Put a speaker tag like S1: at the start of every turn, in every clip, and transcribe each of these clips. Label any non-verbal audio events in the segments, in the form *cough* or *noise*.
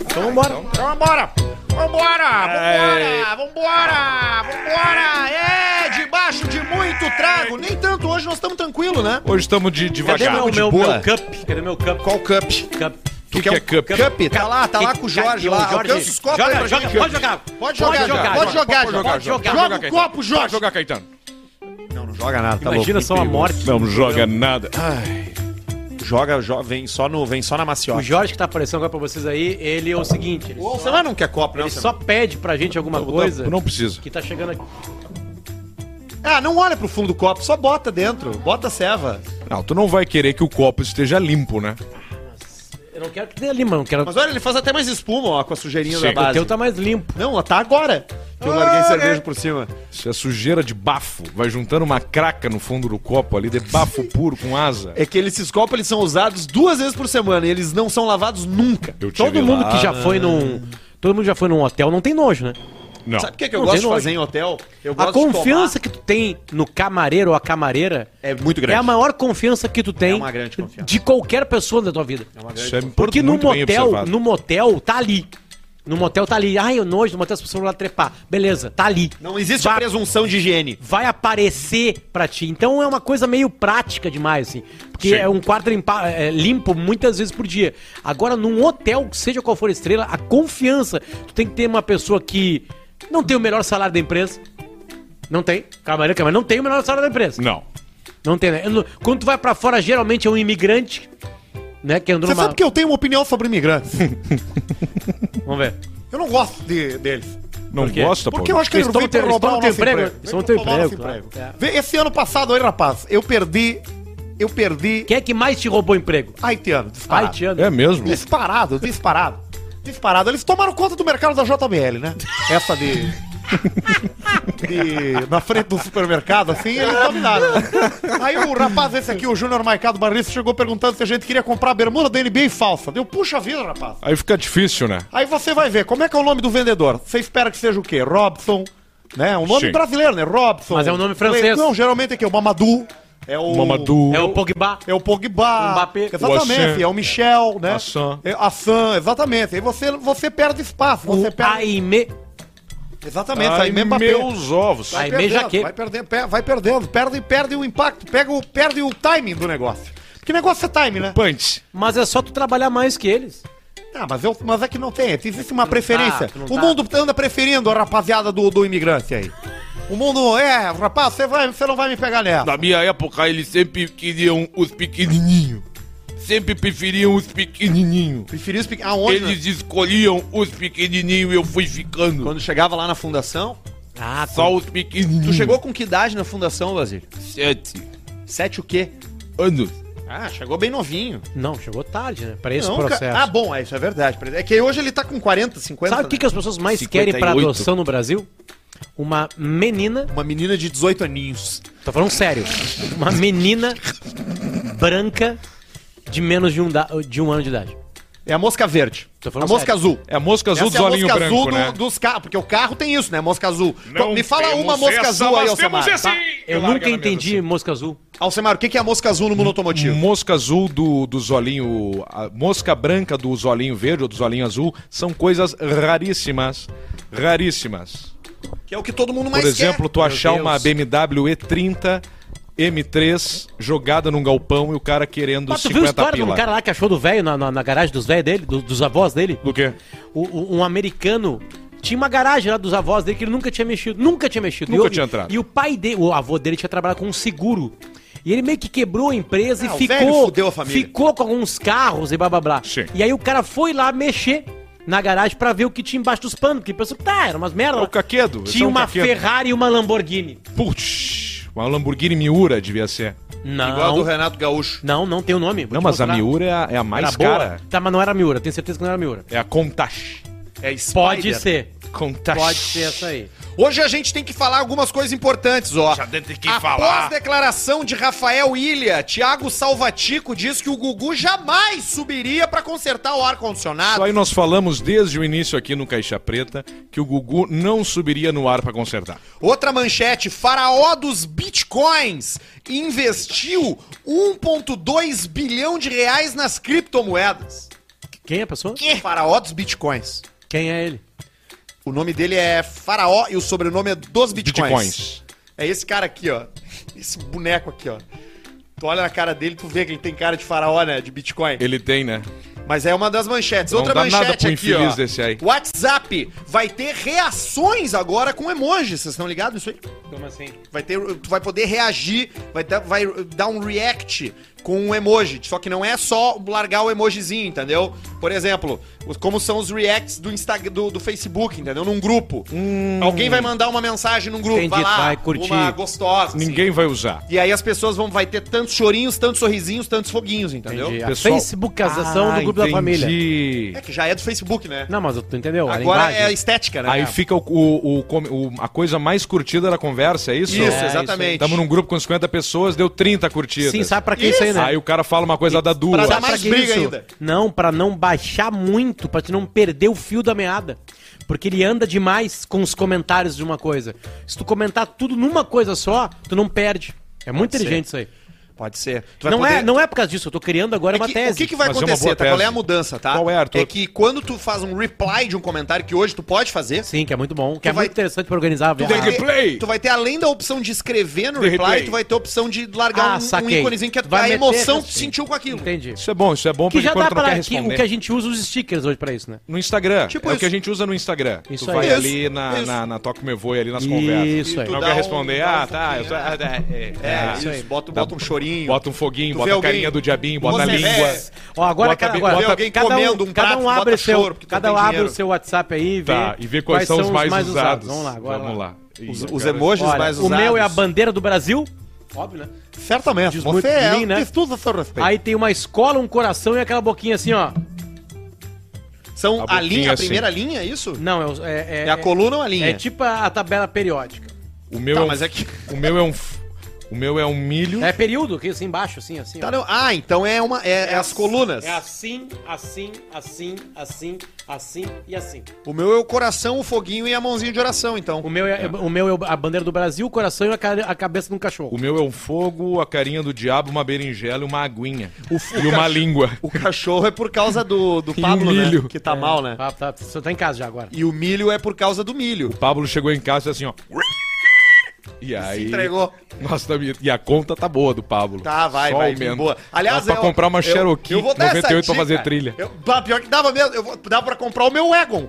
S1: Então vambora.
S2: Então vambora! Vambora! Vambora! Vambora! Vambora! É, debaixo de muito trago. Nem tanto hoje, nós estamos tranquilos, né?
S1: Hoje estamos de
S3: Cadê
S1: devagar.
S3: meu,
S1: de
S3: meu,
S1: boa.
S3: meu
S1: O
S3: cup? Cadê meu cup?
S2: Qual cup?
S3: cup?
S1: que, que é cup?
S2: Cup? Tá lá, tá lá com o Jorge lá. Alcança os copos aí
S3: Joga,
S2: pra
S3: joga,
S2: gente. Tá
S3: pode jogar.
S2: Pode jogar,
S3: jogar,
S2: Jorge. pode jogar,
S1: Pode
S2: Jorge.
S1: jogar, Jorge. Joga
S3: Pode jogar.
S2: Joga o
S1: Caetano.
S2: copo, Jorge.
S1: Joga, Caetano.
S2: Não, não joga nada, tá
S3: Imagina
S2: louco.
S3: só a morte.
S1: Não joga nada.
S2: Joga, jo- vem só no, vem só na
S3: O
S2: maciota.
S3: Jorge que tá aparecendo agora pra vocês aí, ele é o seguinte, ele,
S2: O Alcemar não quer copo, né, não,
S3: ele só pede pra gente alguma coisa
S1: Não precisa.
S3: que tá chegando aqui.
S2: Ah, não olha pro fundo do copo, só bota dentro. Bota a ceva.
S1: Não, tu não vai querer que o copo esteja limpo, né?
S3: Eu não quero que dê limão, eu quero
S2: Mas olha, ele faz até mais espuma, ó, com a sujeirinha
S1: Sim.
S2: da
S3: o
S2: base.
S3: teu tá mais limpo.
S2: Não, ó, tá agora. Que eu larguei cerveja por cima.
S1: Isso é sujeira de bafo. Vai juntando uma craca no fundo do copo ali, de bafo puro com asa.
S2: É que esses copos eles são usados duas vezes por semana e eles não são lavados nunca.
S1: Eu tive
S3: Todo mundo
S1: lá.
S3: que já
S2: né?
S3: foi num, todo mundo que já foi num hotel não tem nojo, né?
S1: Não.
S2: Sabe o que, é que eu
S3: Não
S2: gosto
S3: tem
S2: de
S3: nojo.
S2: fazer em hotel? Eu
S3: A
S2: gosto de
S3: confiança que tu tem no camareiro ou a camareira
S2: tomar- é muito
S3: é
S2: grande.
S3: a maior confiança que tu tem
S2: É uma grande confiança.
S3: de qualquer pessoa da tua vida.
S1: Isso é importante.
S3: Porque no
S1: muito bem
S3: motel,
S1: observado.
S3: no motel tá ali. No motel tá ali. Ai, eu nojo, no motel as pessoas vão lá trepar. Beleza, tá ali.
S2: Não é- existe a
S3: vai,
S2: presunção de higiene.
S3: vai aparecer pra ti. Então é uma coisa meio prática demais, assim. Porque
S1: Sim.
S3: é um quarto limpa- é, limpo muitas vezes por dia. Agora, num hotel, seja qual for a estrela, a confiança. Tu tem que ter uma pessoa que não tem o melhor salário da empresa. Não tem. Camareiro, camareiro, não tem o melhor salário da empresa.
S1: Não.
S3: Não tem, né? Eu não- Quando tu vai pra fora, geralmente é um imigrante, né? Que andou
S2: Você
S3: numa...
S2: sabe que eu tenho uma opinião sobre imigrantes.
S3: Vamos ver.
S2: Eu não gosto de, deles.
S1: Não
S3: Por quê?
S1: gosta, pô.
S2: Porque eu acho que é
S3: Eles
S2: eles
S3: tão
S2: vêm
S3: te-
S2: pra roubar o
S3: eles
S2: nosso
S3: tão te
S2: emprego.
S3: emprego, eles tão
S2: Vem pra
S3: te
S2: roubar o
S3: emprego,
S2: nosso
S3: claro.
S2: emprego. É. Vê, Esse ano passado, aí, rapaz, eu perdi... Eu perdi...
S3: Quem é que mais te roubou emprego?
S2: Haitiano, disparado.
S3: Haitiano.
S1: É mesmo?
S2: Disparado, disparado. Disparado. Eles tomaram conta do mercado da JBL, né? Essa de. de- na frente do supermercado, assim, eles dominaram. Aí o rapaz, esse aqui, o Júnior Maicado Barriço, chegou perguntando se a gente queria comprar a bermuda da NBA falsa. Deu, puxa vida, rapaz.
S1: Aí fica difícil, né?
S2: Aí você vai ver, como é que é o nome do vendedor? Você espera que seja o quê? Robson, né? Um nome
S1: Sim.
S2: brasileiro, né? Robson.
S3: Mas é um nome francês.
S2: Não, geralmente é que é o Mamadou. É o.
S1: Mamadou.
S3: É o Pogba.
S2: É o Pogba.
S3: Mbappé.
S1: O
S2: Exatamente.
S1: Assan.
S2: É o Michel, né?
S1: Assan.
S2: É, Assan, exatamente. Aí você, você perde espaço. Você
S3: O
S2: perde.
S3: Aime.
S2: Exatamente.
S1: Ai,
S2: Aí Mbappé.
S1: meus ovos.
S3: Ai,
S2: perdendo,
S3: já que-
S2: Vai perdendo, pe- vai perdendo. Perde, perde o impacto. Pega o, perde o timing do negócio. Porque negócio é time, né?
S1: Punch.
S3: Mas é só tu trabalhar mais que eles.
S2: Ah, mas, eu, mas é que não tem. Existe uma preferência.
S3: tu não
S2: o
S3: tá.
S2: mundo anda preferindo a rapaziada do, do imigrante aí. O mundo, é, rapaz, você, vai, você não vai me pegar nessa.
S1: Na minha época, eles sempre queriam os pequenininhos. Sempre preferiam os pequenininhos.
S2: Preferiu os pe- aonde? né?
S1: Eles escolhiam os pequenininhos e eu fui ficando.
S2: Quando chegava lá na fundação,
S3: Ah,
S1: Só os pequenininhos.
S2: tu chegou com que idade na fundação, Basílio?
S1: Sete
S2: Sete o quê?
S1: anos.
S2: Ah, chegou bem novinho.
S3: Não, chegou tarde, né? Pra esse
S2: Não,
S3: processo.
S2: ca- Ah, bom, é, isso é verdade. É que hoje ele tá com 40, 50.
S3: Sabe o que,
S2: né?
S3: que as pessoas mais querem pra
S1: 58?
S3: adoção no Brasil? Uma menina.
S2: Uma menina de 18 aninhos.
S3: Tô falando sério. Uma menina branca de menos de um, da- de um ano de idade.
S2: É a mosca verde.
S3: Tô
S2: A
S3: falando
S2: mosca
S3: sério.
S2: azul.
S1: É a mosca azul
S2: Essa
S1: dos
S2: é a
S1: olhinhos
S2: mosca
S1: branco,
S2: azul do-
S1: né?
S2: dos carros, porque o carro tem isso, né? Mosca azul.
S1: Não
S2: Me fala
S1: temos
S2: uma mosca
S1: essa,
S2: azul aí,
S1: nós temos
S2: Alcemar.
S1: essa.
S2: Tá?
S1: Sim, eu
S3: Eu
S1: largo
S3: nunca
S1: na assim. mesa,
S3: entendi
S1: sim.
S3: mosca azul.
S2: Alcemar, o que que é a mosca azul no
S3: Hum,
S2: mundo automotivo?
S1: Mosca azul do, dos olhinhos. Mosca branca dos olhinhos verde ou dos olhinhos azul são coisas raríssimas. Raríssimas.
S2: Que é o que todo mundo
S1: Por
S2: mais
S1: exemplo, tu
S3: Meu
S1: achar
S3: Deus.
S1: uma BMW E30 M3 jogada num galpão e o cara querendo
S3: Mas tu viu a
S1: 50
S3: história de
S1: pila.
S3: um cara lá que achou do velho na, na- na garagem dos velhos dele, do- dos avós dele?
S1: Do quê?
S3: O- o- um americano tinha uma garagem lá dos avós dele que ele nunca tinha mexido. Nunca tinha mexido.
S1: Nunca
S3: E o-
S1: tinha entrado.
S3: E o pai dele, o avô dele tinha trabalhado com um seguro. E ele meio que quebrou a empresa
S2: Ah,
S3: e
S2: o
S3: ficou.
S2: velho fudeu a família.
S3: Ficou com alguns carros e blá blá blá.
S1: Sim.
S3: E aí o cara foi lá mexer na garagem pra ver o que tinha embaixo dos panos. Porque pensou que tá, era umas merda.
S1: É o caquedo. esse
S3: Tinha
S1: é um
S3: uma
S1: caquedo.
S3: Ferrari e uma Lamborghini.
S1: Putz, uma Lamborghini Miura devia ser.
S3: Não.
S2: Igual a do Renato Gaúcho.
S3: Não, não tem o nome. Vou
S1: não,
S3: te
S1: mas a
S3: mostrar.
S1: Miura é a, é a
S3: Era
S1: mais
S3: boa?
S1: cara.
S3: Tá, mas não era a Miura. Tenho certeza que não era a Miura.
S1: É a Contache.
S2: É
S3: Pode
S2: Spider.
S3: ser.
S1: Contache.
S3: Pode ser essa aí.
S2: Hoje a gente tem que falar algumas coisas importantes, ó.
S1: Já tem que
S2: Após
S1: falar.
S2: declaração de Rafael Ilha, Thiago Salvatico diz que o Gugu jamais subiria pra consertar o
S1: Isso
S2: ar-condicionado.
S1: aí nós falamos desde o início aqui no Caixa Preta que o Gugu não subiria no ar pra consertar.
S2: Outra manchete, faraó dos bitcoins um investiu 1.2 bilhão de reais nas criptomoedas.
S3: Quem é a pessoa?
S2: Faraó dos Bitcoins.
S3: Quem é ele?
S2: O nome dele é Faraó e o sobrenome é dos Bitcoins.
S1: Bitcoins.
S2: É esse cara aqui, ó. Esse boneco aqui, ó. Tu olha na cara dele, tu vê que ele tem cara de faraó, né? De Bitcoin.
S1: Ele tem, né?
S2: Mas é uma das manchetes.
S1: Não
S2: Outra
S1: dá
S2: manchete
S1: nada pro
S2: aqui, ó.
S1: infeliz desse aí.
S2: WhatsApp vai ter reações agora com emoji. Vocês estão ligados nisso aí?
S3: Como assim?
S2: Vai ter, tu vai poder reagir, vai, dar- vai dar um react com um emoji. Só que não é só largar o emojizinho, entendeu? Por exemplo, os- como são os reacts do, Instagram, do, do Facebook, entendeu? Num grupo.
S1: Hum.
S2: Alguém vai mandar uma mensagem num grupo,
S3: Entendi,
S2: vai lá,
S3: vai curtir.
S2: uma gostosa. assim.
S1: Ninguém vai usar.
S2: E aí as pessoas vão, vai ter tantos chorinhos, tantos sorrisinhos, tantos foguinhos, entendeu?
S3: Entendi. A
S1: Pessoal- Ah,
S3: Facebookização do grupo da família.
S1: família.
S2: É que já é do Facebook, né?
S3: Não, mas tu entendeu?
S2: Agora é a
S3: linguagem.
S2: estética, né?
S1: Aí fica o, o- o come- o- a coisa mais curtida da conversa, é isso?
S2: Isso,
S3: É,
S2: exatamente.
S1: Estamos num grupo com 50 pessoas, deu 30 curtidas.
S3: Sim, sabe pra que isso aí, né?
S1: Aí o cara fala uma coisa da duas.
S2: Pra dar
S3: Sabe
S2: mais
S3: pra que
S2: briga
S3: isso?
S2: ainda.
S3: Não, pra não baixar muito, pra tu não perder o fio da meada. Porque ele anda demais com os comentários de uma coisa. Se tu comentar tudo numa coisa só, tu não perde. É muito inteligente isso aí.
S2: Pode ser. Tu vai
S3: Não, é,
S2: poder-
S3: não é por causa disso, eu tô criando agora
S2: É
S3: uma
S2: que-
S3: tese.
S2: O que, que vai
S1: Mas é uma
S2: acontecer?
S1: boa
S2: tá? Qual é a
S1: tese.
S2: mudança, tá?
S1: Qual é, Arthur?
S2: É que quando tu faz um reply de um comentário que hoje tu pode fazer,
S3: Sim, que é muito bom, que é
S2: vai-
S3: muito interessante pra organizar a
S2: tu, vai
S1: tem
S3: viagem.
S1: que-
S2: ter,
S1: replay.
S2: tu vai ter além da opção de escrever no
S1: De
S2: reply,
S1: replay.
S2: tu vai ter a opção de
S3: Ah,
S2: largar um, um
S3: saquei.
S2: íconezinho que é
S3: Tu vai
S2: a
S3: meter
S2: emoção que
S3: assim.
S2: tu sentiu com aquilo.
S3: Entendi.
S1: Isso é bom, isso é bom
S3: Que
S1: porque
S3: já
S1: quando
S3: dá
S1: tu não
S3: pra
S1: quer
S3: que,
S1: responder.
S3: o que a gente usa os stickers hoje pra isso, né?
S1: No Instagram.
S2: Tipo
S1: é o
S2: isso.
S1: que a gente usa no Instagram.
S3: Isso
S1: tu
S3: aí.
S1: vai
S2: Isso,
S1: ali na,
S2: isso.
S1: na, na Toca o Meu Voi ali nas
S3: Isso
S1: conversas.
S3: aí.
S1: Não
S2: Tu
S1: quer
S2: dá um-
S1: responder,
S2: dá um
S1: ah, tá. eu só- ah, é, é,
S2: É,
S1: é.
S2: isso aí. Bota, bota um chorinho.
S1: Bota um foguinho,
S2: Tu vê
S1: bota a
S2: alguém-
S1: carinha do diabinho, bota a
S2: Você
S1: língua.
S2: vê-
S3: É. Ó, agora,
S1: Bota-
S3: cada- agora
S1: bota
S2: alguém
S3: cada um,
S2: comendo um
S3: cada
S2: prato,
S3: um abre
S2: bota
S3: seu,
S2: choro, porque tu
S3: cada
S2: tem
S3: um abre
S2: dinheiro.
S3: o seu WhatsApp aí e vê,
S1: Tá, e vê quais, são os mais, usados.
S3: Vamos lá, agora.
S1: Vamos
S3: lá.
S1: lá.
S2: Os,
S1: Ih,
S2: os
S1: agora-
S2: emojis
S3: Olha,
S2: mais
S3: o
S2: usados.
S3: meu é a bandeira do Brasil. Óbvio, né?
S4: Certamente.
S3: Diz muito
S4: Você é
S3: de mim,
S2: um
S3: né?
S4: né? estuda a seu respeito.
S3: Aí tem uma escola, um coração e aquela boquinha assim, ó.
S2: São
S1: A
S2: a, linha,
S1: boquinha,
S2: a
S1: assim.
S2: primeira linha, é isso?
S3: Não, é, o- é, é,
S2: É a coluna ou a linha?
S3: é tipo a, a tabela periódica.
S1: O meu
S2: Tá,
S1: é um,
S2: mas é que-
S1: o meu é um f- o meu é um milho.
S3: É período, que assim embaixo, assim, assim.
S2: Tá,
S3: ó.
S2: não. Ah, então é, uma, é, é as colunas.
S3: É assim, assim, assim, assim, assim e assim.
S2: O meu é o coração, o foguinho e a mãozinha de oração, então.
S3: O meu é, o meu é a bandeira do Brasil, o coração e a, cara- a cabeça de um
S1: O
S3: cachorro.
S1: meu é um fogo, a carinha do diabo, uma berinjela e uma aguinha.
S2: o
S1: e uma
S2: *laughs* cach-
S1: língua.
S2: O cachorro é por causa do, do
S1: E o
S2: Pablo, né?
S1: milho.
S2: Que tá mal, né?
S3: Tá, tá, você tá em casa já agora.
S2: E o milho é por causa do milho.
S1: O Pablo chegou em casa e assim, ó. E aí.
S2: entregou.
S1: Nossa, tá bonito. e a conta tá boa do Pablo.
S2: Tá, vai,
S1: Só
S2: vai.
S1: aumenta.
S2: Boa. Aliás,
S1: Dá pra
S2: eu-
S1: comprar uma
S2: eu-
S1: Cherokee
S2: eu vou dar essa
S1: 98 pra
S2: dica.
S1: fazer trilha.
S2: Eu, bah, pior que dava mesmo. Eu, vou- dá pra comprar o meu Egon.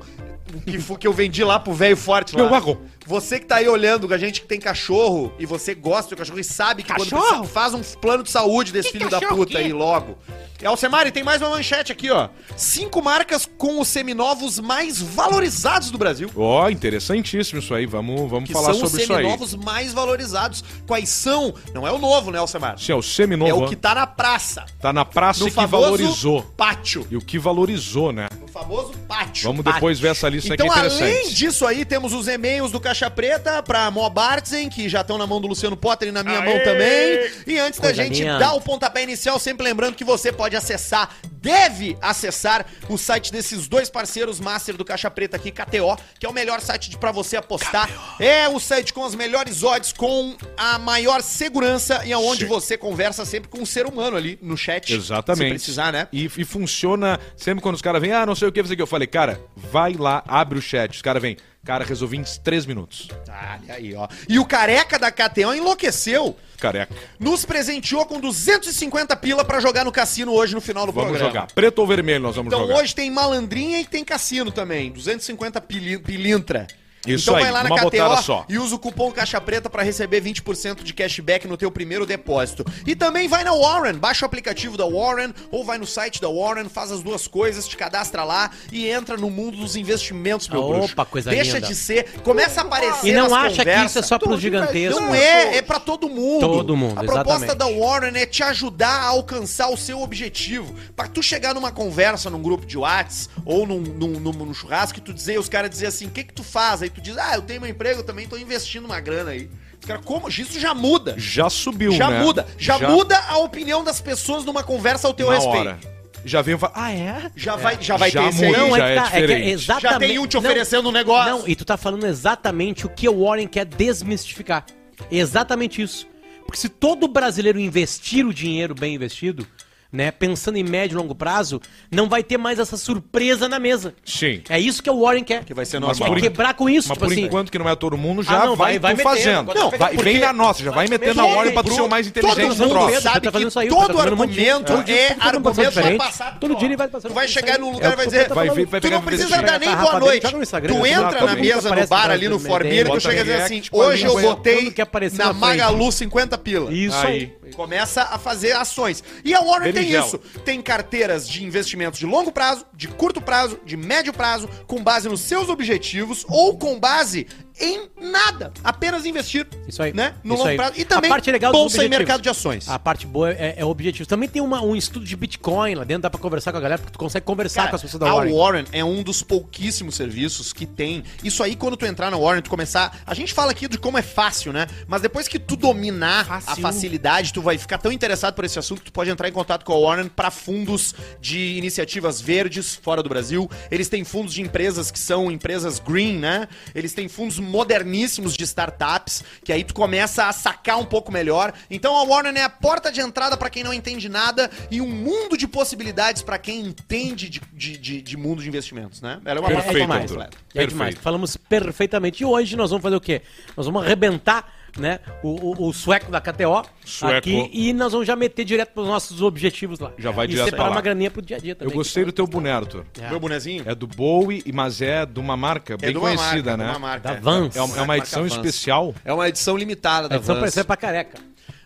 S2: Que, fu- que eu vendi lá pro velho forte lá.
S1: Meu Egon.
S2: Você que tá aí olhando, a gente que tem cachorro e você gosta do cachorro e sabe que quando
S3: Cachorro?
S2: precisa- faz um plano de saúde desse filho da puta aí logo. E Alcemari, tem mais uma manchete aqui, ó. Cinco marcas com os seminovos mais valorizados do Brasil.
S1: Ó, interessantíssimo isso aí. Vamos, vamos
S2: Que
S1: falar
S2: são os
S1: sobre isso aí.
S2: seminovos mais valorizados. Quais são? Não é o novo, né, Alcemar?
S1: Sim, é o seminovo.
S2: É o que tá na praça.
S1: Tá na praça
S2: No
S1: e que
S2: famoso
S1: valorizou.
S2: pátio.
S1: E o que valorizou, né?
S2: No famoso pátio.
S1: Vamos
S2: Pátio.
S1: depois ver essa lista
S2: Ah, Então,
S1: aqui interessante.
S2: além disso aí, temos os e-mails do Caixa Preta pra Mobartzen, que já estão na mão do Luciano Potter e na minha
S1: Aê!
S2: mão também. E antes da
S3: Coisa
S2: gente
S3: minha.
S2: dar o pontapé inicial, sempre lembrando que você pode acessar, deve acessar o site desses dois parceiros master do Caixa Preta aqui, KTO, que é o melhor site de- pra você apostar. É o site com as melhores odds, com a maior segurança e aonde
S1: Sim.
S2: você conversa sempre com um ser humano ali no chat.
S1: Exatamente.
S2: Se precisar, né?
S1: E, e funciona sempre quando os caras vêm, ah, não sei o que, não sei o que. Eu falei, cara, vai lá, abre o chat. Os caras vêm, cara, resolvi em três minutos.
S2: Ah, olha aí, ó. E o careca da KTO enlouqueceu.
S1: Careca.
S2: Nos presenteou com 250 pila pra jogar no cassino hoje no final do
S1: Vamos
S2: programa.
S1: jogar. Preto ou vermelho nós vamos
S2: Então
S1: jogar.
S2: hoje tem malandrinha e tem cassino também. 250 pili- pilintra.
S1: Isso
S2: então
S1: aí,
S2: vai lá na
S1: uma botada
S2: KTO
S1: só.
S2: e usa o cupom Caixa Preta pra receber 20% de cashback no teu primeiro depósito. E também vai na Warren, baixa o aplicativo da Warren ou vai no site da Warren, faz as duas coisas, te cadastra lá e entra no mundo dos investimentos, meu
S3: Ah, Opa,
S2: bruxo.
S3: coisa
S2: Deixa
S3: linda.
S2: de ser, começa a aparecer
S3: E não
S2: nas
S3: acha que
S2: conversas.
S3: isso é só pros gigantescos.
S2: Não é, é pra todo mundo.
S3: Todo mundo,
S2: A proposta
S3: exatamente.
S2: da Warren é te ajudar a alcançar o seu objetivo. Pra tu chegar numa conversa num grupo de Whats ou num, num, num- num churrasco e tu dizer, os caras dizer assim, o que que tu faz? Aí tu diz, ah, eu tenho meu emprego, eu também tô investindo uma grana aí. Os caras, como? Isso já muda.
S1: Já subiu,
S2: Já
S1: né?
S2: muda. Já, muda a opinião das pessoas numa conversa ao teu
S1: na
S2: respeito.
S1: hora. Já vem falar, ah, é?
S2: Já vai, já vai
S1: Já
S2: ter esse aí.
S1: muda.
S3: Não,
S1: já
S3: é,
S1: é
S3: que tá, é que é
S1: diferente.
S3: exatamente...
S2: Já tem um te
S3: Não,
S2: oferecendo um negócio.
S3: Não, e tu tá falando exatamente o que o Warren quer desmistificar. Exatamente isso. Porque se todo brasileiro investir o dinheiro bem investido, né, pensando em médio e longo prazo, não vai ter mais essa surpresa na mesa.
S1: Sim.
S3: É isso que o Warren quer.
S2: Que vai ser
S1: Mas
S2: normal.
S1: por
S3: Quer quebrar com isso,
S1: Mas
S3: tipo
S1: por
S3: assim.
S1: enquanto que não é todo mundo, já
S3: Ah, não,
S1: vai,
S3: vai-
S1: tu
S3: vai
S1: fazendo.
S3: metendo.
S1: Não, vai,
S3: Porque-
S1: vem na nossa, já vai metendo na
S3: metendo,
S1: hora pra tu
S3: Bruno,
S1: ser o mais inteligente
S2: todo
S1: no
S2: mundo
S1: troço.
S2: sabe
S3: Tá
S2: que
S3: fazendo isso aí,
S2: todo
S3: tá fazendo um monte de-
S2: argumento
S3: Todo dia
S2: é
S3: tá fazendo um passado
S2: argumento
S3: diferente.
S2: passado,
S3: Todo dia ele vai
S2: Tu
S3: passando.
S2: vai chegar no
S3: É
S2: lugar
S3: o
S2: e vai
S3: que o
S2: dizer.
S3: Pedro tá
S1: Vai
S3: falando.
S1: ver, vai
S2: Tu
S1: pegar
S2: não
S1: no
S2: precisa
S1: vestido.
S2: dar nem
S3: Tá
S2: boa
S3: rapadinho,
S2: noite.
S3: joga no Instagram,
S2: Tu
S3: tá
S2: entra na
S1: rapadinho.
S2: mesa, no
S3: Aparece
S2: bar
S3: na
S2: ali no
S3: frente também,
S2: Formiga, tu
S1: bota
S2: chega e diz
S1: react,
S2: assim:
S1: tipo,
S2: hoje eu
S3: bota
S2: botei
S3: tudo que aparecer
S2: na
S3: na frente.
S2: Magalu 50 pila.
S3: Isso aí.
S2: Começa a fazer ações. E a Warren tem
S1: Berinjela.
S2: isso. Tem carteiras de investimentos de longo prazo, de curto prazo, de médio prazo, com base nos seus objetivos ou com base em nada. Apenas investir.
S3: Isso aí.
S2: Né? No
S3: Isso
S2: longo
S3: aí.
S2: prazo. E
S3: A
S2: também
S3: parte legal dos
S2: bolsa e
S3: objetivos.
S2: mercado de ações.
S3: A parte boa é, é o objetivo. Também tem uma- um estudo de Bitcoin lá dentro, dá pra conversar com a galera, porque tu consegue conversar
S2: Cara,
S3: com as pessoas da
S2: a
S3: Warren.
S2: Warren. é um dos pouquíssimos serviços que tem. Isso aí, quando tu entrar na Warren, tu começar. A gente fala aqui de como é fácil, né? Mas depois que tu dominar a facilidade, tu vai ficar tão interessado por esse assunto que tu pode entrar em contato com a Warren para fundos de iniciativas verdes fora do Brasil. Eles têm fundos de empresas que são empresas green, né? Eles têm fundos moderníssimos de startups, que aí tu começa a sacar um pouco melhor. Então a Warren é a porta de entrada para quem não entende nada e um mundo de possibilidades para quem entende de, de- de- de mundo de investimentos, né? Ela é
S1: Perfeito,
S2: uma
S3: é
S2: plataforma
S3: demais.
S1: Arthur.
S2: completa.
S3: É
S1: Perfeito.
S3: demais. Falamos perfeitamente. E hoje nós vamos fazer o quê? Nós vamos arrebentar né, o, o- o sueco da KTO
S1: Sueco.
S3: aqui e nós vamos já meter direto pros nossos objetivos lá.
S1: Já vai
S3: e
S1: direto pra
S3: separar
S1: lá.
S3: uma graninha pro dia a dia
S1: Eu
S3: também.
S1: gostei do teu boné, Arthur.
S3: É.
S2: Meu bonezinho?
S1: É do Bowie, mas é de uma marca bem
S2: de uma
S1: conhecida,
S2: marca, de uma
S1: né?
S2: marca,
S3: Da
S2: é.
S3: Vans. É,
S1: É uma, é uma
S2: Marca
S1: edição
S2: Vans.
S1: especial.
S2: É uma edição limitada da
S3: A edição
S2: Vans.
S3: parece pra careca.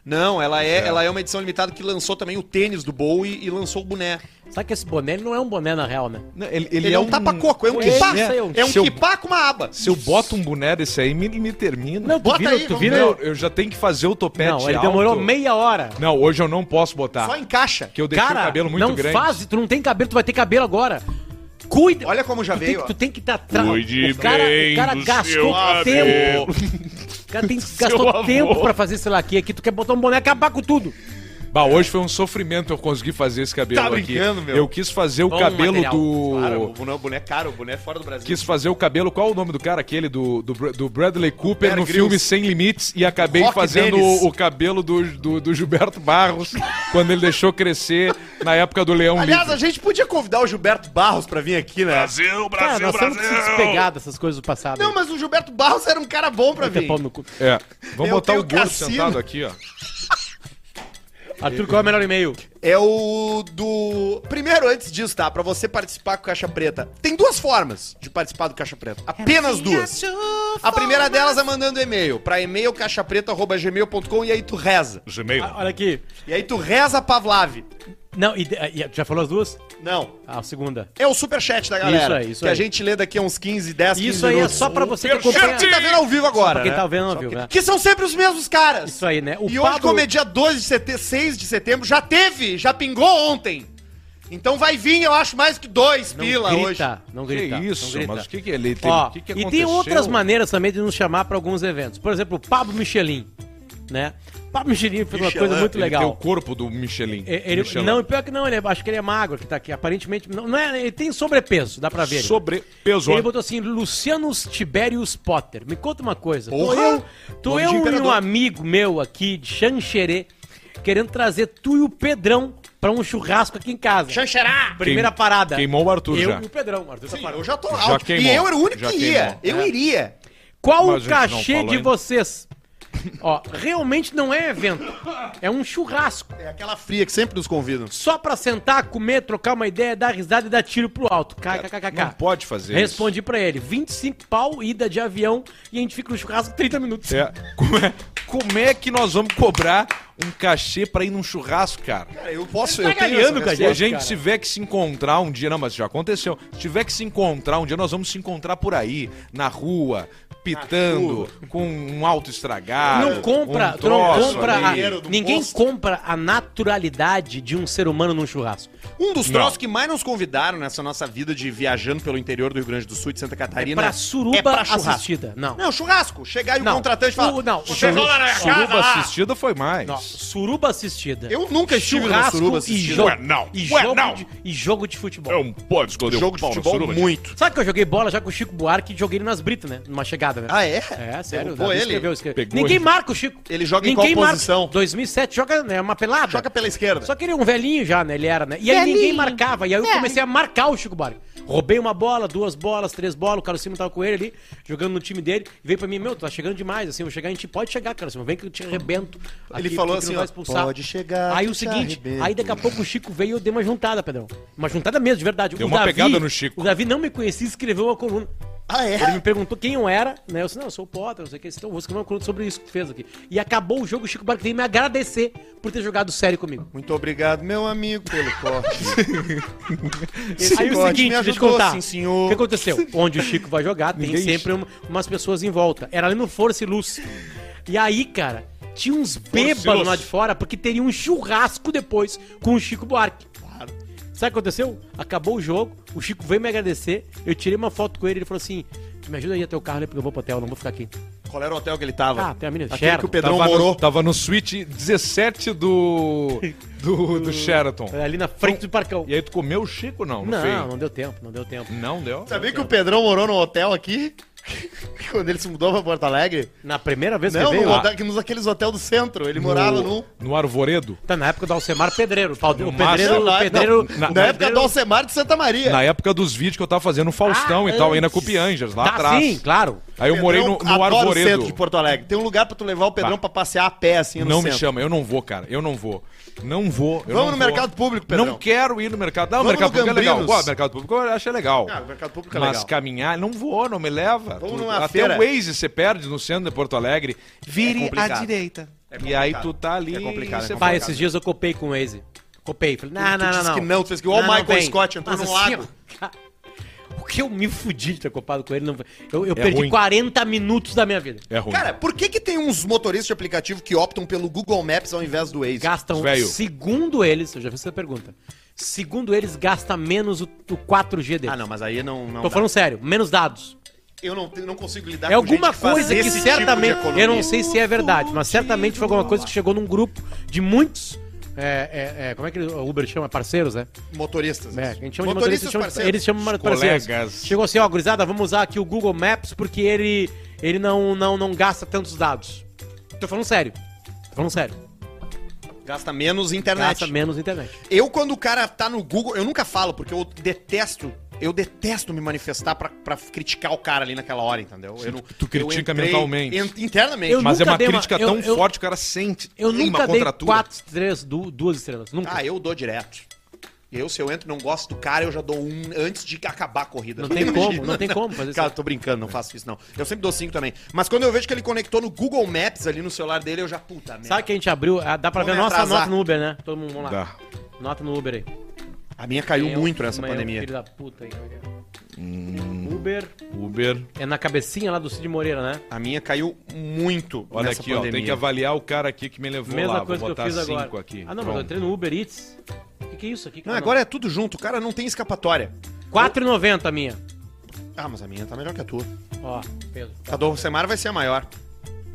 S2: Não, ela é, ela é uma edição limitada que lançou também o tênis do Bowie e lançou o boné.
S3: Sabe que esse boné ele não é um boné na real, né?
S1: Não, Ele,
S2: Ele, é um tapa-coco, é um
S3: Ele
S2: quipá.
S3: é-
S2: É um
S1: Seu-
S2: quipá com uma aba.
S1: Se eu boto um boné desse aí, me, me termina.
S3: Não, tu
S2: Bota
S3: vira,
S2: aí,
S3: tu
S2: vamos
S3: vira.
S2: ver.
S1: Não, eu já tenho que fazer o topete
S3: Não, ele demorou
S1: alto.
S3: meia hora.
S1: Não, hoje eu não posso
S3: Tá.
S1: botar.
S2: Só encaixa.
S1: Que eu deixei
S3: Cara,
S1: o cabelo muito
S3: não
S1: grande.
S3: faz, tu não tem cabelo, tu vai ter cabelo agora. Cuida.
S2: Olha como já
S3: tu
S2: veio,
S3: Tem,
S2: ó.
S3: que- tu tem que estar atrás.
S1: Cuide
S3: o cara,
S1: bem
S3: o cara
S1: do
S3: gastou
S1: seu
S3: tempo. O
S1: *laughs*
S3: cara tem, gastou
S1: avô.
S3: tempo pra fazer, sei lá, aqui, aqui tu quer botar um boné e acabar com tudo.
S1: Bah, hoje foi um sofrimento eu conseguir fazer esse cabelo
S2: Tá
S1: aqui.
S2: brincando, meu?
S1: Eu quis fazer o
S3: Bom
S1: cabelo
S3: material.
S1: do.
S2: Claro, o boné, o boné é caro, o boné é fora do Brasil.
S1: Quis fazer o cabelo, qual o nome do cara? Aquele do, do, Br- do Bradley Cooper
S2: Bear
S1: no
S2: Grylls.
S1: filme Sem Limites e acabei
S2: Rock
S1: fazendo
S2: Dennis.
S1: o, o cabelo do, do, do Gilberto
S2: *laughs*
S1: Barros quando ele deixou crescer na época do Leão
S2: Aliás,
S1: Livre.
S2: a gente podia convidar o Gilberto Barros pra vir aqui, né?
S5: Brasil,
S1: Tá
S3: Cara,
S5: Brasil,
S3: nós temos que se despegar dessas coisas do passado.
S2: Não, mas o Gilberto Barros era um cara bom pra
S3: Vai ter
S2: vir.
S3: pau no cu.
S1: É. Vamos botar
S2: Eu
S1: o
S2: tenho
S1: gordo
S2: cassino.
S1: sentado aqui, ó.
S3: Arthur, qual é o melhor e-mail?
S2: É o do. Primeiro, antes disso, tá? Pra você participar com Caixa Preta. Tem duas formas de participar do Caixa Preta. Apenas duas. A primeira delas é mandando e-mail. Pra e-mail caixapreta.gmail.com e aí tu reza.
S5: Gmail.
S3: Ah, Olha aqui.
S2: E aí tu reza Pavlave.
S3: Não, e, e- já falou as duas?
S2: Não.
S3: Ah, a segunda.
S2: É o superchat da galera.
S3: Isso aí, isso
S2: que a
S3: aí.
S2: gente lê daqui a uns 15, 10, 15
S3: Isso aí é
S2: minutos.
S3: só pra você que acompanha.
S2: Superchat! Quem tá vendo ao vivo agora.
S3: Pra quem
S2: né?
S3: tá vendo, viu? né?
S2: Que são sempre os mesmos caras.
S3: Isso aí, né? O
S2: e hoje,
S3: Pablo-
S2: como é dia 12 de setembro, 6 de setembro, já teve, já pingou ontem. Então vai vir, eu acho, mais que dois
S3: Não
S2: pila hoje.
S3: grita, não
S1: Que
S3: grita. não
S1: isso,
S3: grita.
S1: mas o que, que ele tem?
S3: Ó,
S1: o que, que
S3: e tem
S1: aconteceu?
S3: outras maneiras também de nos chamar pra alguns eventos. Por exemplo, o Pablo Michelin, né? O Pablo Michelin fez uma
S2: Michelin,
S3: coisa muito
S1: Ele tem o
S3: legal.
S1: corpo do Michelin.
S3: E- Ele,
S1: Michelin.
S3: não, pior que não, ele é- acho que ele é magro que tá aqui. Aparentemente, não, não é, ele tem sobrepeso, dá pra ver. ele.
S1: Sobrepeso.
S3: Ele botou assim, Lucianos Tiberius Potter. Me conta uma coisa. Tô
S2: Porra!
S3: eu, tô
S2: Nome de
S3: eu e
S2: imperador.
S3: um amigo meu aqui de Xanxerê querendo trazer tu e o Pedrão pra um churrasco aqui em casa.
S2: Xanxerá!
S3: Primeira
S1: Queim-
S3: parada.
S1: queimou o Arthur
S3: Eu
S1: já.
S3: e o Pedrão. O Arthur tá parado.
S2: Eu já tô
S1: Já
S2: alto.
S1: queimou,
S2: e eu era o único
S1: já
S2: que ia.
S1: queimou.
S2: Eu
S3: É.
S2: iria.
S3: Qual
S1: Mas a
S3: o
S1: gente não
S3: cachê
S1: falou
S3: de
S1: ainda.
S3: vocês? Ó, realmente não é evento. É um churrasco.
S2: É aquela fria que sempre nos convidam.
S3: Só pra sentar, comer, trocar uma ideia, dar risada e dar tiro pro alto.
S1: Não
S3: KKKK.
S1: pode fazer
S3: Respondi pra ele. 25 pau, ida de avião e a gente fica no churrasco 30 minutos.
S1: isso. É. Como, é, como é que nós vamos cobrar um cachê pra ir num churrasco, cara?
S2: Cara, eu posso.
S3: Ele tá
S2: eu tenho
S3: ganhando,
S2: essa
S3: cara.
S1: Se a
S2: resposta.
S1: gente tiver que se encontrar um dia, não, mas já aconteceu. Se tiver que se encontrar um dia, nós vamos se encontrar por aí, na rua, pitando, com um alto estragado.
S3: não compra,
S1: um
S3: tu não
S1: troço
S3: compra.
S1: ali.
S3: a-
S2: dinheiro do
S3: ninguém
S2: posto.
S3: compra a naturalidade de um ser humano num churrasco.
S2: Um dos
S1: Não.
S2: troços que mais nos convidaram nessa nossa vida de viajando pelo interior do Rio Grande do Sul e de Santa Catarina.
S3: É pra suruba
S2: é. churrasco.
S3: assistida. Não.
S2: Não, churrasco. Chegar e o
S3: Não.
S2: contratante
S3: O-
S2: falar.
S3: não,
S2: Você
S3: o-
S2: rola na minha
S1: Suruba
S2: casa lá."
S1: assistida foi mais.
S3: Não, suruba assistida.
S2: Eu nunca estive numa
S3: churrasco
S2: suruba
S3: e
S2: assistida.
S3: jogo,
S5: Ué, não.
S3: E,
S5: Ué,
S3: jogo
S5: não.
S3: De, e jogo de futebol.
S5: Não pode esconder
S2: Jogo de
S5: pau na
S2: futebol
S5: suruba,
S2: muito.
S3: Sabe que eu joguei bola já com o Chico Buarque e joguei ele nas britas, né? Numa chegada. piada, velho.
S2: Ah, é?
S3: É, sério.
S2: Derrubou
S3: Davi
S2: ele?
S3: Escreveu, escreveu.
S1: Pegou
S3: Ninguém
S1: ele.
S3: marca o Chico.
S2: Ele joga em
S3: Ninguém
S2: qual posição?
S3: Marca. 2007 joga, né, uma pelada.
S2: Joga pela esquerda.
S3: *laughs* Só que ele é um velhinho já, né? Ele era, né? E aí
S5: Velhinho.
S3: ninguém marcava. E aí eu
S5: É.
S3: comecei a marcar o Chico Buarque. Roubei uma bola, duas bolas, três bolas. O Carlos Simon tava com ele ali, jogando no time dele. E veio pra mim, meu, tá chegando demais. Assim, eu vou chegar, a gente pode chegar, Carlos Simon. Vem que eu te arrebento.
S2: Ele
S3: aqui,
S2: falou
S3: porque
S2: assim,
S3: não vai
S2: ó,
S3: expulsar.
S2: "Pode chegar,
S3: Aí
S2: te
S3: o seguinte,
S2: arrebento.
S3: aí daqui a pouco o Chico veio e eu dei uma juntada, Pedrão. Uma juntada mesmo, de verdade.
S1: Deu uma pegada no Chico.
S3: O Davi não me conhecia e escreveu uma coluna.
S2: Ah, é?
S3: Ele me perguntou quem eu era, né? Eu disse, não, eu sou o Potter, não sei o que. Então, eu vou escrever uma coluna sobre isso que tu fez aqui. E acabou o jogo, o Chico Buarque veio me agradecer por ter jogado sério comigo.
S2: Muito obrigado, meu amigo, pelo
S3: *laughs*
S2: corte. corte
S3: aí o seguinte,
S2: me
S3: deixa eu te
S2: ajudou,
S3: contar.
S2: sim, senhor.
S3: O que aconteceu? Onde o Chico vai jogar, tem
S1: Ninguém-
S3: sempre um- umas pessoas em volta. Era ali no Força e Luz. E aí, cara, tinha uns bêbados
S1: Luz.
S3: lá de fora, porque teria um churrasco depois com o Chico Buarque. Sabe o que aconteceu? Acabou o jogo, o Chico veio me agradecer, eu tirei uma foto com ele, ele falou assim, "Tu me ajuda aí até o carro, né, porque eu vou pro hotel, não vou ficar aqui.
S2: Qual era o hotel que ele tava?
S3: Ah, tem a menina,
S2: Aquele que
S3: Sheraton.
S2: o Pedrão
S1: tava
S2: morou.
S1: No, tava no suíte 17 do, do, *laughs* do Sheraton.
S3: Ali na frente do Parcão.
S1: É. E aí tu comeu o Chico, não? No
S3: Não,
S1: feio?
S3: não deu tempo, não deu tempo.
S1: Não deu?
S4: Sabia que o Pedrão morou num hotel
S2: *laughs*
S4: aqui? Quando ele se mudou pra Porto Alegre?
S3: Na primeira vez que
S4: Não,
S3: veio...
S4: num
S3: lá.
S4: hotel, que nos aqueles hotéis do centro. Ele morava num.
S1: No Arvoredo?
S3: Tá na época do Alcemar Pedreiro. O pau- O
S1: máximo.
S3: pedreiro,
S4: Não,
S3: o pedreiro,
S1: na-
S3: o
S4: Na época
S3: pedreiro-
S4: do Alcemar de Santa Maria.
S1: Na época dos vídeos que eu tava fazendo o Faustão e tal, ainda com o Piangers, lá
S3: Tá,
S1: atrás.
S3: Sim, claro.
S1: Aí eu morei no, no
S4: adoro o centro
S1: Arvoredo.
S4: de Porto Alegre. Tem um lugar pra tu levar o Pedrão
S1: Bah.
S4: pra passear a pé, assim, no
S1: Não me
S4: centro.
S1: chama, eu não vou, cara. Eu não vou. Não vou.
S4: Vamos
S1: eu não
S4: no
S1: vou.
S4: mercado público, Pedrão.
S1: Não quero ir no mercado. Não, o
S4: Vamos
S1: mercado
S4: no
S1: público é legal.
S4: Gambrinos.
S1: Ué, mercado público eu achei legal.
S4: Ah, o mercado público é
S1: Mas
S4: legal.
S1: caminhar, não vou, não me leva.
S4: Vamos
S1: Tu-
S4: numa
S1: Até
S4: feira.
S1: o Waze você perde no centro de Porto Alegre.
S3: É
S1: Vire à
S2: complicado.
S1: direita. e aí tu tá ali.
S2: É complicado,
S1: você
S2: é complicado.
S1: vai-
S3: Pai, esses dias eu copei com o Waze. Copei. Falei, não, não, não,
S2: disse
S3: não.
S2: que não, tu fez que igual o Michael
S3: vem.
S2: Scott, entrou num
S3: assim,
S2: lago.
S3: ó, cara, o que eu me fudi de ter copado com ele? Não... Eu, eu perdi
S1: É ruim.
S3: 40 minutos da minha vida.
S1: É ruim.
S2: Cara, por que que tem uns motoristas de aplicativo que optam pelo Google Maps ao invés do Waze?
S3: Gastam,
S1: Velho.
S3: segundo eles, eu já fiz essa pergunta. Segundo eles, gasta menos o, o 4G deles.
S2: Ah, não, mas aí não... não dá.
S3: Tô falando sério, menos dados.
S2: Eu não, eu não consigo lidar
S3: É alguma
S2: gente faz
S3: coisa que
S2: esse tipo
S3: certamente.
S2: de economia.
S3: eu não sei se é verdade, mas certamente foi alguma coisa que chegou num grupo de muitos. é, é, é, como é que o Uber chama? Parceiros, né?
S2: Motoristas.
S3: É, a gente chama de motorista,
S2: Motoristas
S3: eles chamam, de-
S2: parceiros.
S3: eles chamam de
S1: Colegas.
S3: parceiros. Chegou assim, ó, gurizada, vamos usar aqui o Google Maps porque ele, ele não, não, não gasta tantos dados. Tô falando sério. Tô falando sério.
S2: Gasta menos internet.
S3: Gasta menos internet.
S2: Eu, quando o cara tá no Google, eu nunca falo, porque eu detesto. Eu detesto me manifestar pra, pra criticar o cara ali naquela hora, entendeu? Eu não,
S1: tu critica
S2: eu entrei
S1: mentalmente.
S2: en- internamente.
S3: Eu
S1: Mas é
S3: nunca
S1: uma
S3: dei uma-
S1: crítica
S3: eu-
S1: tão
S3: eu-
S1: forte que o cara sente.
S3: Eu
S1: tem
S3: nunca dei quatro, três, du- duas estrelas. Nunca.
S2: Ah, eu dou direto. Eu, se eu entro e não gosto do cara, eu já dou um antes de acabar a corrida.
S3: Não tem como, não tem como fazer isso.
S2: Cara, tô brincando, não faço isso não. Eu sempre dou cinco também. Mas quando eu vejo que ele conectou no Google Maps ali no celular dele, eu já, puta merda.
S3: Sabe que a gente abriu, ah, dá pra
S2: Vou
S3: ver
S2: me
S3: a nossa
S2: atrasar.
S3: nota no Uber, né? Todo mundo, vamos lá.
S1: Dá.
S3: Nota no Uber aí.
S2: A minha caiu
S3: Meu,
S2: muito nessa
S3: meu
S2: pandemia.
S3: Filho da puta aí.
S1: Hum.
S3: Uber
S1: Uber.
S3: é na cabecinha lá do Cid Moreira, né?
S2: A minha caiu muito
S1: Olha
S2: nessa
S1: aqui, ó.
S2: pandemia.
S1: Tem que avaliar o cara aqui que me levou
S3: Mesma
S1: lá.
S3: coisa
S1: Vou
S3: que
S1: botar
S3: eu fiz
S1: cinco
S3: agora.
S1: aqui.
S3: Ah, não, mas eu
S1: Pronto.
S3: entrei no Uber Eats. O que, que é isso aqui?
S2: Não, agora é tudo junto, o cara não tem escapatória.
S3: é 4,90 a minha.
S2: Ah, mas a minha tá melhor que a tua.
S3: Ó, Pedro. tá
S2: A do Semar vai ser a maior.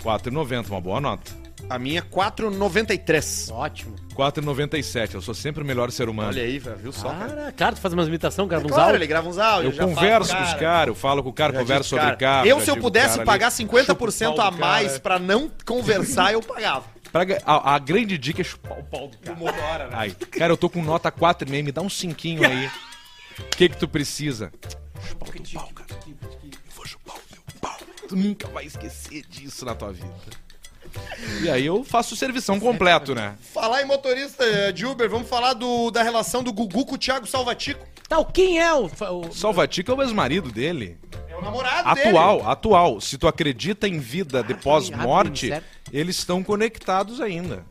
S1: 4,90, uma boa nota.
S2: A minha 4,93.
S3: Ótimo.
S1: 4,97. Eu sou sempre o melhor ser humano.
S2: Olha aí, velho, viu só? cara?
S3: Cara, claro, tu faz umas imitações, cara,
S2: Tá.
S3: uns
S2: É Claro,
S3: áudios.
S2: ele grava uns áudios.
S1: Eu
S2: já fala
S1: converso
S2: pro
S1: com os
S2: cara.
S1: caras, eu falo com o cara,
S2: Já diz,
S1: converso sobre
S2: cara,
S1: carro.
S2: Eu,
S1: já
S2: se
S1: digo,
S2: eu
S1: cara,
S2: pudesse
S1: ali,
S2: pagar
S1: chupa
S2: 50%
S1: o
S2: a
S1: pau do cara.
S2: mais pra não conversar, eu pagava.
S1: Pra ga- a, a grande dica é chupar o pau do cara.
S2: né?
S1: Ai, cara, eu tô com nota 4,5, me dá um cinquinho
S2: *laughs*
S1: aí. O que que tu precisa? Chupar o teu pau, cara. Eu vou chupar o teu pau. Tu nunca vai esquecer disso na tua vida. E aí eu faço o servição completo, né?
S2: Falar em motorista eh, de Uber, vamos falar do, da relação do Gugu com o Thiago Salvatico.
S3: Tal, quem é o... fa- o-
S1: Salvatico é o ex-marido dele.
S2: É o namorado dele.
S1: Atual, atual. Se tu acredita em vida de
S3: tá
S1: pós-morte,
S3: ligado,
S1: eles estão conectados ainda.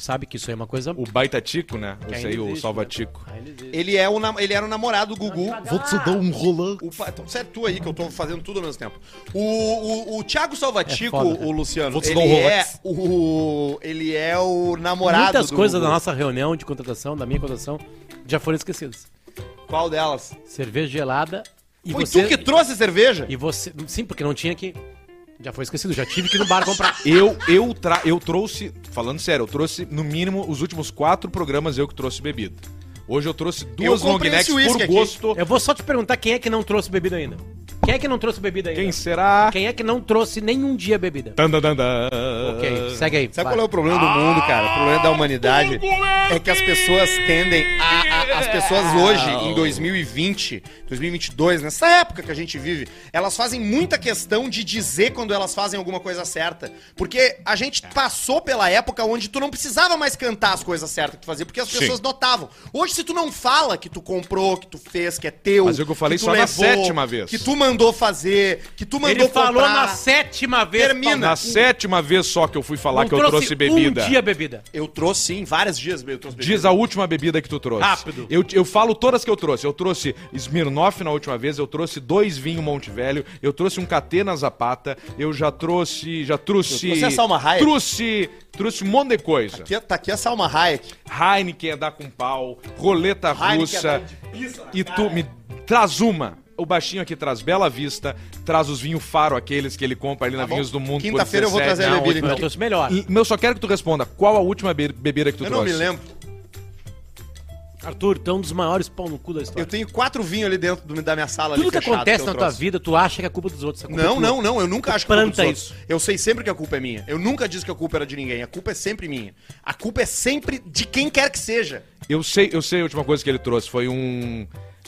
S3: Sabe que isso aí é uma coisa...
S1: O Baita Tico, né? Esse
S3: ainda
S1: aí, o
S3: existe,
S1: Salvatico.
S3: Ah, ele existe.
S2: Ele, é o, nam- ele era o namorado do Gugu.
S1: Vou te dar um rolão.
S2: Ah. O, pa- então, sério, tu aí que eu tô fazendo tudo ao mesmo tempo. O, o, o Thiago Salvatico,
S3: É foda, cara.
S2: o Luciano,
S1: Vou te dar um
S2: ele é
S1: Rolex.
S2: o. Ele é o namorado.
S3: Muitas
S2: do
S3: coisas da
S2: Gugu.
S3: nossa reunião de contratação, da minha contratação, já foram esquecidas.
S2: Qual delas?
S3: Cerveja gelada e
S2: Foi
S3: você...
S2: tu que trouxe a cerveja?
S3: E você... Sim, porque não tinha aqui. Já foi esquecido, já tive que ir no bar comprar.
S1: Eu, eu, tra... eu trouxe, falando sério, eu trouxe no mínimo os últimos quatro programas eu que trouxe bebida. Hoje eu trouxe duas long
S2: comprei
S1: necks
S2: esse
S1: por
S2: uísque aqui.
S1: gosto.
S3: Eu vou só te perguntar quem é que não trouxe bebida ainda. Quem é que não trouxe bebida ainda?
S1: Quem será?
S3: Quem é que não trouxe nenhum dia bebida?
S1: Tandandandã.
S3: Ok, segue aí.
S2: Sabe
S3: vai.
S2: qual é o problema do mundo, cara? O problema
S1: Ah,
S2: da humanidade é que as pessoas tendem a, a- As pessoas
S1: Ah,
S2: hoje, em 2020, 2022, nessa época que a gente vive, elas fazem muita questão de dizer quando elas fazem alguma coisa certa. Porque a gente
S1: É.
S2: passou pela época onde tu não precisava mais cantar as coisas certas que tu fazia, porque as
S1: Sim.
S2: pessoas notavam. Hoje, se tu não fala que tu comprou, que tu fez, que é teu.
S1: Mas é o que eu falei
S2: tu
S1: só na sétima vez.
S2: Que tu mandou fazer, que tu mandou
S3: Ele falou
S2: comprar.
S3: na sétima vez.
S2: Termina.
S3: Paulo.
S1: Na sétima vez só que eu fui falar
S3: Não
S1: que eu trouxe, bebida.
S3: Um dia bebida.
S2: Eu trouxe sim, várias dias eu trouxe
S1: Diz a última bebida que tu trouxe.
S3: Rápido.
S1: Eu, eu falo todas que eu trouxe. Eu trouxe Smirnoff na última vez, eu trouxe dois vinhos Monte Velho, eu trouxe um Catê na Zapata, eu já trouxe. Já trouxe.
S2: Eu trouxe a Salma Hayek.
S1: Trouxe. Trouxe um monte de coisa.
S2: Aqui, tá aqui a Salma Hayek.
S1: Heineken é dar com pau, roleta
S2: Heineken é
S1: russa.
S2: dar
S1: E tu me traz uma. O baixinho aqui traz Bela Vista, traz os vinhos faro aqueles que ele compra ali na
S2: Tá bom.
S1: Vinhos do Mundo. por
S2: Quinta-feira eu vou
S1: 17,
S2: trazer a
S1: não,
S2: bebida,
S3: Eu
S2: então.
S3: trouxe melhor.
S1: L- Meu, só quero que tu responda. Qual a última be- bebida que tu
S2: Eu não
S1: trouxe?
S2: me lembro.
S3: Arthur, tu é um dos maiores pau no cu da história.
S2: Eu tenho quatro vinhos ali dentro do- da minha sala.
S3: Tudo
S2: ali
S3: que
S2: fechado
S3: acontece
S2: eu
S3: na tua
S2: trouxe.
S3: vida, tu acha que é culpa dos outros. é culpa
S2: Não,
S3: tua.
S2: não, não. Eu nunca
S3: Tu
S2: acho que a culpa
S3: planta
S2: dos outros.
S3: isso.
S2: Eu sei sempre que a culpa é minha. Eu nunca disse que a culpa era de ninguém. A culpa é sempre minha. A culpa é sempre de quem quer que seja.
S1: Eu sei, eu sei a última coisa que ele trouxe. Foi um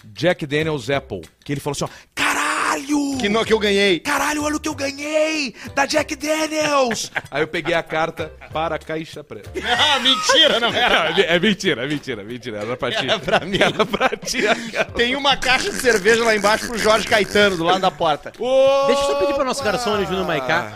S1: Jack Daniels Apple. Que ele falou assim, ó. Caralho!
S2: Que, no, que eu ganhei.
S1: Caralho, olha o que eu ganhei da Jack
S2: *laughs*
S1: Daniels! Aí eu peguei a carta para a Caixa Preta.
S2: *laughs* Ah, mentira, não
S1: Não, é, é mentira, é mentira, é mentira. Era pra ti.
S2: Era pra mim.
S1: *laughs* Era pra ti a
S2: *laughs*
S1: carta.
S2: Tem uma caixa de cerveja lá embaixo pro Jorge Caetano, do lado da porta.
S3: Deixa eu só pedir pra nossa garçom
S2: Ah.
S3: ali, Júnior Maiká.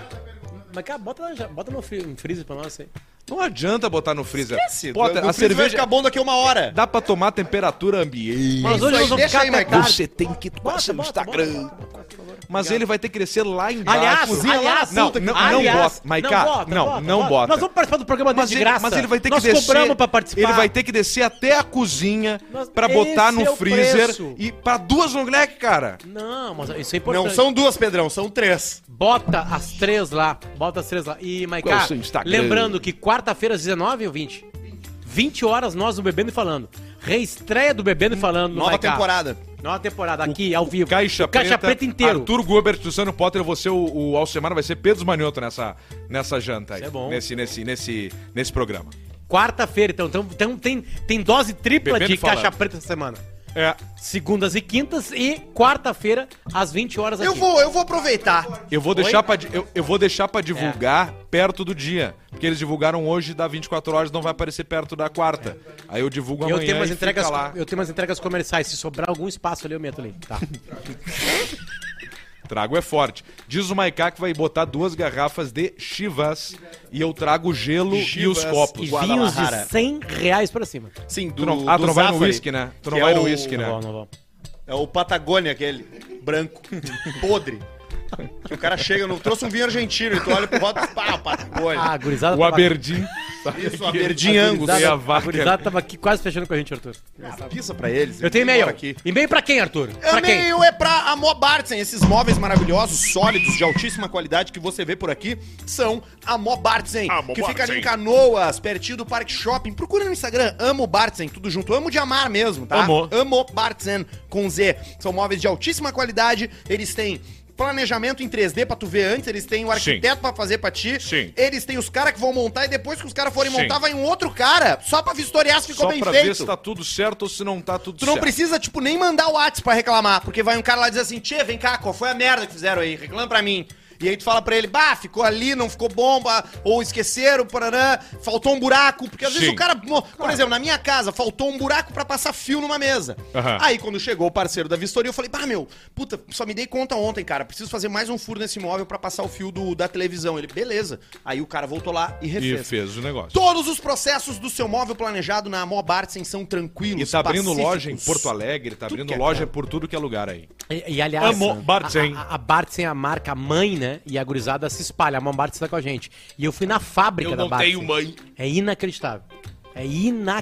S3: Maiká, bota, lá já- bota no fri- um freezer pra nós aí.
S1: Não adianta botar no freezer.
S2: Pô,
S1: Bota, a cerveja
S2: acabou daqui a uma hora.
S1: dá pra tomar a temperatura ambiente.
S3: Mas hoje
S2: aí,
S3: nós vamos
S2: deixa
S3: ficar
S2: aí,
S3: até
S2: Maiká.
S3: tarde.
S1: Você tem que
S3: Bota,
S1: baixar no
S3: bota,
S1: Instagram.
S3: bota, bota, bota, bota.
S1: Mas ele vai ter que crescer lá embaixo.
S3: Aliás,
S2: Cozinha lá,
S3: aliás,
S1: não,
S2: puta que
S1: não,
S2: pariu.
S1: não
S3: Aliás,
S1: bota. Maiká, não, não bota.
S3: Nós vamos participar do programa dele
S1: Mas
S3: de
S1: ele,
S3: graça.
S1: mas ele vai ter que
S3: Nós
S1: descer.
S3: cobramos pra participar.
S1: Ele vai ter que descer até a cozinha
S3: Nós-
S1: pra botar
S3: Esse
S1: no
S3: é o
S1: freezer
S3: preço.
S1: e pra duas longlegs, cara.
S3: Não, mas isso é importante.
S2: Não são duas, Pedrão, são três.
S3: Bota as três lá. Bota as três lá. E,
S1: Qual é
S3: Maiká,
S1: o seu Instagram?
S3: lembrando que quarta-feira às 19 ou 20? 20 horas nós no Bebendo e Falando. Reestreia do Bebendo e Falando no
S2: Nova
S3: Maiká.
S2: temporada.
S3: Nova temporada, aqui, ao vivo.
S1: Caixa,
S3: O Caixa Preta, inteiro.
S1: Arthur Gobert, Luciano Potter, você, o, o Alcemar, vai ser Pedro Manioto nessa, nessa janta aí.
S3: Isso é bom.
S1: Nesse, nesse, nesse, nesse programa.
S3: Quarta-feira, então. Então, então tem, tem dose tripla
S1: Bebendo e
S3: de Caixa
S1: Falando.
S3: Preta essa semana.
S1: É,
S3: Segundas e quintas e quarta-feira às 20 horas aqui.
S2: Eu vou, eu vou aproveitar.
S1: eu vou deixar pra, di- eu, eu vou deixar
S2: É.
S1: pra divulgar perto do dia. Porque eles divulgaram hoje, dá 24 horas, não vai aparecer perto da quarta. Aí eu divulgo amanhã
S3: Eu tenho, umas
S1: e fica
S3: entregas,
S1: lá.
S3: eu tenho umas entregas comerciais. Se sobrar algum espaço ali, eu meto ali. Tá.
S1: Trago é forte. Diz o Maiká que vai botar duas garrafas de chivas e eu trago gelo e os
S2: Chivas
S1: copos.
S3: *laughs* E vinhos
S2: Guadalajara.
S3: de 100 reais pra cima.
S2: Sim, do,
S1: Tu não, ah, tu
S2: do
S1: não vai no
S2: Zafari,
S1: uísque, né? Tu não
S2: que
S1: vai
S2: é
S1: no
S2: o-
S1: uísque, né?
S3: Não vão, não vão.
S2: É o Patagônia aquele, branco, podre. Que o cara chega, não trouxe um vinho argentino, e tu olha pro voto e pá, Patagônia.
S3: Ah, a gurizada
S1: O
S3: tava-
S1: Aberdeen.
S2: Isso, a Verdinha
S3: a
S2: Angus.
S3: gurizada-
S1: e a
S3: A
S1: Wacker.
S3: gurizada tava aqui quase fechando com a gente, Arthur.
S2: Pisa pra eles.
S3: Eu tenho
S2: eles
S3: e-mail.
S2: moram Aqui.
S3: E-mail pra quem, Arthur? Pra quem?
S2: E-mail é pra Amó Bartzen. Esses móveis maravilhosos, sólidos, de altíssima qualidade que você vê por aqui são Amó Bartzen, que fica ali em Canoas, pertinho do Parque Shopping. Procura no Instagram, Amo Bartzen, tudo junto. Amo de amar mesmo, tá?
S1: Amor.
S2: Amo Bartzen com Z. São móveis de altíssima qualidade, eles têm. Planejamento em 3D pra tu ver antes, eles têm o arquiteto pra fazer pra ti.
S1: Sim.
S2: Eles têm os caras que vão montar e depois que os caras forem
S1: Sim.
S2: montar, vai um outro cara só pra vistoriar se ficou
S1: Só
S2: bem
S1: pra
S2: feito.
S1: ver se tá tudo certo ou se não tá tudo
S2: Tu não
S1: certo.
S2: precisa, tipo, nem mandar o WhatsApp pra reclamar, porque vai um cara lá dizer assim, Tchê, vem cá, qual foi a merda que fizeram aí? Reclama pra mim. E aí tu fala pra ele, bah, ficou ali, não ficou bomba, ou esqueceram, parará, faltou um buraco, porque às vezes
S1: Sim.
S2: o cara, mo- por exemplo, na minha casa, faltou um buraco pra passar fio numa mesa.
S1: Aham.
S2: Aí quando chegou o parceiro da vistoria, eu falei, bah, meu, puta, só me dei conta ontem, cara, preciso fazer mais um furo nesse móvel pra passar o fio do, da televisão. Ele, beleza. Aí o cara voltou lá e
S1: E
S2: refez.
S1: fez o negócio.
S2: Todos os processos do seu móvel planejado na Amor Bartzen são tranquilos.
S1: E tá abrindo
S2: pacíficos.
S1: loja em Porto Alegre, tá
S2: Tudo
S1: abrindo
S2: que é
S1: loja por tudo que é lugar aí.
S3: E, e, aliás,
S1: Amo Bartzen.
S3: A, a, a Bartzen é a marca mãe, né? E a gurizada se espalha. A mão Bartzen tá com a gente. E eu fui na fábrica da Bartzen.
S1: mãe.
S3: É inacreditável. É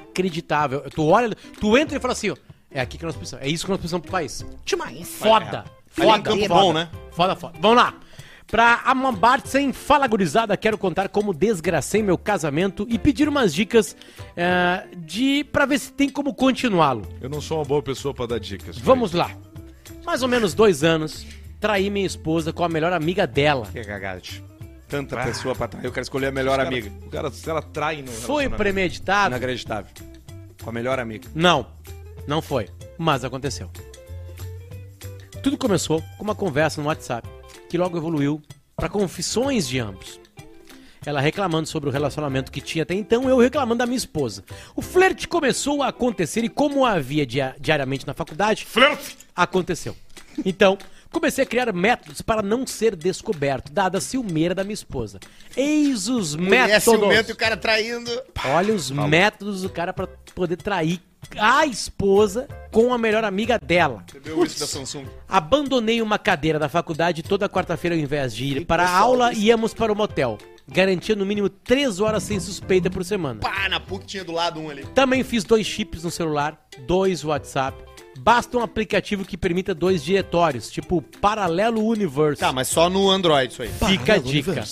S3: inacreditável. Tu olha, tu entra e fala assim, ó, é aqui que nós precisamos. É isso que nós precisamos pro país. Demais. Foda.
S2: Ali
S3: Foda,
S2: É, em Campo
S3: foda.
S2: Bom, né?
S3: Foda, foda. Vamos lá. Pra Amambartsen, fala gurizada, quero contar como desgracei meu casamento e pedir umas dicas eh, de para ver se tem como continuá-lo.
S1: Eu não sou uma boa pessoa pra dar dicas.
S3: Vamos lá. Mais ou menos dois anos trair minha esposa com a melhor amiga dela.
S2: Que cagada, tio. Tanta pessoa pra trair. Eu quero escolher a melhor
S1: Cara,
S2: amiga.
S1: O cara, se ela trai no
S3: Foi
S1: relacionamento.
S3: premeditado?
S2: Inacreditável. Com a melhor amiga.
S3: Não, não foi. Mas aconteceu. Tudo começou com uma conversa no WhatsApp, que logo evoluiu para confissões de ambos. Ela reclamando sobre o relacionamento que tinha até então, eu reclamando da minha esposa. O flerte começou a acontecer e, como havia dia- diariamente na faculdade, aconteceu. Então, comecei a criar métodos para não ser descoberto, dada a ciumeira da minha esposa. Eis os
S2: Mulher ciumenta e
S3: métodos.
S2: o cara traindo.
S3: Olha os métodos do cara pra poder trair a esposa com a melhor amiga dela.
S2: Bebeu o uísque da Samsung.
S3: Abandonei uma cadeira da faculdade toda quarta-feira ao invés de ir para a aula, íamos para o motel. Garantia no mínimo três horas sem suspeita por semana.
S2: Pá, na PUC tinha do lado um ali.
S3: Também fiz dois chips no celular, dois WhatsApp. Basta um aplicativo que permita dois diretórios, tipo o Paralelo Universo.
S2: Tá, mas só no Android isso aí.
S3: Fica a dica.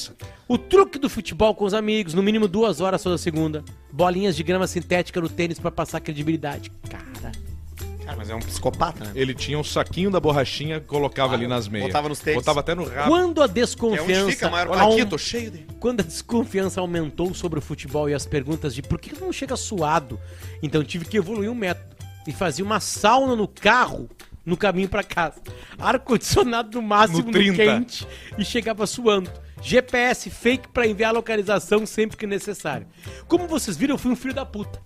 S3: O truque do futebol com os amigos, no mínimo duas horas toda segunda. Bolinhas de grama sintética no tênis pra passar credibilidade. Cara.
S2: Cara, mas é um psicopata, né?
S1: Ele tinha um saquinho da borrachinha, colocava
S6: Ah,
S1: ali nas meias.
S2: botava nos tênis.
S1: Botava até no rabo.
S3: Quando a
S2: Tá. É onde fica
S3: desconfiança.
S2: a maior
S3: aum-
S2: parte. Aqui, tô cheio dele.
S3: Quando a desconfiança aumentou sobre o futebol e as perguntas de por que tu não chega suado, então tive que evoluir um método e fazia uma sauna no carro no caminho pra casa. Ar-condicionado no máximo,
S1: No
S3: no
S1: 30.
S3: quente e chegava suando. GPS fake pra enviar a localização sempre que necessário. Como vocês viram, eu fui um filho da puta.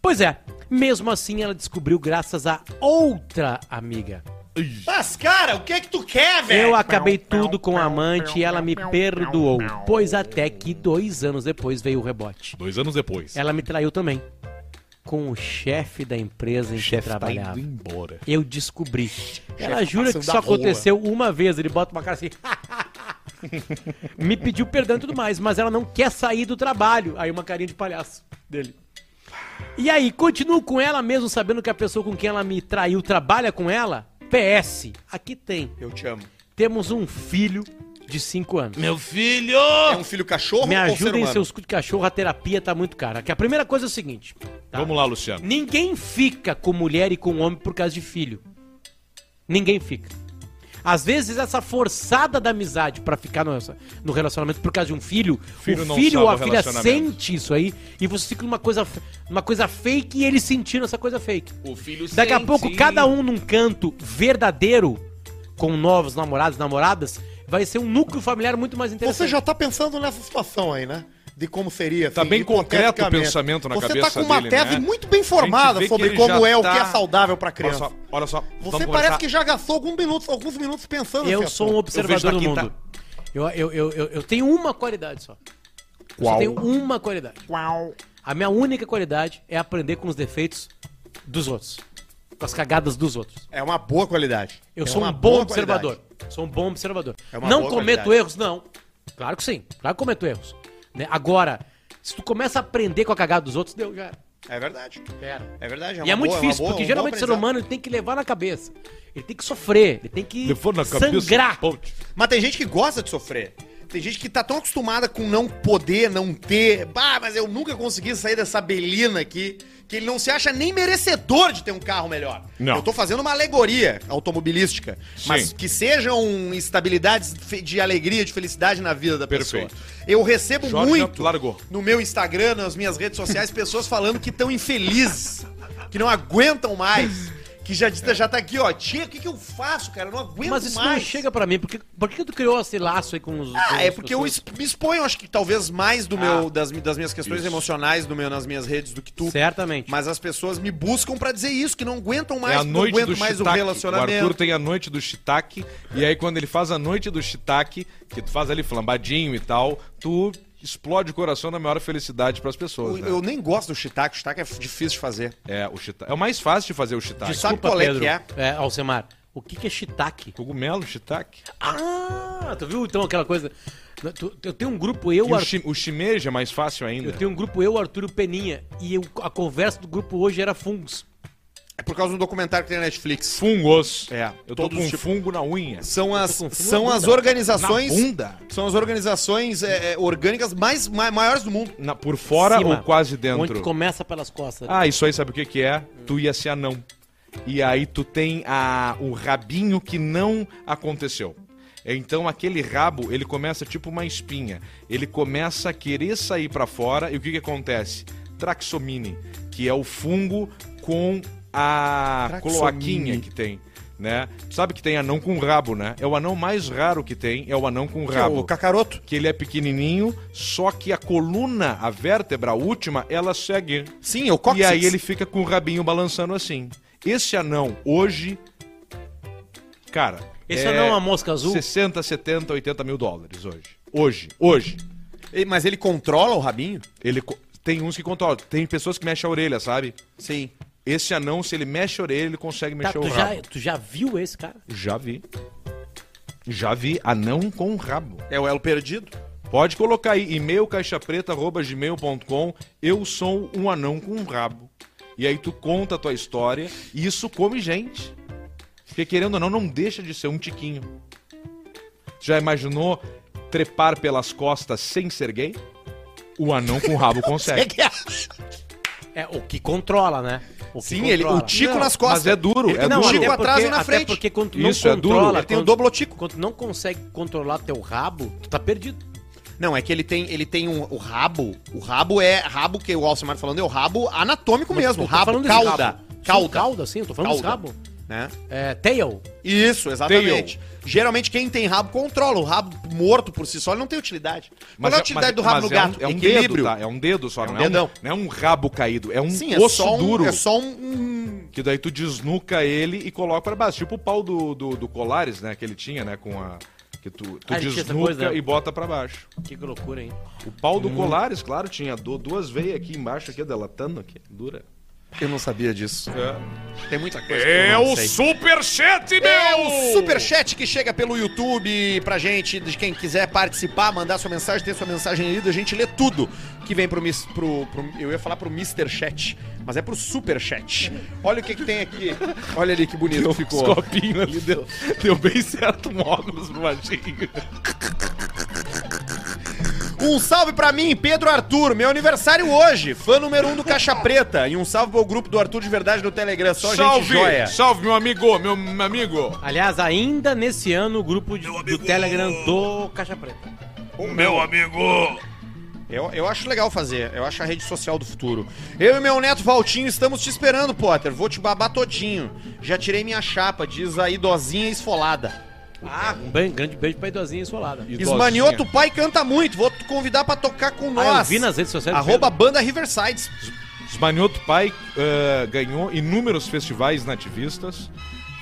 S3: Pois é, mesmo assim ela descobriu graças a outra amiga.
S2: Mas, cara, o que é que tu quer, velho?
S3: Eu acabei tudo com a amante e ela me perdoou. Pois até que dois anos depois veio o rebote.
S1: Dois anos depois.
S3: Ela me traiu também. Com o chefe da empresa em que
S1: tá
S3: eu trabalhava.
S1: embora.
S3: Eu descobri. Ela jura que
S2: passando
S3: isso
S2: da rola.
S3: aconteceu uma vez. Ele bota uma cara assim. *laughs* me pediu perdão e tudo mais, mas ela não quer sair do trabalho. Aí uma carinha de palhaço dele. E aí, continuo com ela mesmo sabendo que a pessoa com quem ela me traiu trabalha com ela? PS, aqui tem.
S2: Eu te amo.
S3: Temos um filho de 5 anos.
S2: Meu filho! É um filho cachorro
S3: Me
S2: ou ser
S3: ajudem,
S2: humano?
S3: seus cu de cachorro, a terapia tá muito cara. Que a primeira coisa é o seguinte: tá?
S1: Vamos lá, Luciano.
S3: ninguém fica com mulher e com homem por causa de filho. Ninguém fica. Às vezes, essa forçada da amizade pra ficar no, no relacionamento por causa de um filho,
S1: Filho
S3: o
S1: não
S3: filho ou a
S1: salva o
S3: filha
S1: relacionamento.
S3: sente isso aí e você fica numa coisa, uma coisa fake e eles sentindo essa coisa fake.
S1: O filho
S3: Daqui a pouco, cada um num canto verdadeiro, com novos namorados, namoradas, vai ser um núcleo familiar muito mais interessante.
S6: Você já tá pensando nessa situação aí, né? De como seria.
S1: Tá bem concreto o
S6: hipoteticamente.
S1: pensamento na
S6: Você
S1: cabeça
S6: tá com uma
S1: dele,
S6: tese
S1: né?
S6: muito bem formada
S1: A gente vê que
S6: sobre
S1: ele
S6: como
S1: já
S6: é o que
S1: tá-
S6: é saudável pra
S1: Olha
S6: criança.
S1: só, olha só.
S6: Você parece que já gastou algum minuto, alguns minutos pensando assim,
S3: Eu
S6: nesse
S3: sou um
S6: assunto.
S3: observador
S1: Eu
S3: do
S1: vejo na
S3: mundo. Eu, eu, eu, eu, eu tenho uma qualidade só. Eu só
S1: Qual?
S3: tenho uma qualidade. A minha única qualidade é aprender com os defeitos dos outros. Com as cagadas dos outros.
S2: É uma boa qualidade.
S3: Eu
S2: É
S3: sou
S2: uma
S3: um bom
S2: boa
S3: observador.
S2: qualidade.
S3: Sou um bom observador.
S2: É uma
S3: não
S2: boa
S3: cometo
S2: qualidade.
S3: erros, não. Claro que sim. Claro que cometo erros. né? Agora, se tu começa a aprender com a cagada dos outros, deu, já era.
S2: É verdade.
S3: Já era.
S2: É verdade.
S3: e é
S2: uma
S3: muito
S2: boa-
S3: difícil,
S2: uma boa-
S3: porque
S2: um bom
S3: geralmente o ser
S2: aprendizado.
S3: humano ele tem que levar na cabeça. Ele tem que sofrer, ele tem que
S1: Levou na cabeça. um
S3: sangrar.
S1: pô,
S2: Mas tem gente que gosta de sofrer. Tem gente que tá tão acostumada com não poder, não ter. Bah, mas eu nunca consegui sair dessa belina aqui. Que ele não se acha nem merecedor de ter um carro melhor.
S1: Não.
S2: Eu tô fazendo uma alegoria automobilística.
S1: Sim.
S2: Mas que sejam instabilidades fe- de alegria, de felicidade na vida da
S1: Perfeito.
S2: pessoa. Eu recebo
S1: Jorge
S2: muito
S1: largou.
S2: no meu Instagram, nas minhas redes sociais, pessoas falando que estão infelizes, que não aguentam mais. Que já, diz- já tá aqui, ó. Tia, o que, que eu faço, cara? Eu não aguento
S3: Mas isso
S2: mais.
S3: não chega pra mim. Porque, por que tu criou esse laço aí com os. com
S2: Ah,
S3: as
S2: é porque eu
S3: pessoas?
S2: exp- me exponho, acho que talvez mais do
S3: Ah.
S2: meu, das, mi- das minhas questões
S1: Isso.
S2: emocionais do meu, nas minhas redes do que tu.
S3: Certamente.
S2: Mas as pessoas me buscam pra dizer isso, que não aguentam
S1: é
S2: mais,
S1: a
S2: não
S1: noite
S2: aguentam
S1: do
S2: mais
S1: shiitake.
S2: o
S1: O, Arthur
S2: relacionamento.
S1: tem a noite do shiitake. E aí, quando ele faz a noite do shiitake, que tu faz ali flambadinho e tal, tu explode o coração na maior felicidade pras pessoas,
S2: Eu,
S1: né?
S2: eu nem gosto do shiitake, o shiitake é f- difícil de fazer.
S1: É, o shiitake. É o mais fácil de fazer o shiitake.
S2: Desculpa. sabe qual é que é?
S3: É, Alcemar, o que, que é shiitake?
S1: Cogumelo, shiitake.
S3: Ah, tu viu então aquela coisa? Tu- Eu tenho um grupo, eu,
S1: E o,
S3: Arthur.
S1: shi, o shimeji é mais fácil ainda.
S3: Eu tenho um grupo, eu, Arthur e o Peninha. E eu- a conversa do grupo hoje era fungos.
S2: É por causa de um documentário que tem na Netflix.
S1: Fungos.
S2: É,
S1: Eu tô
S2: todos
S1: com
S2: os tipos.
S1: fungo na unha.
S2: São as,
S3: tô com frio
S2: são
S3: na
S2: as
S3: bunda.
S2: organizações.
S1: Na bunda?
S2: São as organizações é, é, orgânicas mais ma- maiores do mundo.
S1: Na- por fora
S3: Cima,
S1: ou quase
S3: Onde
S1: dentro?
S3: tu começa pelas costas.
S1: Ah, isso aí sabe o que que é? Tu ia ser anão. E aí tu tem a, o rabinho que não aconteceu. Então aquele rabo, ele começa tipo uma espinha. Ele começa a querer sair pra fora e o que que acontece? Traxomine, que é o fungo com a cloaquinha que tem. Né? Tu Sabe que tem anão com rabo, né? É o anão mais raro que tem, é o anão com
S2: é
S1: rabo
S2: o cacaroto.
S1: que ele é pequenininho, só que a coluna, a vértebra última, ela segue.
S2: Sim, é o cóccix.
S1: E aí ele fica com o rabinho balançando assim. Esse anão, hoje. Cara.
S3: Esse anão é uma mosca azul?
S1: 60, 70, 80 mil dólares hoje. Hoje, hoje.
S2: Ele- Mas ele controla o rabinho?
S1: Ele co- tem uns que controlam. Tem pessoas que mexem a orelha, sabe?
S2: Sim.
S1: Esse anão, se ele mexe a orelha, ele consegue
S3: Tá,
S1: mexer o
S3: tu,
S1: um rabo.
S3: já, tu já viu esse cara?
S1: Já vi. Já vi anão com rabo.
S2: É o elo perdido.
S1: Pode colocar aí, e-mail caixapreta.gmail.com, eu sou um anão com um rabo. E aí tu conta a tua história e isso come gente. Porque querendo ou não, não deixa de ser um tiquinho. Já imaginou trepar pelas costas sem ser gay? O anão com
S2: *laughs*
S1: rabo consegue.
S3: É, o que controla, né? O que
S2: Sim, ele, o
S3: controla.
S2: tico
S1: Não,
S2: nas costas.
S1: Mas é duro,
S2: Ele
S1: é
S2: tem um
S1: duro.
S2: tico
S3: até
S2: atrás
S3: porque-
S2: e na
S3: até
S2: frente.
S3: porque quando tu
S1: Isso, é
S3: não
S1: duro,
S3: controla,
S1: ele
S2: tem o
S3: quando-
S2: doblotico.
S3: Quando tu não consegue controlar teu rabo, tu tá perdido.
S2: Não, é que ele tem, ele tem um, o rabo. O rabo é. Rabo que o Alcimar tá falando é o rabo anatômico
S3: Mas
S2: mesmo.
S3: eu tô
S2: Rabo,
S3: falando desse
S2: cauda.
S3: rabo. Sim,
S2: Cauda.
S3: Cauda, sim, eu tô falando desse
S2: Cauda.
S3: rabo.
S2: Né?
S3: É, tail.
S2: Isso, exatamente. Geralmente quem tem rabo controla. O rabo morto por si só ele não tem utilidade. Qual é a utilidade do rabo no
S1: mas
S2: gato?
S1: É um, é um dedo,
S2: Equilíbrio.
S1: tá? É um dedo só,
S2: É um
S1: não, é um,
S2: dedão.
S1: não é um rabo caído, é um
S2: Sim, é
S1: osso
S2: só um,
S1: duro.
S2: É só um- um
S1: Que daí tu desnuca ele e coloca pra baixo. Tipo o pau do, do, do Colares, né? Que ele tinha, né? Com a. Que tu, tu
S3: Ah, ele tinha essa
S1: desnuca
S3: coisa, Hum. né?
S1: e bota pra baixo.
S3: Que loucura, hein?
S1: O pau do Colares, claro, tinha du- duas veias aqui embaixo, aqui, delatando aqui. Dura.
S2: Eu não sabia disso. Tem muita coisa. que
S1: É
S2: eu não
S1: o
S2: sei.
S1: Superchat, meu!
S2: É o superchat que chega pelo YouTube pra gente, de quem quiser participar, mandar sua mensagem, ter sua mensagem lida, a gente lê tudo que vem pro, mis- pro, pro- Eu ia falar pro Mr. Chat, mas é pro superchat. Olha o que, que tem aqui. Olha ali que bonito ficou.
S1: Os copinhos ali deu, deu bem certo um óculos pro baixinho.
S2: Um salve pra mim, Pedro Arthur, meu aniversário hoje, fã número um do Caixa Preta. E um salve pro grupo do Arthur de Verdade no Telegram, só gente joia.
S1: Salve, meu amigo! Meu amigo!
S3: Aliás, ainda nesse ano, o grupo de- do Telegram do Caixa Preta.
S2: Eu, eu acho legal fazer, eu acho a rede social do futuro. Eu e meu neto Valtinho estamos te esperando, Potter. Vou te babar todinho. Já tirei minha chapa, diz a idosinha esfolada.
S3: Ah, um bem- grande beijo pra idosinha ensolada.
S2: Esmanhoto pai canta muito, vou te convidar pra tocar
S1: Ah,
S2: com nós.
S3: eu vi nas redes sociais do
S2: Arroba banda Riversides.
S1: Esmanhoto Pai eh, ganhou inúmeros festivais nativistas.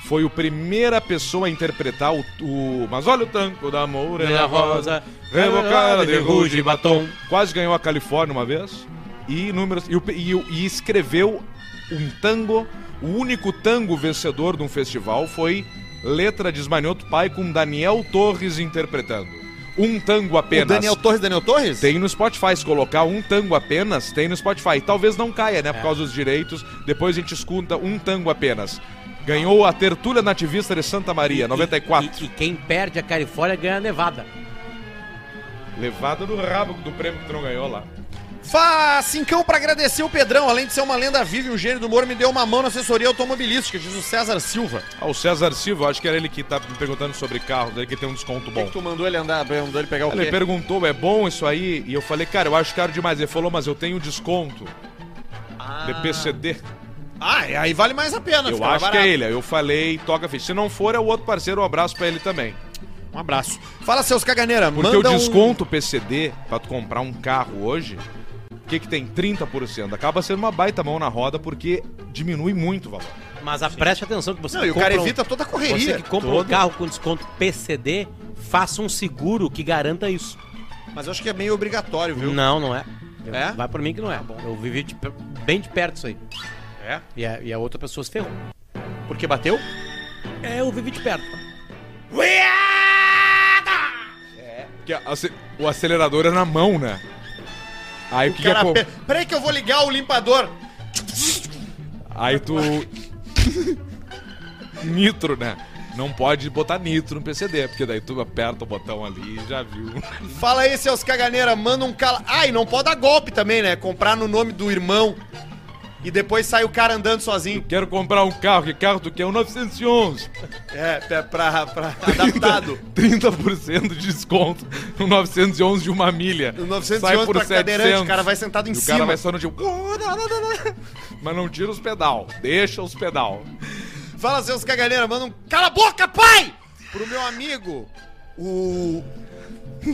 S1: Foi a primeira pessoa a interpretar o, o- Mas olha o tanco da Moura Rosa, rebocada de ruge e batom. Quase ganhou a Califórnia uma vez. E, inúmeros, e, o- e o- e escreveu um tango. O único tango vencedor de um festival foi Letra de Esmanhoto Pai com Daniel Torres interpretando. Um tango apenas.
S2: Torres, Daniel Torres?
S1: Tem no Spotify, se colocar um tango apenas, tem no Spotify. Talvez não caia, né? Por causa dos direitos. Depois a gente escuta um tango apenas. Ganhou a Tertúlia Nativista de Santa Maria, 94.
S3: E, e quem perde a Califórnia ganha a Nevada.
S1: Levada do rabo do prêmio que tu não ganhou lá.
S2: Faz cincão pra agradecer o Pedrão. Além de ser uma lenda viva e um gênio do humor, me deu uma mão na assessoria automobilística, diz o César Silva.
S1: Ah, o César Silva, acho que era ele que tá me perguntando sobre carros, ele que tem um desconto
S2: Por que
S1: bom.
S2: que tu mandou ele andar, mandou ele pegar o
S1: Ele
S2: quê?
S1: perguntou, é bom isso aí? E eu falei, cara, eu acho caro demais. Ele falou, mas eu tenho desconto. DPCD.
S2: Ah, aí vale mais a pena.
S1: Eu
S2: fica mais
S1: acho que
S2: barato.
S1: é ele. Aí Eu falei, toca, fiz. Se não for, é o outro parceiro. Um abraço pra ele também.
S2: Um abraço. Fala, seus caganeira.
S1: Porque
S2: manda
S1: o
S2: um-
S1: desconto PCD pra tu comprar um carro hoje, o que que tem? 30%. Acaba sendo uma baita mão na roda porque diminui muito o valor.
S3: Mas a preste atenção que você
S2: Não, e o
S3: compra
S2: cara
S3: um-
S2: evita toda a
S3: Você
S2: correria.
S3: que compra um carro com desconto PCD, faça um seguro que garanta isso.
S2: Mas eu acho que é meio obrigatório, viu?
S3: Não, não é.
S2: É?
S3: Vai por mim que não é. Eu vivi de pe- bem de perto isso aí.
S2: É?
S3: E a, e a outra pessoa se ferrou.
S2: Porque bateu?
S3: É, eu vivi de perto.
S1: Porque a- ace- o acelerador é na mão, né? Aí o que, é que
S2: Cara,
S1: acon-
S2: pe- Peraí que eu vou ligar o limpador.
S1: Aí tu. *laughs* nitro, né? Não pode botar nitro no PCD, porque daí tu aperta o botão ali e já viu. *laughs*
S2: Fala aí, seus caganeira. Manda um cala... Ah, e não pode dar golpe também, né? Comprar no nome do irmão. e depois sai o cara andando sozinho.
S1: Quero comprar um carro. Que carro tu quer? Um 911.
S2: É, pra, pra, pra-
S1: *laughs*
S2: adaptado.
S1: 30% de desconto. Um 911 de uma milha.
S2: O
S1: Sai
S2: 911
S1: por
S2: pra cadeirante,
S1: 700.
S2: o cara vai sentado em
S1: E o
S2: cima.
S1: cara vai só no tipo...
S2: *laughs*
S1: Mas não tira os pedal. Deixa os pedal.
S2: Fala, seus caganeira, manda um cala a boca, pai! Pro meu amigo, o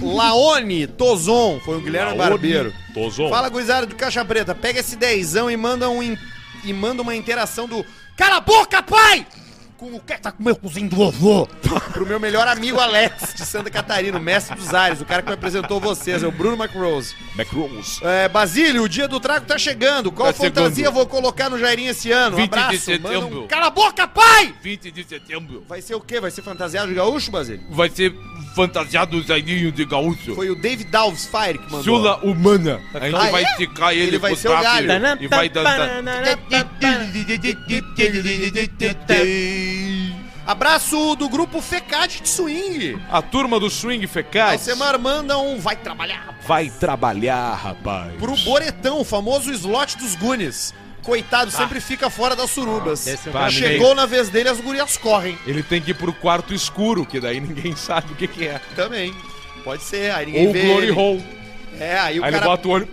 S2: Laone Tozon, foi o Guilherme Barbeiro.
S1: Tozon.
S2: Fala, gurizada do Caixa Preta, pega esse dezão e manda, um in- e manda uma interação do cala a boca, pai! Com o que tá com meu cozinho
S1: *laughs*
S2: do vovô? Pro meu melhor amigo Alex, de Santa Catarina, o mestre dos ares, o cara que me apresentou vocês, é o Bruno McRose.
S1: McRose.
S2: É, Basílio, o dia do trago tá chegando. Qual
S1: Tá
S2: fantasia
S1: chegando.
S2: vou colocar no Jairinho esse ano?
S1: 20 de
S2: Abraço, manda um
S1: setembro.
S2: cala a boca, pai!
S1: 20 de setembro.
S2: Vai ser o quê? Vai ser fantasiado de gaúcho, Basílio?
S1: Vai ser fantasiado o Zaininho de gaúcho.
S2: Foi o David Alves Fire que mandou.
S1: Sula humana. A gente
S2: Ah,
S1: vai
S2: é?
S1: esticar ele,
S2: Ele vai
S1: com o
S2: ser o
S1: trapo
S2: galho.
S1: E vai dançar.
S2: Abraço do grupo Fecate de Swing.
S1: A turma do swing
S2: A
S1: fecais
S2: Semar manda um vai trabalhar
S1: vai trabalhar, rapaz.
S2: pro Boretão, o famoso slot dos Gunis. Coitado,
S1: Ah.
S2: sempre fica fora das surubas.
S3: deve ser um
S1: é cara
S2: Chegou na vez dele, as gurias correm.
S1: Ele tem que ir pro quarto escuro, que daí ninguém *laughs* sabe o que, que é.
S2: Também. Pode ser, aí ninguém
S1: Ou
S2: vê.
S1: glory
S2: ele.
S1: hole.
S2: É, aí o
S1: Aí ele
S2: cara
S1: bota o olho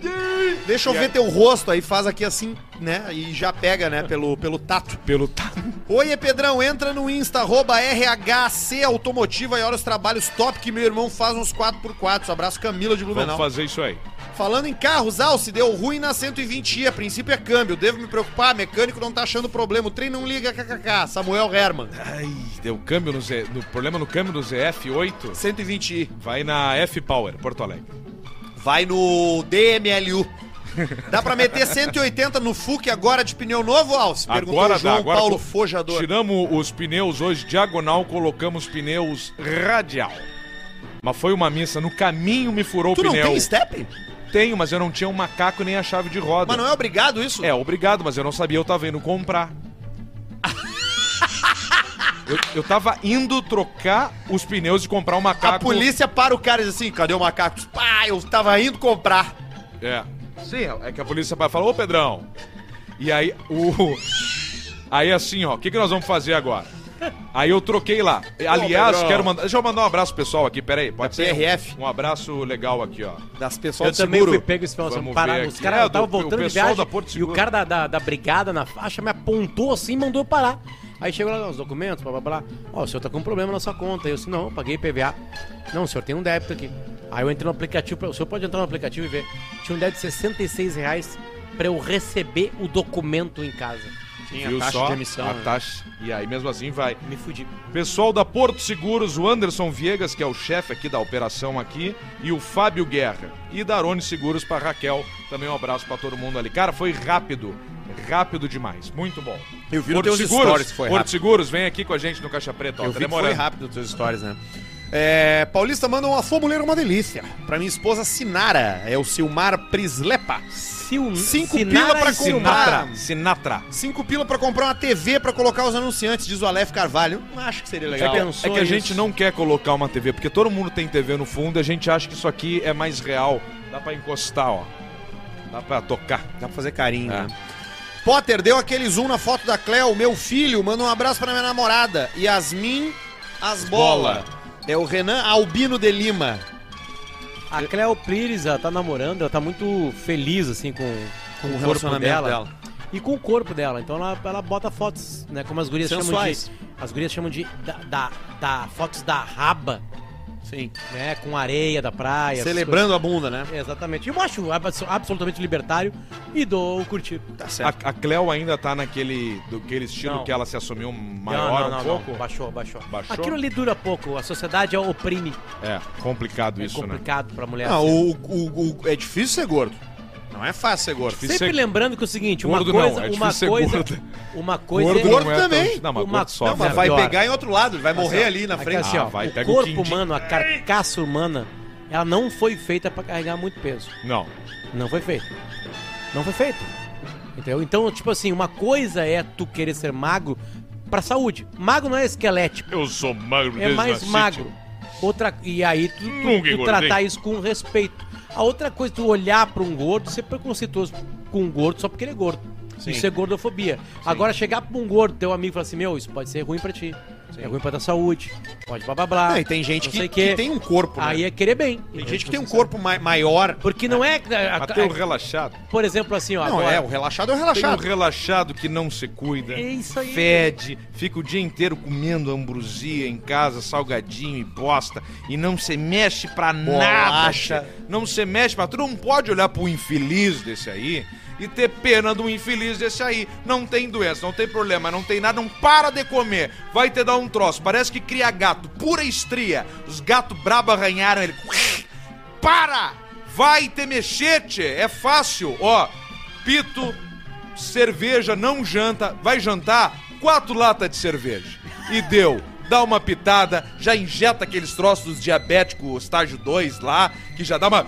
S2: Deixa eu ver teu rosto, aí faz aqui assim, né? E já pega, né? Pelo, pelo tato.
S1: pelo tato.
S2: Oiê, Pedrão, entra no Insta, arroba RHC Automotiva e olha os trabalhos top que meu irmão faz uns 4x4. Abraço, Camila de
S1: Vamos
S2: Blumenau.
S1: fazer isso aí.
S2: Falando em carros, Alce, deu ruim na 120 i a princípio é câmbio. Devo me preocupar, mecânico não tá achando problema, o trem não liga, kkk. Samuel Herman,
S1: Ai, deu câmbio no Z... No problema no câmbio do ZF8.
S2: 120 i
S1: Vai na F-Power, Porto Alegre.
S2: Vai no DMLU. Dá pra meter 180 no FUC agora de pneu novo, Alce?
S1: Agora dá,
S2: João
S1: agora
S2: Paulo
S1: co-
S2: Fojador.
S1: Tiramos os pneus hoje diagonal, colocamos pneus radial. Mas foi uma missa, no caminho me furou
S2: Tu
S1: o
S2: não
S1: pneu.
S2: tem step?
S1: Tenho, mas eu não tinha um macaco nem a chave de roda.
S2: Mas não é obrigado isso?
S1: É, obrigado, mas eu não sabia, eu tava indo comprar. eu, eu tava indo trocar os pneus e comprar um macaco.
S2: A polícia para o cara e diz assim, cadê o macaco? Pá, eu tava indo comprar.
S1: É. Sim, é que a polícia vai falar, ô Pedrão. E aí, o. *laughs* Aí assim, ó, o que, que nós vamos fazer agora? Aí eu troquei lá. Aliás,
S2: Pedrão.
S1: quero mandar. Deixa eu mandar um abraço pro pessoal aqui, peraí. Pode
S2: Da
S1: ser? um-
S2: PRF.
S1: Um, abraço legal aqui, ó.
S2: Das pessoas
S3: Eu também fui pego esse final de semana
S1: Vamos
S3: parado.
S1: ver
S3: Os
S1: aqui.
S3: caras
S1: É,
S3: eu tava
S1: do- o
S3: voltando de
S1: pessoal
S3: viagem
S1: da Porto
S3: e o
S1: Seguro.
S3: cara da, da, da brigada na faixa me apontou assim e mandou eu parar. Aí chegou lá, os documentos, blá blá blá. Ó, o senhor tá com um problema na sua conta. Eu disse, não, eu paguei PVA. Não, o senhor tem um débito aqui. Aí eu entrei no aplicativo, pra- o senhor pode entrar no aplicativo e ver. Tinha um débito de 66 reais pra eu receber o documento em casa. Tinha
S1: Viu
S3: taxa
S1: só? Ah, tá.
S3: de emissão.
S1: a
S3: né?
S1: taxa. E aí, mesmo assim, vai.
S3: Me fudi.
S1: Pessoal da Porto Seguros, o Anderson Viegas, que é o chefe aqui da operação aqui, e o Fábio Guerra. E da Arone Seguros para Raquel. Também um abraço para todo mundo ali. Cara, foi rápido. Rápido demais. Muito bom.
S5: Eu vi no
S1: Porto
S5: teus
S1: Seguros,
S5: stories, foi
S1: Porto
S5: rápido.
S1: Seguros, vem aqui com a gente no Caixa Preta. Ó,
S5: Eu
S1: tá
S5: vi que foi
S1: demorando.
S5: rápido os teus stories, né?
S2: É, Paulista manda uma sua mulher é uma delícia. Pra minha esposa Sinara, é o Silmar Prislepa.
S3: Sil...
S2: Cinco
S3: Sinara
S2: pila pra
S3: e
S2: comprar.
S1: Sinatra. Sinatra.
S2: Cinco pila pra comprar uma TV pra colocar os anunciantes, diz o Aleph Carvalho. Não acho que seria legal.
S3: Já
S1: É
S3: pensou
S1: que a
S3: isso?
S1: gente não quer colocar uma TV, porque todo mundo tem TV no fundo, a gente acha que isso aqui é mais real. Dá pra encostar, ó. Dá pra tocar.
S5: Dá pra fazer carinho,
S1: É.
S5: né?
S2: Potter deu aquele zoom na foto da Cleo, meu filho, manda um abraço pra minha namorada. Yasmin Asbola. É o Renan Albino de Lima.
S3: A Cleo Pires, ela tá namorando, ela tá muito feliz, assim, com, com o corpo
S5: relacionamento
S3: dela,
S5: dela.
S3: E com o corpo dela. Então ela, ela bota fotos, né? Como as gurias
S5: Sensuais.
S3: chamam de. As gurias chamam de. Da, da, da- fotos da raba,
S5: Sim.
S3: né? Com areia da
S2: É,
S3: praia. essas
S2: Celebrando a bunda, né?
S3: coisas. Exatamente. Eu acho abso- absolutamente libertário e dou o curtir.
S5: Tá
S1: A,
S5: certo.
S1: a Cleo ainda tá naquele do, aquele estilo
S3: Não.
S1: que ela se assumiu maior um pouco?
S3: Baixou, baixou,
S1: Baixou?
S3: Aquilo ali dura pouco. A sociedade oprime.
S1: É, complicado
S3: É
S1: isso, né?
S3: complicado pra mulher. assim.
S2: Não, o, o- o- é difícil ser gordo. Não é fácil ser gordo.
S1: Difícil
S3: Sempre
S1: ser-
S3: lembrando que é o seguinte, uma
S1: Gordo não,
S3: coisa,
S1: é
S3: uma
S1: difícil ser
S3: coisa,
S1: gordo.
S3: uma coisa
S1: Gordo
S3: é-
S1: não é
S2: também.
S1: tão- Não, mas
S3: Uma-
S1: gordo só.
S3: não, mas
S1: né?
S2: Vai
S3: pior.
S2: pegar em outro lado, ele vai morrer ali na
S3: Aqui,
S2: frente.
S3: assim,
S1: Ah,
S3: ó,
S1: vai,
S3: o
S1: pega o
S3: corpo
S1: quindim.
S3: humano, a carcaça humana, ela não foi feita pra carregar muito peso.
S1: Não.
S3: Não foi feita. Não foi feita. Entendeu? Então, tipo assim, uma coisa é tu querer ser magro pra saúde. Magro não é esquelético,
S1: Eu sou magro
S3: é mais magro. Outra, e aí tu, tu-
S1: Nunca
S3: tu
S1: engordei.
S3: tratar isso com respeito. A outra coisa, tu olhar pra um gordo, ser preconceituoso com um gordo só porque ele é gordo. Isso é gordofobia. Agora, chegar pra um gordo, teu amigo, e falar assim, meu, isso pode ser ruim pra ti. É ruim pra tua saúde. Pode blá blá blá.
S2: Não, e tem gente
S3: não
S2: que,
S3: sei
S2: que
S3: quê.
S2: tem um corpo, né?
S3: Aí é querer bem.
S2: Tem gente que tem um corpo ma- maior.
S3: Porque não é... a- a-
S1: Até o relaxado.
S3: por exemplo, assim, ó.
S2: Não,
S3: agora-
S2: é, o relaxado é o
S1: Tem um
S2: relaxado.
S1: relaxado que não se cuida.
S3: É isso aí.
S1: Fede, fica o dia inteiro comendo ambrosia em casa, salgadinho e bosta, e não se mexe pra
S2: Bolacha.
S1: nada. Não se mexe pra. Tu não pode olhar pro infeliz desse aí e ter pena do infeliz desse aí. Não tem doença, não tem problema, não tem nada, não para de comer. Vai te dar um troço. Parece que cria gato, pura estria. Os gatos brabo arranharam ele. Para! Vai ter mexete, é fácil. Ó, pito, cerveja, não janta, vai jantar, quatro latas de cerveja. E deu. Dá uma pitada, já injeta aqueles troços diabético estágio 2 lá, que já dá uma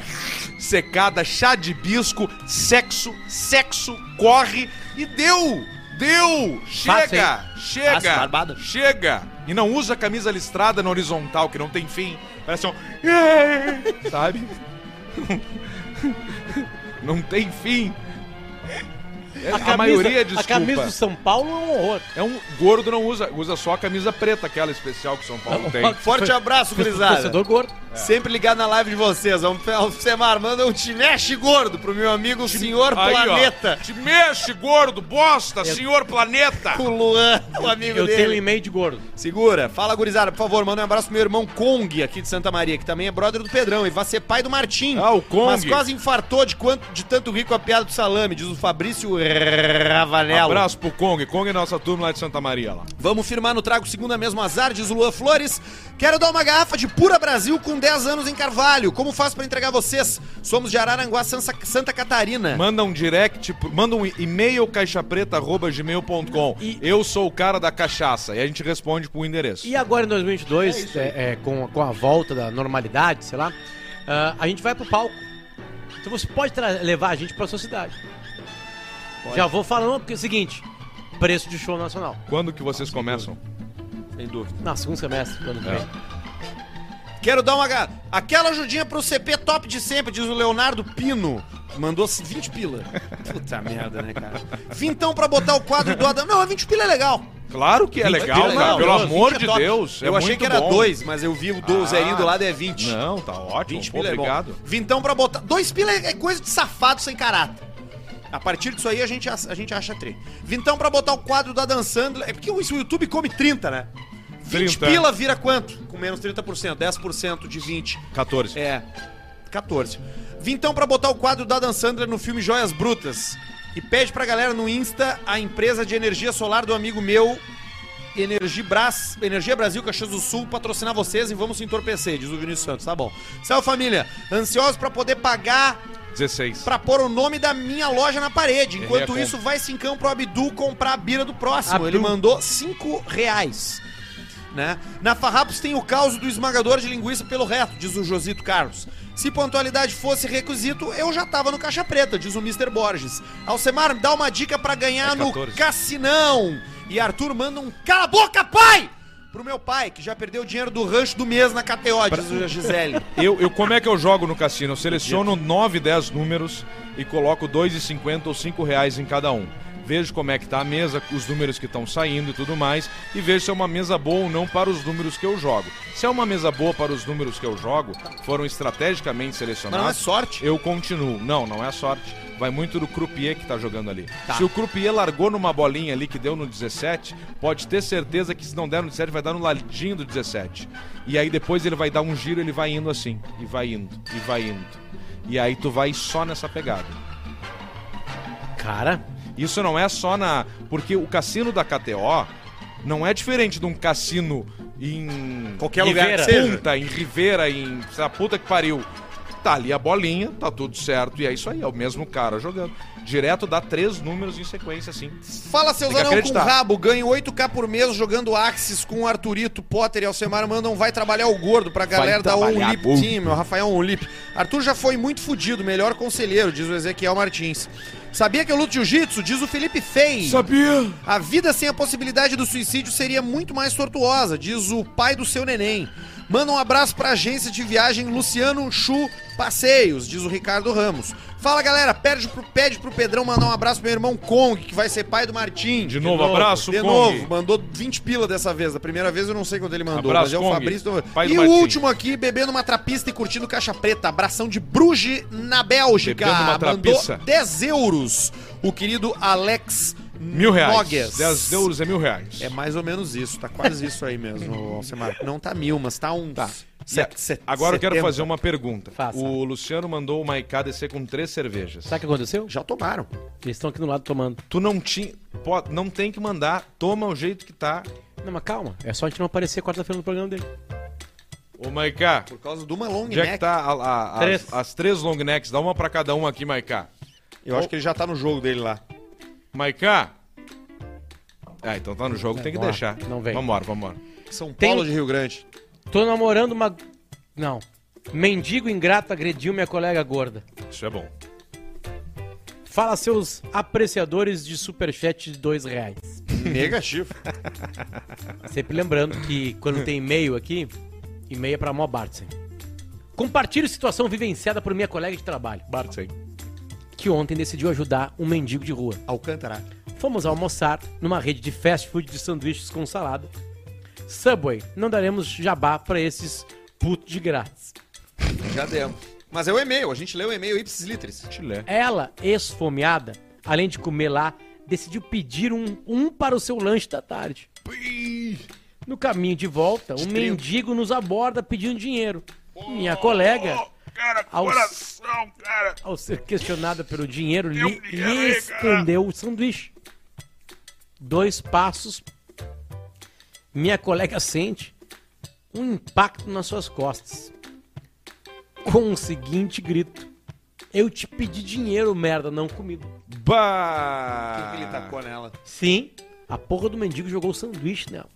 S1: secada, chá de bisco, sexo, sexo, corre e deu! Deu! Chega! chega!
S2: Fácil, barbado.
S1: Chega! E não usa camisa listrada na horizontal, que não tem fim. Parece um. Sabe? Não tem fim. É, a,
S3: camisa-
S1: maioria, desculpa.
S3: A camisa do São Paulo é um horror.
S1: É um gordo não usa, usa só a camisa preta, aquela especial que São Paulo tem.
S2: Forte abraço, gurizada.
S3: um
S2: É.
S3: Torcedor gordo.
S2: Sempre ligado na live de vocês. Vamos Alcemar, manda um te mexe gordo pro meu amigo Senhor
S1: Aí, ó.
S2: Planeta.
S1: Te mexe, gordo, bosta, senhor planeta.
S2: O Luan, o amigo
S3: Eu
S2: dele.
S3: tenho um e-mail de gordo.
S2: Segura. Fala, gurizada, por favor, manda um abraço pro meu irmão Kong, aqui de Santa Maria, que também é brother do Pedrão e vai ser pai do Martim.
S1: Ah, o Kong.
S2: Mas quase infartou de, quanto, de tanto rir com a piada do salame, diz o Fabrício Ravanello.
S1: Abraço pro Kong, Kong é nossa turma lá de Santa Maria lá.
S2: Vamos firmar no trago segunda mesmo azar, diz o Luan Flores. Quero dar uma garrafa de Pura Brasil com 10 anos em Carvalho. Como faço pra entregar vocês? Somos de Araranguá, Sansa- Santa Catarina.
S1: Manda um direct, pro- manda um e-mail caixapreta@gmail.com.
S3: E-
S1: Eu sou o cara da cachaça e a gente responde pro endereço.
S3: E agora em 2022, é, é, com, com a volta da normalidade, sei lá, ah, a gente vai pro palco. Então você pode tra- levar a gente pra sua cidade. Já vou falando, porque é o seguinte: preço de show nacional.
S1: Quando que vocês começam? Sem dúvida.
S3: Na segundo semestre do ano que vem.
S2: Quero dar uma garrafa. Aquela ajudinha pro CP top de sempre, diz o Leonardo Pino. Mandou 20
S1: *laughs*
S2: pila. Puta merda, né, cara? Vintão pra botar o quadro do Adam. Não, a 20 pila é legal.
S1: Claro que é legal,
S2: Não,
S1: cara. Pelo
S2: não, 20
S1: amor
S2: é
S1: de
S2: top.
S1: Deus. é
S2: Eu achei
S1: muito
S2: que era
S1: bom.
S2: dois, mas eu vi o do
S1: Ah.
S2: zerinho do lado é 20.
S1: Não, tá ótimo.
S2: 20
S1: Pô,
S2: pila é bom.
S1: obrigado.
S2: Vintão pra botar. Dois pila é é coisa de safado sem caráter. A partir disso aí a gente, acha- a gente acha três. Vintão pra botar o quadro da Dan Sandler. É porque o o YouTube come 30, né? 20
S1: 30.
S2: pila vira quanto? Com menos 30%, 10% de 20.
S1: 14.
S2: É, 14. Vintão pra botar o quadro da Dan Sandler no filme Joias Brutas. E pede pra galera no Insta a empresa de energia solar do amigo meu, Energibras, Energia Brasil, Caxias do Sul, patrocinar vocês e vamos se entorpecer, diz o Vinícius Santos. Tá bom. Salve família, ansiosos pra poder pagar
S1: 16.
S2: pra pôr o nome da minha loja na parede. Enquanto
S1: Errei a
S2: isso, vai se encão pro Abdu comprar a bira do próximo.
S3: Abdu.
S2: Ele mandou 5 reais. Né? Na Farrapos tem o caos do esmagador de linguiça pelo reto, diz o Josito Carlos. Se pontualidade fosse requisito, eu já tava no caixa preta, diz o Mr. Borges. Alcemar, dá uma dica pra ganhar
S1: É
S2: no
S1: 14.
S2: cassinão. E Arthur manda um cala a boca, pai! Pro meu pai, que já perdeu o dinheiro do rancho do mês na KTO, diz a Gisele.
S1: Eu, eu, como é que eu jogo no cassino? Eu seleciono 9, 10 números e coloco 2,50 ou 5 reais em cada um. Vejo como é que tá a mesa, os números que estão saindo e tudo mais, e vejo se é uma mesa boa ou não para os números que eu jogo. Se é uma mesa boa para os números que eu jogo, foram estrategicamente
S2: Mas não é
S1: selecionados,
S2: sorte.
S1: eu continuo. Não, não é sorte. Vai muito do croupier que tá jogando ali. Se o croupier largou numa bolinha ali que deu no 17, pode ter certeza que se não der no 17, vai dar no ladinho do 17. E aí depois ele vai dar um giro, ele vai indo assim. E vai indo, e vai indo. E aí tu vai só nessa pegada.
S3: Cara,
S1: Isso não é só na. Porque o cassino da KTO não é diferente de um cassino em.
S2: Qualquer
S3: lugar que
S1: Em Punta, em Rivera, em. Sei lá, puta que pariu. Tá ali a bolinha, tá tudo certo. E é isso aí, é o mesmo cara jogando. Direto dá três números em sequência, assim.
S2: Fala seus
S1: Tem que
S2: anão com
S1: acreditar.
S2: rabo, ganho 8k por mês jogando Axis com o Arthurito, Potter e Alcemar mandam vai trabalhar o gordo pra galera da
S1: trabalhar,
S2: Onlip
S1: gordo.
S2: Team, o Rafael Onlip. Arthur já foi muito fudido, melhor conselheiro, diz o Ezequiel Martins. Sabia que eu luto jiu-jitsu? Diz o Felipe Fei.
S1: Sabia!
S2: A vida sem a possibilidade do suicídio seria muito mais tortuosa, diz o pai do seu neném. Manda um abraço pra agência de viagem Luciano Chu Passeios, diz o Ricardo Ramos. Fala galera, pede pro, pede pro Pedrão mandar um abraço pro meu irmão Kong, que vai ser pai do Martim.
S1: De novo, abraço,
S2: De
S1: Kong.
S2: novo, mandou 20 pila dessa vez. Da primeira vez eu não sei quando ele mandou,
S1: Abraço,
S2: mas é o
S1: Kong,
S2: Fabrício.
S1: pai do
S2: e o
S1: Martim.
S2: último aqui, bebendo uma trapista e curtindo caixa preta. Abração de Bruges na Bélgica.
S1: Bebendo uma trapiça.
S2: Mandou 10 euros. O querido Alex
S1: Mil reais.
S2: Nogues.
S1: 10 euros é mil reais.
S2: É mais ou menos isso, tá quase isso
S1: *laughs*
S2: aí mesmo, Alcemar. Não tá mil, mas tá um. Tá.
S1: E a- Agora eu quero fazer um- uma pergunta.
S3: Faça.
S1: O Luciano mandou o Maiká descer com três cervejas.
S3: Sabe o que aconteceu?
S2: Já tomaram.
S3: Eles estão aqui do lado tomando.
S1: Tu não tinha. pode- Não tem que mandar, toma o jeito que tá.
S3: Não, mas calma. É só a gente não aparecer quarta-feira no programa dele.
S1: Ô, Maiká,
S2: Por causa de uma long
S1: onde é
S2: neck.
S1: que tá a- a- as-
S3: Três.
S1: as três long necks? Dá uma pra cada um aqui, Maiká.
S2: Eu acho que ele já tá no jogo dele lá.
S1: Maiká. Ah, então tá no jogo, tem que
S3: vamos lá.
S1: deixar.
S3: Não vem.
S1: Vambora, vambora.
S2: São
S3: Tem-
S2: Paulo de
S1: *laughs*
S2: Rio Grande.
S3: Tô namorando uma... Não. Mendigo ingrato agrediu minha colega gorda.
S1: Isso é bom.
S3: Fala seus apreciadores de superchat de dois reais.
S2: Negativo.
S3: Sempre lembrando que quando tem e-mail aqui, e-mail é pra Mó Bartzen. Compartilho situação vivenciada por minha colega de trabalho,
S1: Bartsen.
S3: que ontem decidiu ajudar um mendigo de rua.
S2: Alcântara.
S3: Fomos almoçar numa rede de fast food de sanduíches com salada. Subway, não daremos jabá pra esses putos de graça.
S2: Já demos. Mas é o e-mail, a gente leu o e-mail ipsis litteris.
S1: Chilé.
S3: Ela, esfomeada, além de comer lá, decidiu pedir um, um para o seu lanche da tarde. No caminho de volta, um mendigo nos aborda pedindo dinheiro. Minha colega,
S1: Oh,
S3: ao, ao ser questionada pelo dinheiro, lhe, lhe estendeu o sanduíche. Dois passos, minha colega sente um impacto nas suas costas. Com o seguinte grito: Eu te pedi dinheiro, merda, não comida.
S1: Bah!
S2: Ele tacou
S1: Ah.
S2: nela.
S3: Sim, a porra do mendigo jogou o sanduíche nela.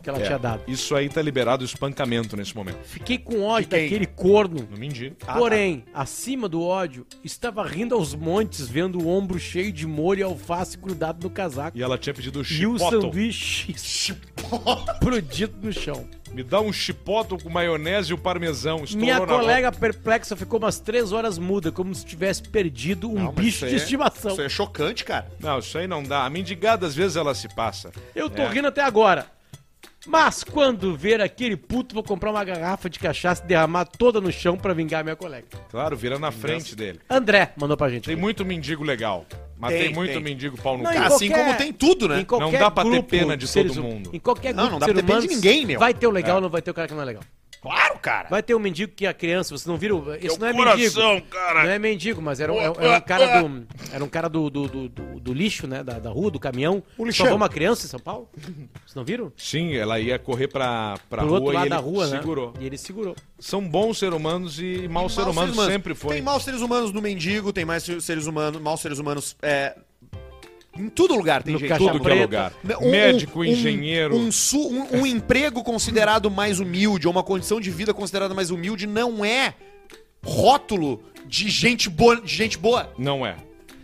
S3: Que ela
S1: É,
S3: tinha dado.
S1: Isso aí tá liberado o espancamento nesse momento.
S3: Fiquei com ódio daquele corno.
S1: Não mendi.
S3: Porém, acima do ódio, estava rindo aos montes, vendo o ombro cheio de molho e alface grudado no casaco.
S1: E ela tinha pedido
S3: E o
S1: chipotle.
S3: sanduíche explodido no chão.
S1: Me dá um chipotle com maionese e o parmesão. Estourou
S3: Minha
S1: na
S3: colega perplexa ficou umas três horas muda, como se tivesse perdido um
S2: Não, mas isso
S3: bicho
S2: aí
S3: de
S2: é-
S3: estimação.
S2: Isso é chocante, cara.
S1: Não, isso aí não dá. A mendigada, às vezes, ela se passa.
S3: Eu tô
S1: É.
S3: rindo até agora. Mas quando ver aquele puto, vou comprar uma garrafa de cachaça e derramar toda no chão pra vingar minha colega.
S1: Claro, vira na frente dele.
S3: André mandou pra gente.
S1: Tem muito mendigo legal. Mas tem,
S2: Tem,
S1: muito
S2: tem.
S1: mendigo pau no
S3: Não,
S1: cu.
S3: em
S2: Assim
S3: qualquer-
S2: como tem tudo, né?
S3: Em qualquer
S1: Não dá pra ter
S3: grupo
S1: pena de
S3: seres
S1: todo
S3: hum-
S1: mundo.
S3: Em qualquer
S2: Não,
S3: grupo
S2: não dá
S3: de
S2: pra ter pena de ninguém, meu.
S3: Vai ter o legal ou não vai ter o cara que não é legal.
S2: Claro, cara.
S3: Vai ter o mendigo que a criança, você não viram? Isso não é mendigo. Não é mendigo, mas era, um- era um- era um cara do. Era um cara do, do, do, do- do lixo, né? Da, da rua, do caminhão. Salvou uma criança em São Paulo? Vocês não viram?
S1: Sim, ela ia correr pra, pra
S3: Pro
S1: rua
S3: outro
S1: e
S3: lado
S1: ele
S3: da rua,
S1: segurou.
S3: né? E ele segurou.
S1: São bons seres humanos e maus seres humanos sempre foi.
S2: Tem maus seres humanos no mendigo, tem mais seres humanos, maus seres humanos é, em todo lugar tem
S3: No
S2: gente.
S3: caixa
S2: maluca.
S1: Tudo que é
S3: preta.
S1: lugar.
S2: Um-
S1: Médico,
S2: um-
S1: engenheiro.
S2: Um, su- um- um emprego considerado mais humilde, ou uma condição de vida considerada mais humilde, não é rótulo de gente boa. De gente boa.
S1: Não é.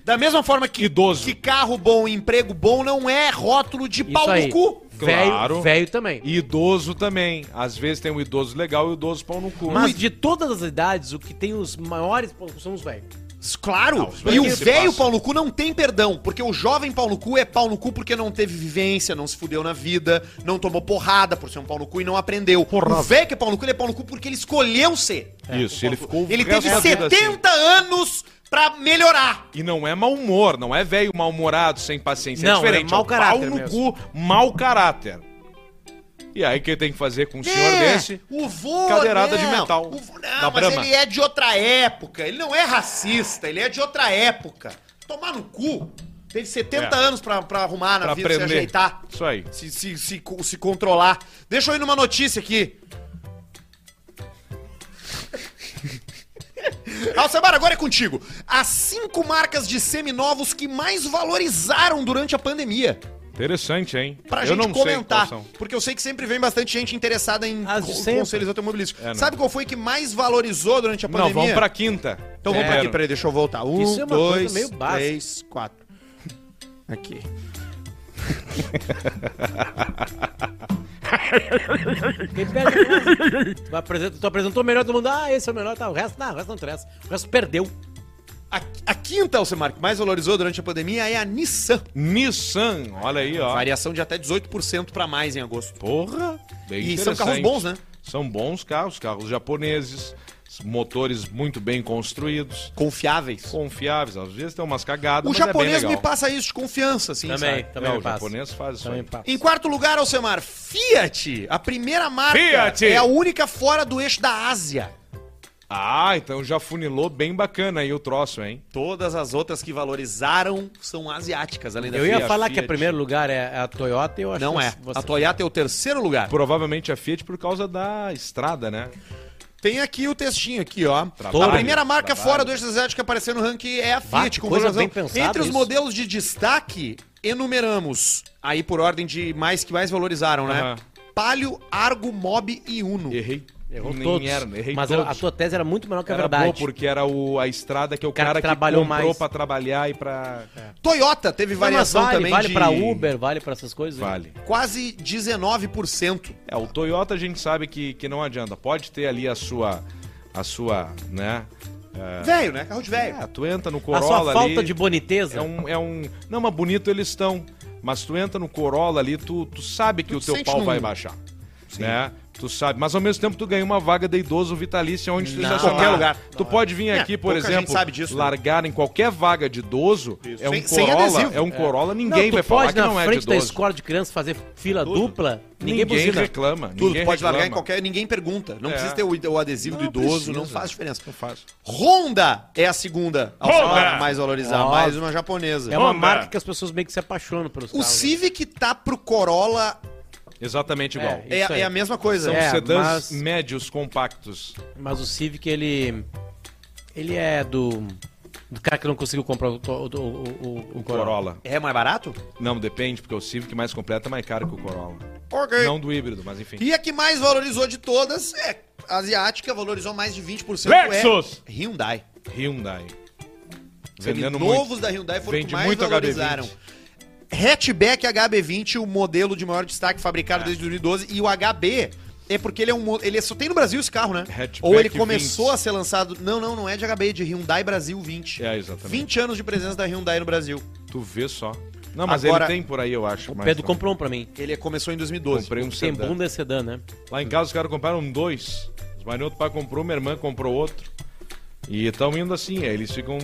S2: Da mesma forma que,
S1: Idoso.
S2: que carro bom, emprego bom, não é rótulo de pau no cu.
S1: Claro.
S3: Velho, velho também.
S1: E idoso também. Às vezes tem um idoso legal e o idoso pau no cu.
S3: Mas de todas as idades, o que tem os maiores são os velhos.
S2: Claro,
S1: os
S2: e
S1: velhos
S2: o
S1: se
S2: velho
S1: passam.
S2: pau no cu não tem perdão, porque o jovem pau no cu é pau no cu porque não teve vivência, não se fudeu na vida, não tomou porrada por ser um pau no cu e não aprendeu. O velho que é pau no cu, ele é pau no cu porque ele escolheu ser.
S1: É, Isso, ele ficou o
S2: Ele
S1: resto
S2: teve
S1: da vida
S2: 70
S1: assim.
S2: anos pra melhorar.
S1: E não é mau humor, não é velho mal-humorado, sem paciência.
S3: Não,
S1: é diferente.
S3: é mau
S1: um
S3: caráter
S1: Pau no
S3: mesmo.
S1: cu, mau caráter. E aí, o que tem que fazer com um senhor
S2: É,
S1: desse?
S2: o vô,
S1: cadeirada
S2: não.
S1: de metal
S2: O vô,
S1: da
S2: não, mas
S1: Brahma.
S2: ele é de outra época, ele não é racista, ele é de outra época. Tomar no cu, teve 70
S1: É.
S2: anos pra, pra arrumar na
S1: Pra
S2: vida, se
S1: aprender.
S2: ajeitar.
S1: Isso aí.
S2: se, se, se, co- se controlar. Deixa eu ir numa notícia aqui. *laughs* Alcebar, agora é contigo. As cinco marcas de seminovos que mais valorizaram durante a pandemia.
S1: Interessante, hein?
S2: Pra
S1: Eu
S2: gente
S1: não
S2: comentar.
S1: sei quais são.
S2: porque eu sei que sempre vem bastante gente interessada em
S3: As de
S2: co-
S3: sempre.
S2: conselhos automobilísticos.
S1: É, não.
S2: Sabe qual foi que mais valorizou durante a
S1: Não,
S2: pandemia?
S1: vamos pra quinta.
S2: Então vamos pra
S1: É.
S2: aqui, peraí, deixa eu voltar. Um,
S3: Isso é uma coisa
S2: dois,
S3: meio básica.
S2: três, quatro. Aqui.
S3: Quem pega, né? tu, apresenta, tu apresentou o melhor do mundo. Ah, esse é o melhor. Tá, o resto, não, o resto não interessa. O resto perdeu.
S2: A, a quinta, Alcemar, que mais valorizou durante a pandemia é a Nissan.
S1: Nissan, olha aí, ó.
S2: Variação de até 18% pra mais em agosto.
S1: Porra! Bem
S2: E são
S1: interessante.
S2: carros bons, né?
S1: São bons carros, carros japoneses, motores muito bem construídos,
S2: Confiáveis.
S1: confiáveis. Às vezes tem umas cagadas,
S2: O
S1: mas é
S2: japonês
S1: bem
S2: me
S1: legal.
S2: passa isso de confiança, assim,
S3: Também.
S2: sabe?
S1: é,
S3: me
S1: o
S3: passa.
S1: japonês faz isso.
S3: Também
S1: aí.
S3: passa.
S2: Em quarto lugar, Alcemar, Fiat. A primeira marca
S1: Fiat.
S2: é a única fora do eixo da Ásia.
S1: Ah, então já funilou bem bacana aí o troço, hein?
S2: Todas as outras que valorizaram são asiáticas, além da
S3: Eu ia
S1: Fiat,
S3: falar que
S1: Fiat.
S3: o primeiro lugar é a Toyota eu acho
S2: Não
S3: que
S2: é.
S3: você-
S2: A Toyota é o terceiro lugar.
S1: Provavelmente a Fiat por causa da estrada, né?
S2: Tem aqui o textinho aqui, ó.
S1: Trabalho,
S2: a primeira marca
S1: trabalho.
S2: fora do eixo asiático que apareceu no ranking é a Fiat,
S3: Bah, que
S2: com
S3: coisa
S2: valoração.
S3: bem pensada
S2: Entre os
S3: isso.
S2: modelos de destaque, enumeramos, aí por ordem de mais que mais valorizaram, né?
S1: Aham.
S2: Palio, Argo, Mob e Uno.
S1: Errei.
S3: Errou
S1: Nem
S3: todos.
S1: Era, errei
S3: Mas
S1: todos.
S3: a tua tese era muito melhor que a
S1: era
S3: verdade.
S1: boa porque era o, a estrada que é o
S3: cara
S1: cara,
S3: que
S1: que,
S3: trabalhou
S1: comprou
S3: mais.
S1: pra trabalhar e pra... é,
S2: Toyota teve
S3: Não, mas
S2: variação
S3: vale,
S2: também
S3: vale
S2: de
S3: pra Uber, vale pra essas coisas. né?
S1: Vale.
S2: quase 19%.
S1: É, o Toyota a gente sabe que, que não adianta. Pode ter ali a sua... A sua, né?
S3: É.
S2: Velho, né? Carro de velho.
S1: É, tu entra no
S3: A
S1: Corolla
S3: sua falta
S1: ali,
S3: de boniteza.
S1: É um, é um... Não, mas bonito eles estão. Mas tu entra no Corolla ali, tu, tu sabe que o teu
S2: sente
S1: pau
S2: num-
S1: vai baixar. Né? Tu sabe. Mas ao mesmo tempo tu ganha uma vaga de idoso vitalício onde tu
S2: Não,
S1: estacionar.
S2: qualquer lugar.
S1: Tu pode vir
S2: É,
S1: aqui, por
S2: pouca gente
S1: exemplo,
S2: sabe disso, né?
S1: largar em qualquer vaga de idoso. É um
S2: Sem- sem
S1: Corolla,
S2: adesivo.
S1: é um Corolla,
S3: Não,
S1: ninguém
S3: tu
S1: vai falar
S3: pode
S1: que não
S3: na
S1: é de
S3: frente da
S1: idoso.
S3: escola de criança fazer fila dupla, ninguém
S1: Ninguém,
S3: buzina.
S1: reclama.
S2: Tudo,
S1: ninguém
S2: pode largar em
S1: reclama.
S2: qualquer. Ninguém pergunta. Não
S1: É.
S2: precisa ter o, o adesivo do
S1: Não
S2: idoso,
S1: precisa.
S2: não faz diferença.
S1: Não faz.
S2: Honda é a segunda a
S1: Honda!
S2: mais valorizada,
S3: Ó.
S2: mais uma japonesa.
S3: É uma
S1: Honda.
S3: marca que as pessoas meio que se apaixonam pelos
S2: O
S3: carros. né?
S2: Civic tá pro Corolla
S1: Exatamente igual.
S3: É,
S2: é,
S3: Isso aí.
S2: é a mesma coisa.
S1: São
S3: É,
S1: sedãs
S3: mas-
S1: médios compactos.
S3: Mas o Civic, ele. Ele é do. Do cara que não conseguiu comprar o, to- o, o, o, o Corolla.
S1: Corolla.
S2: É mais barato?
S1: Não, depende, porque o Civic mais completo é mais caro que o Corolla.
S2: Ok.
S1: Não do híbrido, mas enfim.
S2: E a que mais valorizou de todas é a asiática, valorizou mais de 20%.
S1: Lexus!
S2: É Hyundai.
S1: Hyundai. Vendendo
S2: Vendendo novos
S1: muito.
S2: da Hyundai foram os que
S1: Vende
S2: mais
S1: muito HB20.
S2: valorizaram. Hatchback HB20, o modelo de maior destaque fabricado
S1: É.
S2: desde 2012, e o HB é porque ele é um mo- ele só tem no Brasil esse carro, né?
S1: Hatchback
S2: Ou ele começou
S1: 20.
S2: a ser lançado, não, não, não é de HB, é de Hyundai Brasil 20.
S1: É, exatamente.
S2: 20 anos de presença da Hyundai no Brasil.
S1: Tu vê só. Não, mas
S2: Agora-
S1: ele tem por aí, eu acho.
S3: O
S1: mas
S3: Pedro
S1: não.
S3: comprou um pra mim.
S2: Ele começou em 2012.
S1: Comprei um
S3: Tem
S1: sedã.
S3: bunda é sedã, né?
S1: Lá em casa os caras compraram dois. Os Marinoto pai comprou, minha irmã comprou outro. E estão indo assim, aí eles ficam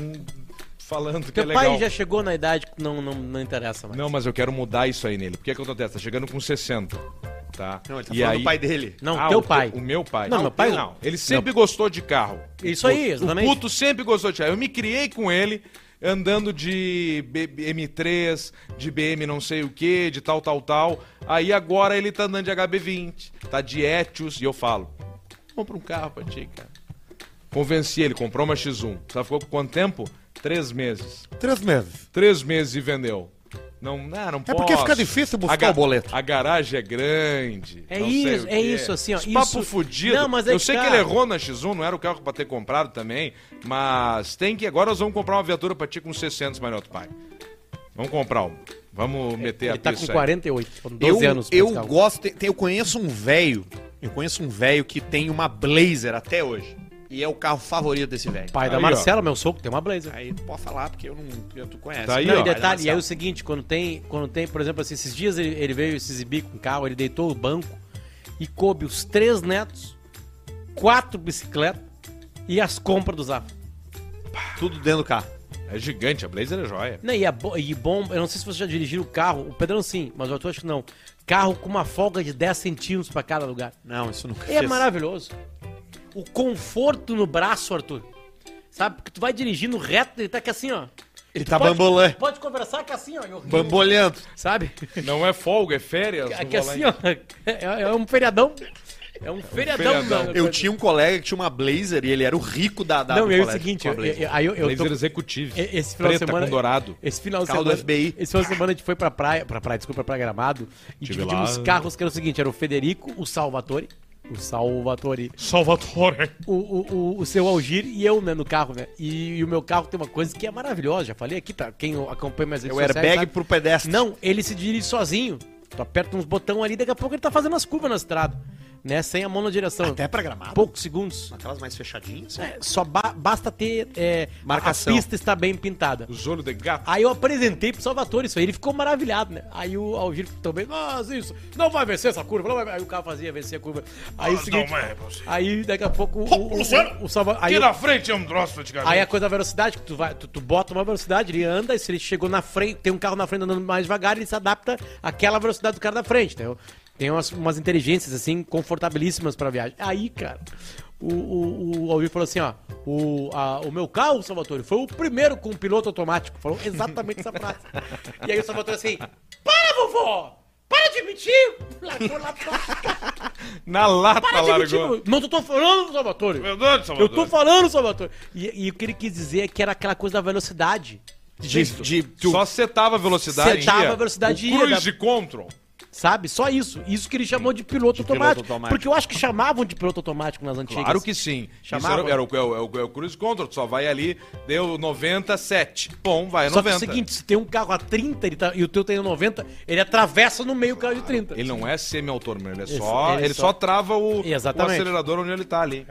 S1: falando que
S3: Teu
S1: é
S3: pai
S1: legal.
S3: já chegou na idade que não, não, não interessa mais.
S1: Não, mas eu quero mudar isso aí nele. Porque é que acontece? Tá chegando com 60. Tá?
S2: Não, ele tá
S1: E
S2: falando
S1: aí-
S2: do pai dele.
S3: Não,
S1: Ah,
S3: teu
S1: o
S3: pai.
S1: O meu pai.
S3: Não,
S1: Ah,
S3: meu
S1: o
S3: pai-
S1: teu Não, ele sempre gostou de carro.
S3: Isso aí,
S1: O-
S3: exatamente.
S1: O puto sempre gostou de carro. Eu me criei com ele, andando de B- M3, de BM não sei o que, de tal, tal, tal. Aí agora ele tá andando de HB20, tá de Etios, e eu falo, compra um carro pra ti, cara. Convenci ele, comprou uma X1. Sabe ficou com quanto tempo? Três meses.
S4: Três meses.
S1: Três meses e vendeu. Não, não, não
S4: É porque
S1: posso.
S4: fica difícil buscar
S1: A ga-
S4: o boleto.
S1: A garagem é grande.
S3: É
S1: não sei
S3: isso,
S1: o
S3: é
S1: quê.
S3: isso, assim, ó,
S1: Esse papo
S3: isso-
S1: fudido.
S3: Não, mas é
S1: Eu
S3: que
S1: sei
S3: tá.
S1: que ele errou na X1, não era o carro pra ter comprado também. Mas tem que. Agora nós vamos comprar uma viatura pra ti com 600, Marioto Pai. Vamos comprar uma. Vamos meter
S3: Ele
S1: a
S3: tá com
S1: pista aí.
S3: 48, com 12
S2: eu,
S3: anos. pra
S2: Eu
S3: esse carro.
S2: gosto, tem- tem- eu conheço um velho, eu conheço um velho que tem uma Blazer até hoje. E é o carro favorito desse velho.
S3: Pai da
S1: Aí,
S3: Marcela, meu sogro, tem uma blazer.
S2: Aí tu pode falar, porque eu não. Tu conhece.
S1: Tá aí,
S3: Não,
S1: ó.
S3: e detalhe, e aí
S2: é
S3: o seguinte, quando tem, quando tem, por exemplo, assim, esses dias ele, ele veio se exibir com o carro, ele deitou o banco e coube os três netos, quatro bicicletas e as compras do Zafra.
S2: tudo dentro do carro.
S1: É gigante, a Blazer é joia.
S3: Não, e, é bo- e bom, eu não sei se vocês já dirigiram o carro, o Pedrão sim, mas o Arthur acho que não. Carro com uma folga de 10 centímetros pra cada lugar.
S2: Não, isso nunca
S3: É maravilhoso. O conforto no braço, Arthur. Sabe? Porque tu vai dirigindo reto, ele tá aqui assim, ó.
S2: Ele
S3: Tu
S2: tá
S3: pode-
S2: bambolando.
S3: Pode conversar que assim, ó. eu rio,
S2: Bambolhando.
S3: Sabe?
S1: Não é folga, é férias.
S3: Aqui
S1: no
S3: assim,
S1: volante.
S3: ó. É, é um feriadão. É um feriadão,
S1: feriadão.
S3: mano.
S2: Eu tinha um colega que tinha uma Blazer e ele era o rico da. da
S3: Não,
S2: do
S3: e aí é o
S2: colégio
S3: seguinte,
S2: com a
S3: eu,
S2: Blazer.
S3: eu, aí eu, eu tô-
S1: Blazer executivo.
S3: e- Esse final
S1: preta
S3: de semana.
S1: com dourado.
S3: Esse final de
S2: Carro do
S3: semana.
S2: FBI.
S3: Esse final de semana a gente foi pra praia, pra praia, desculpa, pra Gramado. E
S1: Tive
S3: dividimos
S1: lá.
S3: carros que era o seguinte: era o Federico, o Salvatore. O Salvatore.
S1: Salvatore.
S3: o, o, o- o seu Algir e eu, né, no carro, né? E, e o meu carro tem uma coisa que é maravilhosa, já falei aqui pra quem tá? acompanha mais
S2: É o airbag
S3: sabe?
S2: pro pedestre.
S3: Não, ele se dirige sozinho. Tu aperta uns botão ali, daqui a pouco ele tá fazendo as curvas na estrada, né? Sem a mão na direção.
S7: Até pra gramado.
S3: Poucos segundos.
S2: Aquelas mais fechadinhas.
S3: É, só ba- basta ter é,
S2: Marcação.
S3: a pista está bem pintada.
S1: Os olhos de gato.
S3: Aí eu apresentei pro Salvatore isso aí, ele ficou maravilhado, né? Aí o Algir também, nossa, isso, não vai vencer essa curva, não vai... aí o cara fazia vencer a curva. Aí o seguinte, aí daqui a pouco o, o, o, o Salva- aí,
S6: Aqui na frente é um troço antigamente.
S3: aí a coisa da velocidade, que tu, vai, tu, tu bota uma velocidade, ele anda, e se ele chegou na frente, tem um carro na frente andando mais devagar, ele se adapta àquela velocidade do cara da frente, entendeu? Tem umas, umas inteligências, assim, confortabilíssimas pra viagem. Aí, cara, o, o, o Alvir falou assim, ó, o, a- o meu carro, Salvatore, foi o primeiro com piloto automático. Falou exatamente essa frase. e aí o Salvatore assim, para, vovó! Para de mentir! Largou lá atrás.
S1: Na lata
S3: Para de mentir!
S1: largou.
S3: Não, eu tô falando, Salvatore!
S6: Verdade,
S3: Eu
S6: Salvador.
S3: tô falando, Salvatore. E, e o que ele quis dizer é que era aquela coisa da velocidade.
S2: De, de, tu-
S1: Só setava a velocidade.
S3: Setava
S1: ia.
S3: a velocidade
S1: O
S3: e ia,
S1: cruise control.
S3: Sabe? Só isso. Isso que ele chamou de piloto, automático.
S2: automático.
S3: Porque eu acho que chamavam de piloto automático nas antigas.
S1: Claro que sim. Isso
S3: Chamava?
S1: Era, era o, é o, é o- é o cruise control. tu Só vai ali, deu 97. Bom, vai
S3: Só que é
S1: 90.
S3: o seguinte, se tem um carro a 30 ele tá- e o teu tem a 90, ele atravessa no meio o carro de 30.
S1: Ele não é semi-autônomo, ele é
S3: Esse-
S1: só.
S3: ele
S1: Ele,
S3: só-
S1: só trava o, o
S3: Exatamente.
S1: acelerador onde ele tá ali.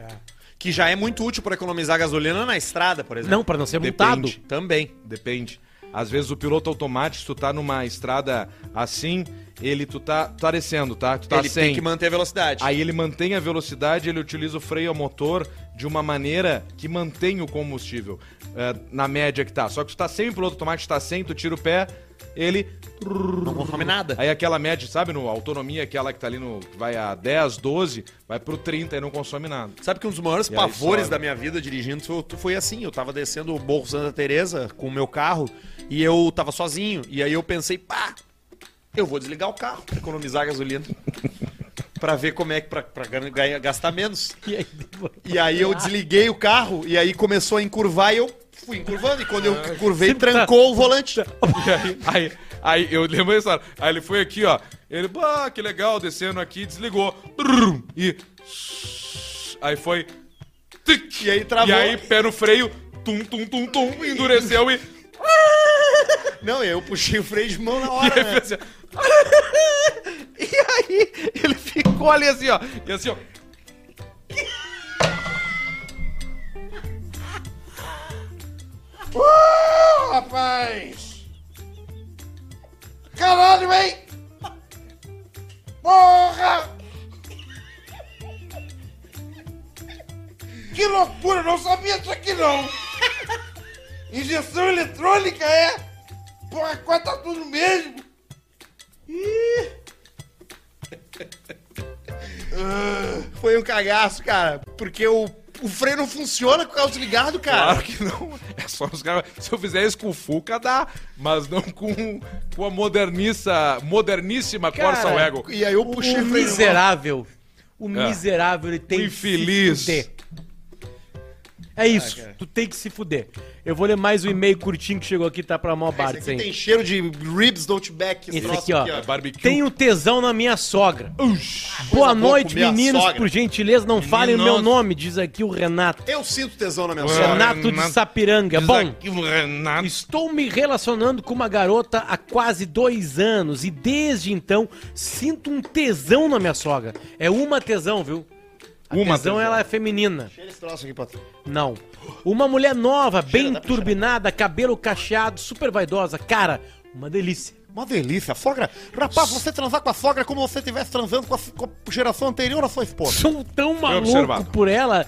S2: que já é muito útil pra economizar gasolina na estrada, por exemplo.
S3: Não, pra não ser multado.
S1: Depende. Também. Depende. Às vezes o piloto automático, se tu tá numa estrada assim, ele tu tá, tu tá descendo, tá? Tu tá
S2: Ele tem que manter a velocidade.
S1: Aí ele mantém a velocidade, ele utiliza o freio a motor de uma maneira que mantém o combustível eh, na média que tá. Só que tu tá sem o piloto automático, tá sem, tu tira o pé, ele.
S2: não consome nada.
S1: Aí aquela média, sabe, no autonomia, aquela que tá ali no. que vai a 10, 12, vai pro 30 e não consome nada. *laughs*
S2: Sabe que um dos maiores
S1: E aí
S2: pavores
S1: sobe.
S2: da minha vida dirigindo foi, foi assim. Eu tava descendo o Morro Santa Teresa com o meu carro e eu tava sozinho. E aí eu pensei, pá, eu vou desligar o carro pra economizar gasolina. pra ver como é que... Pra, pra gan- ganhar- gastar menos.
S3: E aí, depois-
S2: E aí eu desliguei o carro e aí começou a encurvar e eu fui encurvando. E quando
S1: Ah,
S2: eu curvei,
S1: tá.
S2: trancou o volante.
S1: Aí, aí eu lembro isso. Aí ele foi aqui, ó. Ele, bah, que legal, descendo aqui, desligou. Brum, E. Aí foi. tic,
S2: E aí travou.
S1: E aí, pé no freio, tum, tum, tum, tum, endureceu e.
S2: Não, eu puxei o freio de mão
S1: *laughs*
S2: na
S1: E
S2: hora,
S1: aí,
S2: né?
S1: fez assim, ó. *laughs* E aí, ele ficou ali assim, ó. E assim, ó.
S6: Rapaz! Caralho, hein? Porra! Que loucura, não sabia disso aqui não! Injeção eletrônica é? Porra, quase tá tudo mesmo! Ih.
S2: Foi um cagaço, cara. Porque o, o freio não funciona com o carro desligado, cara.
S1: Claro que não. É só os caras. Se eu fizer isso com o Fuca, dá. Mas não com, com a moderniça, moderníssima Corsa Wego.
S2: E aí eu
S3: o
S2: puxei o freio. de mão.
S3: miserável. O miserável, ele tem
S1: O infeliz.
S3: que se fuder. É isso, tu tem que se fuder. Eu vou ler mais um e-mail curtinho que chegou aqui, tá pra mó
S2: Esse
S3: barra.
S2: aqui tem cheiro de ribs don't back.
S3: Esse aqui, ó.
S1: É barbecue.
S3: Tenho tesão na minha sogra. Boa
S2: Coisa boa
S3: noite,
S2: comer a
S3: meninos.
S2: sogra.
S3: Por gentileza, não falem o meu
S1: Meninos.
S3: nome, diz aqui o Renato.
S2: Eu sinto tesão É. na minha
S1: Ué.
S2: sogra.
S3: Renato, de
S1: Renato.
S3: Sapiranga. Bom,
S1: Aquilo, Renato.
S3: estou me relacionando com uma garota há quase dois anos e desde então sinto um tesão na minha sogra. É uma tesão, viu? A
S1: Uma
S3: tesão,
S1: tesão.
S3: ela é feminina.
S2: Cheira esse troço aqui, patrão.
S3: Não. Uma mulher nova, bem
S2: dá pra
S3: turbinada, cabelo cacheado, super vaidosa. Cara, uma delícia.
S7: Uma delícia. A sogra. Rapaz, você transar com a sogra é como se você estivesse transando com a, com a geração anterior à sua esposa.
S3: Sou tão maluco
S1: observado.
S3: por ela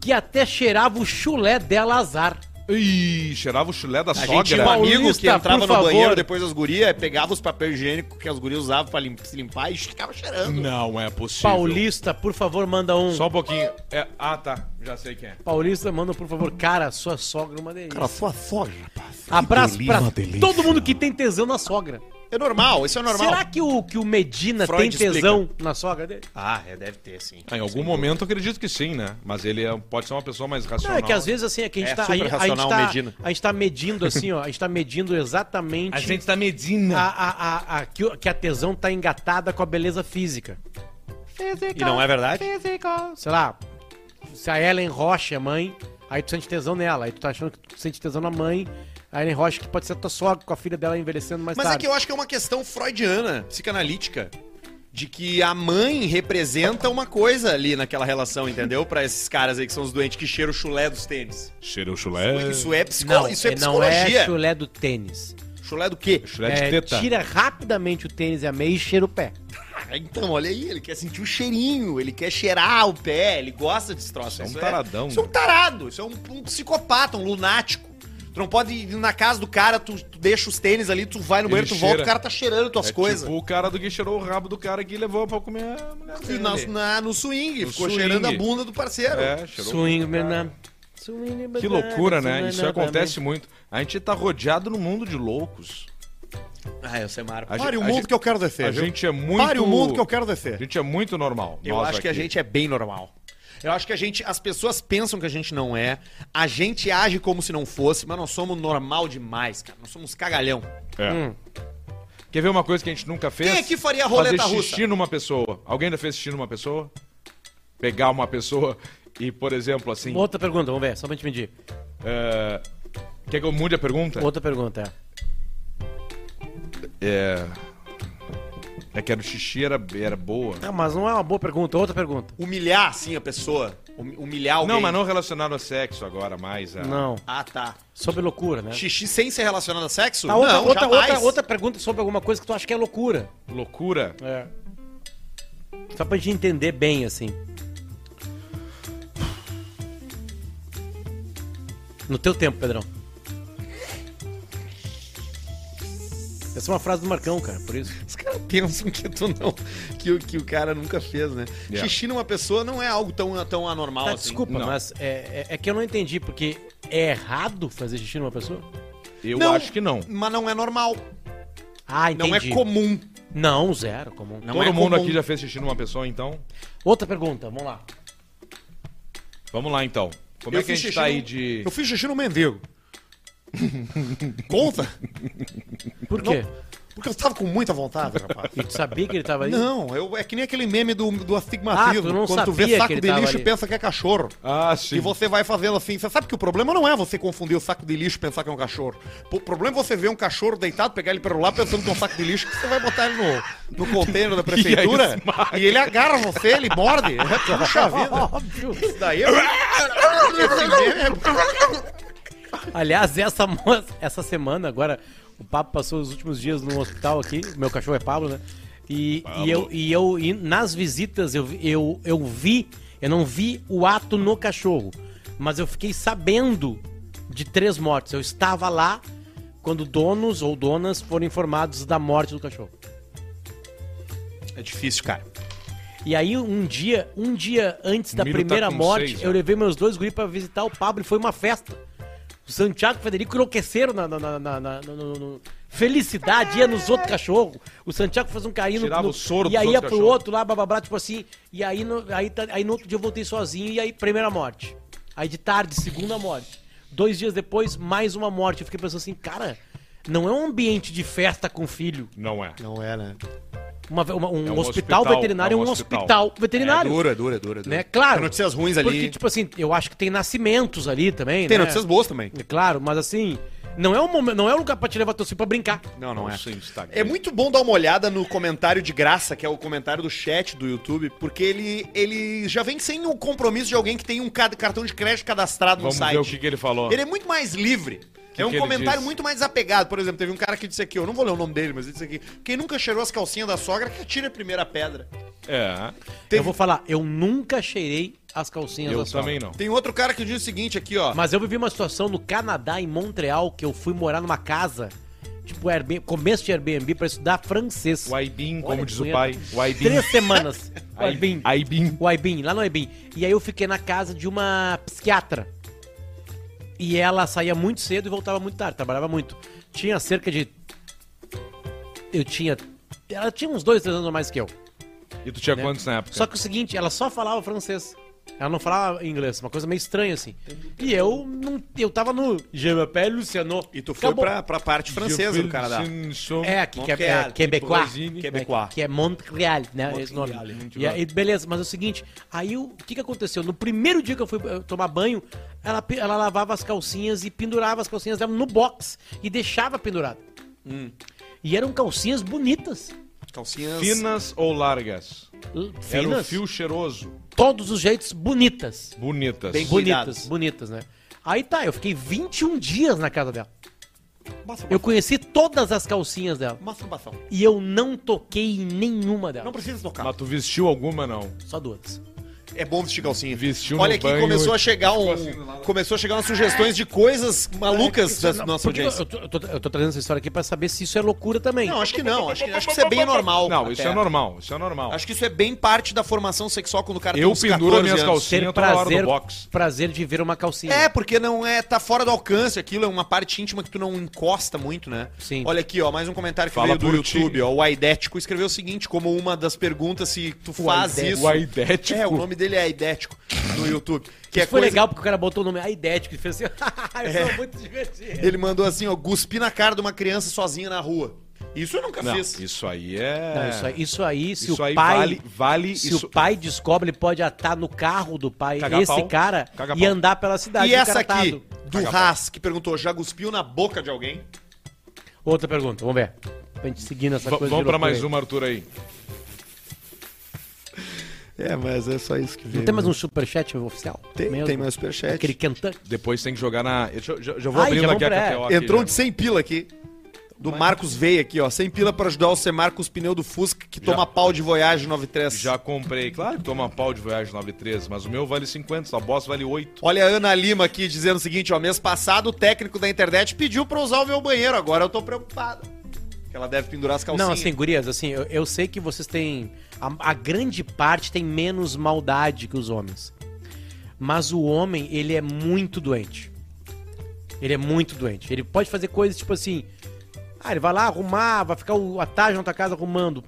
S3: que até cheirava o chulé dela azar.
S1: Ih, cheirava o chulé da
S2: A
S1: sogra.
S2: gente tinha um
S3: Paulista,
S2: amigo que entrava
S3: por
S2: no
S3: favor.
S2: banheiro depois das gurias, pegava os papel higiênico que as gurias usavam pra lim- se limpar e ficava cheirando.
S1: Não é possível.
S3: Paulista, por favor, manda um.
S1: Só um pouquinho. É, ah, tá. Já sei quem é.
S3: Paulista, manda por favor. Cara, sua sogra é uma delícia.
S7: Cara, sua sogra, rapaz.
S3: Abraço
S7: Que
S3: pra
S7: delícia.
S3: todo mundo que tem tesão na sogra.
S2: É normal, isso é normal.
S3: Será que o, que o Medina
S2: Freud
S3: tem tesão na sogra dele?
S2: Ah, é, deve ter, sim.
S1: Ah, em algum momento eu acredito que sim, né? Mas ele é- pode ser uma pessoa mais
S3: Não,
S1: racional.
S3: é que às vezes assim, é que a gente
S2: É
S3: tá. A,
S2: super
S3: gente- a
S2: racional,
S3: gente
S2: Medina.
S3: tá, a gente tá medindo assim, ó. A gente tá medindo exatamente.
S1: tá medindo.
S3: a, a- a- a- que, o- que a tesão tá engatada com a beleza física.
S2: E não é verdade?
S3: Sei lá, se a Ellen Rocha é mãe, aí tu sente tesão nela, aí tu tá achando que tu sente tesão na mãe, A Ellen Roche, que pode ser tua sogra com a filha dela envelhecendo mais
S2: Mas é que
S3: tarde.
S2: eu acho que é uma questão freudiana, psicanalítica. De que a mãe representa uma coisa ali naquela relação, entendeu? Pra esses caras aí que são os doentes que cheiram o chulé dos tênis.
S1: Cheirou chulé.
S2: Isso é, psico...
S3: Não,
S2: isso é
S3: não é
S2: psicologia.
S3: chulé do tênis.
S2: Chulé do quê?
S1: Chulé de
S3: É,
S1: teta.
S3: tira rapidamente o tênis e a meia e cheira o pé.
S2: Ah, Então, olha aí, ele quer sentir o cheirinho, ele quer cheirar o pé, ele gosta desse troço.
S1: é um
S2: Isso
S1: taradão,
S2: isso é um
S1: né?
S2: tarado, isso é um, um psicopata, um lunático. Tu não pode ir na casa do cara, tu, tu deixa os tênis ali, tu vai no
S1: Ele
S2: banheiro, tu
S1: cheira.
S2: volta, o cara tá cheirando tuas
S1: É
S2: coisas.
S1: Tipo o cara do que cheirou o rabo do cara que levou pra comer a mulher
S2: E
S1: dele.
S2: na, na- no swing,
S1: No
S2: ficou
S1: swing.
S2: cheirando a bunda do parceiro.
S1: É, cheirou.
S3: Swing, menina. Swing,
S1: Que
S3: menina,
S1: loucura, né?
S3: swing,
S1: Isso
S3: menina,
S1: acontece muito. A gente tá rodeado no mundo de loucos.
S2: Ah, eu sei, Maro.
S1: A
S4: Pare
S1: gente-
S4: o
S1: a
S4: mundo
S1: gente-
S4: que eu quero descer.
S1: a
S4: viu?
S1: gente é muito-
S4: Pare o mundo que eu quero
S1: A
S4: descer.
S1: gente é muito normal.
S2: Eu
S1: nós
S2: acho que a
S1: aqui.
S2: gente é bem normal. Eu acho que a gente, as pessoas pensam que a gente não é, a gente age como se não fosse, mas nós somos normal demais, cara. Nós somos cagalhão.
S1: É.
S3: Hum.
S1: Quer ver uma coisa que a gente nunca fez?
S2: Quem aqui faria a roleta
S1: Fazer
S2: russa?
S1: xixi numa pessoa. Alguém já fez xixi numa pessoa? Pegar uma pessoa e, por exemplo, assim...
S3: Uma Outra pergunta, vamos ver, só pra gente medir.
S1: é, Quer que eu mude a pergunta?
S3: Outra pergunta, é.
S1: É... É que era o xixi era, era boa.
S3: Não, mas não é uma boa pergunta, outra pergunta.
S2: Humilhar, assim, a pessoa. Hum- Humilhar alguém.
S1: Não, mas não relacionado a sexo agora, mais a...
S3: Não.
S2: Ah, tá.
S3: Sobre loucura, né?
S2: Xixi sem ser relacionado a sexo?
S3: Tá, outra,
S2: não,
S3: outra,
S2: jamais.
S3: outra, outra pergunta sobre alguma coisa que tu acha que é loucura.
S1: Loucura.
S3: É. Só pra gente entender bem, assim. No teu tempo, Pedrão. Essa é uma frase do Marcão, cara, por isso.
S2: Os caras pensam que tu não. Que, o- que o cara nunca fez, né?
S1: Yeah.
S2: Xixi numa pessoa não é algo tão, tão anormal
S3: Tá,
S2: assim.
S3: desculpa,
S1: não.
S3: mas é, é- é que eu não entendi, porque é errado fazer xixi numa pessoa?
S1: Eu
S2: Não.
S1: acho que não.
S2: Mas não é normal.
S3: Ah, entendi.
S2: Não é comum.
S3: Não, zero, comum.
S2: Não
S1: Todo
S2: é
S1: mundo
S2: comum.
S1: aqui já fez xixi numa pessoa, então?
S3: Outra pergunta, vamos lá.
S1: Vamos lá, então. Como
S2: Eu
S1: é que a
S2: fiz
S1: gente
S2: xixi
S1: tá
S2: num-
S1: aí de...
S4: Eu fiz xixi no mendigo. Conta?
S3: Por quê?
S4: Porque eu tava com muita vontade, rapaz.
S3: E tu sabia que ele tava ali?
S4: Não, eu, é que nem aquele meme do, do
S3: Ah, tu
S4: astigmatismo.
S3: não
S4: quando tu
S3: sabia
S4: vê
S3: que
S4: saco
S3: ele
S4: de
S3: tava
S4: lixo
S3: ali.
S4: e pensa que é cachorro.
S1: Ah, sim.
S4: E você vai fazendo assim. Você sabe que o problema não é você confundir o saco de lixo e pensar que é um cachorro. O problema é você ver um cachorro deitado, pegar ele pelo lado pensando que é um saco de lixo, que você vai botar ele no, no
S1: *laughs*
S4: container da prefeitura e, ele agarra você, ele morde. É, Puxa vida.
S3: *laughs* Óbvio.
S4: Daí eu... Esse meme é
S3: Aliás, essa moça, essa semana agora, o Pablo passou os últimos dias no hospital aqui, meu cachorro é Pablo, né? E, e eu, e eu e nas visitas eu, vi- eu, eu vi, eu não vi o ato no cachorro, mas eu fiquei sabendo de três mortes. Eu estava lá quando donos ou donas foram informados da morte do cachorro.
S2: É difícil, cara.
S3: E aí, um dia, um dia antes da
S1: Miro tá
S3: primeira
S1: com
S3: morte,
S1: seis,
S3: eu
S1: ó.
S3: levei meus dois guris pra visitar o Pablo e foi uma festa. O Santiago e o Federico enlouqueceram na, na, na, na- na- no- no- no- felicidade, ia nos outros cachorros. O Santiago fez um carinho no,
S1: Tirava
S3: no
S1: o soro
S3: E
S1: dos
S3: aí ia
S1: outros
S3: pro
S1: cachorros.
S3: outro lá, bababá, tipo assim. E aí no, aí, tá- aí no outro dia eu voltei sozinho e aí primeira morte. Aí de tarde, segunda morte. Dois dias depois, mais uma morte. Eu fiquei pensando assim, cara, não é um ambiente de festa com filho.
S1: Não é.
S2: Não é, né?
S3: Uma- uma- um,
S1: É um
S3: hospital,
S1: hospital,
S3: veterinário é um hospital, veterinário.
S2: Dura, é dura, é dura. é dura.
S3: Né? Claro.
S2: Tem notícias ruins ali.
S3: Porque, tipo assim, eu acho que tem nascimentos ali também,
S2: Tem
S3: né?
S2: notícias boas também.
S3: É Claro, mas assim, não é um momento, não é um lugar pra te levar teu filho pra brincar.
S2: Não, não é.
S1: Nossa, Instagram.
S2: É muito bom dar uma olhada no comentário de graça, que é o comentário do chat do YouTube, porque ele, ele já vem sem o compromisso de alguém que tem um ca- cartão de crédito cadastrado
S1: Vamos
S2: no
S1: ver o
S2: site.
S1: que, que ele falou.
S2: Ele é muito mais livre. é um
S1: que ele
S2: comentário
S1: disse?
S2: muito mais apegado. Por exemplo, teve um cara que disse aqui, eu não vou ler o nome dele, mas ele disse aqui: quem nunca cheirou as calcinhas da sogra, que atira a primeira pedra.
S1: É.
S2: Teve-
S3: Eu vou falar, eu nunca cheirei as calcinhas
S1: Eu
S3: da sogra.
S1: também não.
S2: Tem outro cara que diz o seguinte aqui, ó.
S3: Mas eu vivi uma situação no Canadá, em Montreal, que eu fui morar numa casa, tipo Airbnb, começo de Airbnb, pra estudar francês.
S1: O Aibin,
S3: Olha
S1: como
S3: que
S1: diz o
S3: punheta.
S1: pai. O Aibin. *laughs*
S3: Três semanas. O Aibin.
S1: Aibin.
S3: O Aibin, lá no Aibin. E aí eu fiquei na casa de uma psiquiatra. E ela saía muito cedo e voltava muito tarde, trabalhava muito. Tinha cerca de. Eu tinha. Ela tinha uns dois, três anos a mais que eu. Né?
S1: E tu tinha quantos na época?
S3: Só que o seguinte, ela só falava francês. Ela não falava inglês, uma coisa meio estranha, assim. E eu não, eu tava no Je m'appelle Luciano.
S8: E tu foi
S3: Acabou.
S8: pra, pra parte francesa do Canadá.
S3: É, aqui, que é, é
S8: Montreal,
S3: Quebecois.
S1: Quebecois.
S3: Quebecois. Que é Montreal, né? esse nome. E aí, beleza, mas é o seguinte, aí o o que, que aconteceu? No primeiro dia que eu fui eh, tomar banho, ela, pe- ela lavava as calcinhas e pendurava as calcinhas dela no box e deixava pendurado. Hum. E eram calcinhas bonitas.
S8: Calcinhas.
S1: Finas ou largas?
S3: l-
S1: Era o
S3: Finas,
S1: fio cheiroso.
S3: todos os jeitos bonitas.
S1: Bonitas.
S8: Bem-
S3: Bonitas, bonitas, né? Aí tá, eu fiquei 21 dias na casa dela. Eu conheci todas as calcinhas dela.
S9: Masturbação.
S3: E eu não toquei em nenhuma delas.
S9: Não precisa tocar.
S1: Mas tu vestiu alguma, não?
S3: Só duas.
S2: É bom vestir calcinha.
S1: Vestiu
S2: Olha
S1: no
S2: aqui,
S1: banho assim
S2: começou
S1: e
S2: a chegar um. Começou a chegar umas sugestões de coisas
S1: É,
S2: malucas da
S3: Não,
S2: nossa
S3: porque eu,
S2: audiência.
S3: eu, tô, eu tô- eu tô trazendo essa história aqui pra saber se isso é loucura também.
S2: Não, acho que não. Acho que, acho que isso é bem normal.
S1: Não, isso
S2: até.
S1: é normal, isso é normal.
S2: Acho que isso é bem parte da formação sexual quando o cara
S1: Eu
S2: uns
S1: penduro
S2: 14
S1: minhas
S2: anos.
S1: calcinhas
S3: Ter
S1: toda hora do
S3: prazer,
S1: box.
S3: prazer de ver uma calcinha.
S2: É, porque não é. Tá fora do alcance aquilo, é uma parte íntima que tu não encosta muito, né?
S3: Sim.
S2: Olha aqui, ó, mais um comentário que
S1: Fala
S2: veio do
S1: por ti.
S2: YouTube, ó. O Aidético escreveu o seguinte: como uma das perguntas, se tu faz
S3: Aidético.
S2: isso.
S1: O aidético.
S2: É, o nome dele é Aidético no YouTube. Que é
S3: Isso foi
S2: coisa-
S3: legal porque o cara botou o nome Aidético e fez assim, *laughs* eu
S1: É.
S3: sou muito divertido.
S2: Ele mandou assim, ó, guspi na cara de uma criança sozinha na rua. Isso eu nunca
S1: Não,
S2: fiz.
S1: isso aí é...
S3: Não, isso aí, isso aí, se
S1: Isso
S3: o
S1: aí
S3: pai...
S1: vale, vale
S3: Se
S1: isso.
S3: o pai descobre, ele pode atar no carro do pai
S1: Cagar
S3: esse
S1: pau.
S3: cara
S1: Caga
S3: e
S1: pau.
S3: andar pela cidade.
S2: E
S3: o Tá, um cara
S2: essa aqui,
S3: atado.
S2: do
S1: Caga
S2: Haas, que perguntou, já cuspiu na boca de alguém?
S3: Outra pergunta, vamos ver. Pra gente seguir nessa
S1: Va-
S3: é coisa.
S1: Vamos
S3: de
S1: pra
S3: loucura
S1: mais
S3: aí.
S1: uma, Arthur, aí.
S2: É, mas é só isso que
S3: Não tem mais um superchat oficial? Mesmo?
S2: superchat.
S3: Aquele Kentucky.
S1: Depois tem que jogar na... Deixa eu- Já, já vou
S3: Ai,
S1: abrindo
S3: já é.
S1: aqui a
S3: vamos pra-
S1: KTO. aqui,
S2: Entrou um
S1: já.
S2: de 100 pila aqui. Do Marcos Veia aqui, ó. 100 pila pra ajudar o Semar com os pneus do Fusca que
S1: Já.
S2: toma pau de Voyage 93.
S1: Já comprei. Claro que toma pau de Voyage 93, mas o meu vale 50, sua Boss vale 8.
S2: Olha a Ana Lima aqui dizendo o seguinte, ó. Mês passado o técnico da internet pediu pra usar o meu banheiro. Agora eu tô preocupado. Que ela deve pendurar as calcinhas.
S3: Não, assim, gurias, assim, eu, eu sei que vocês têm. A, a grande parte tem menos maldade que os homens. Mas o homem, ele é muito doente. Ele é muito doente. Ele pode fazer coisas tipo assim. Ah, ele vai lá arrumar, vai ficar o, a tarde na tua casa arrumando.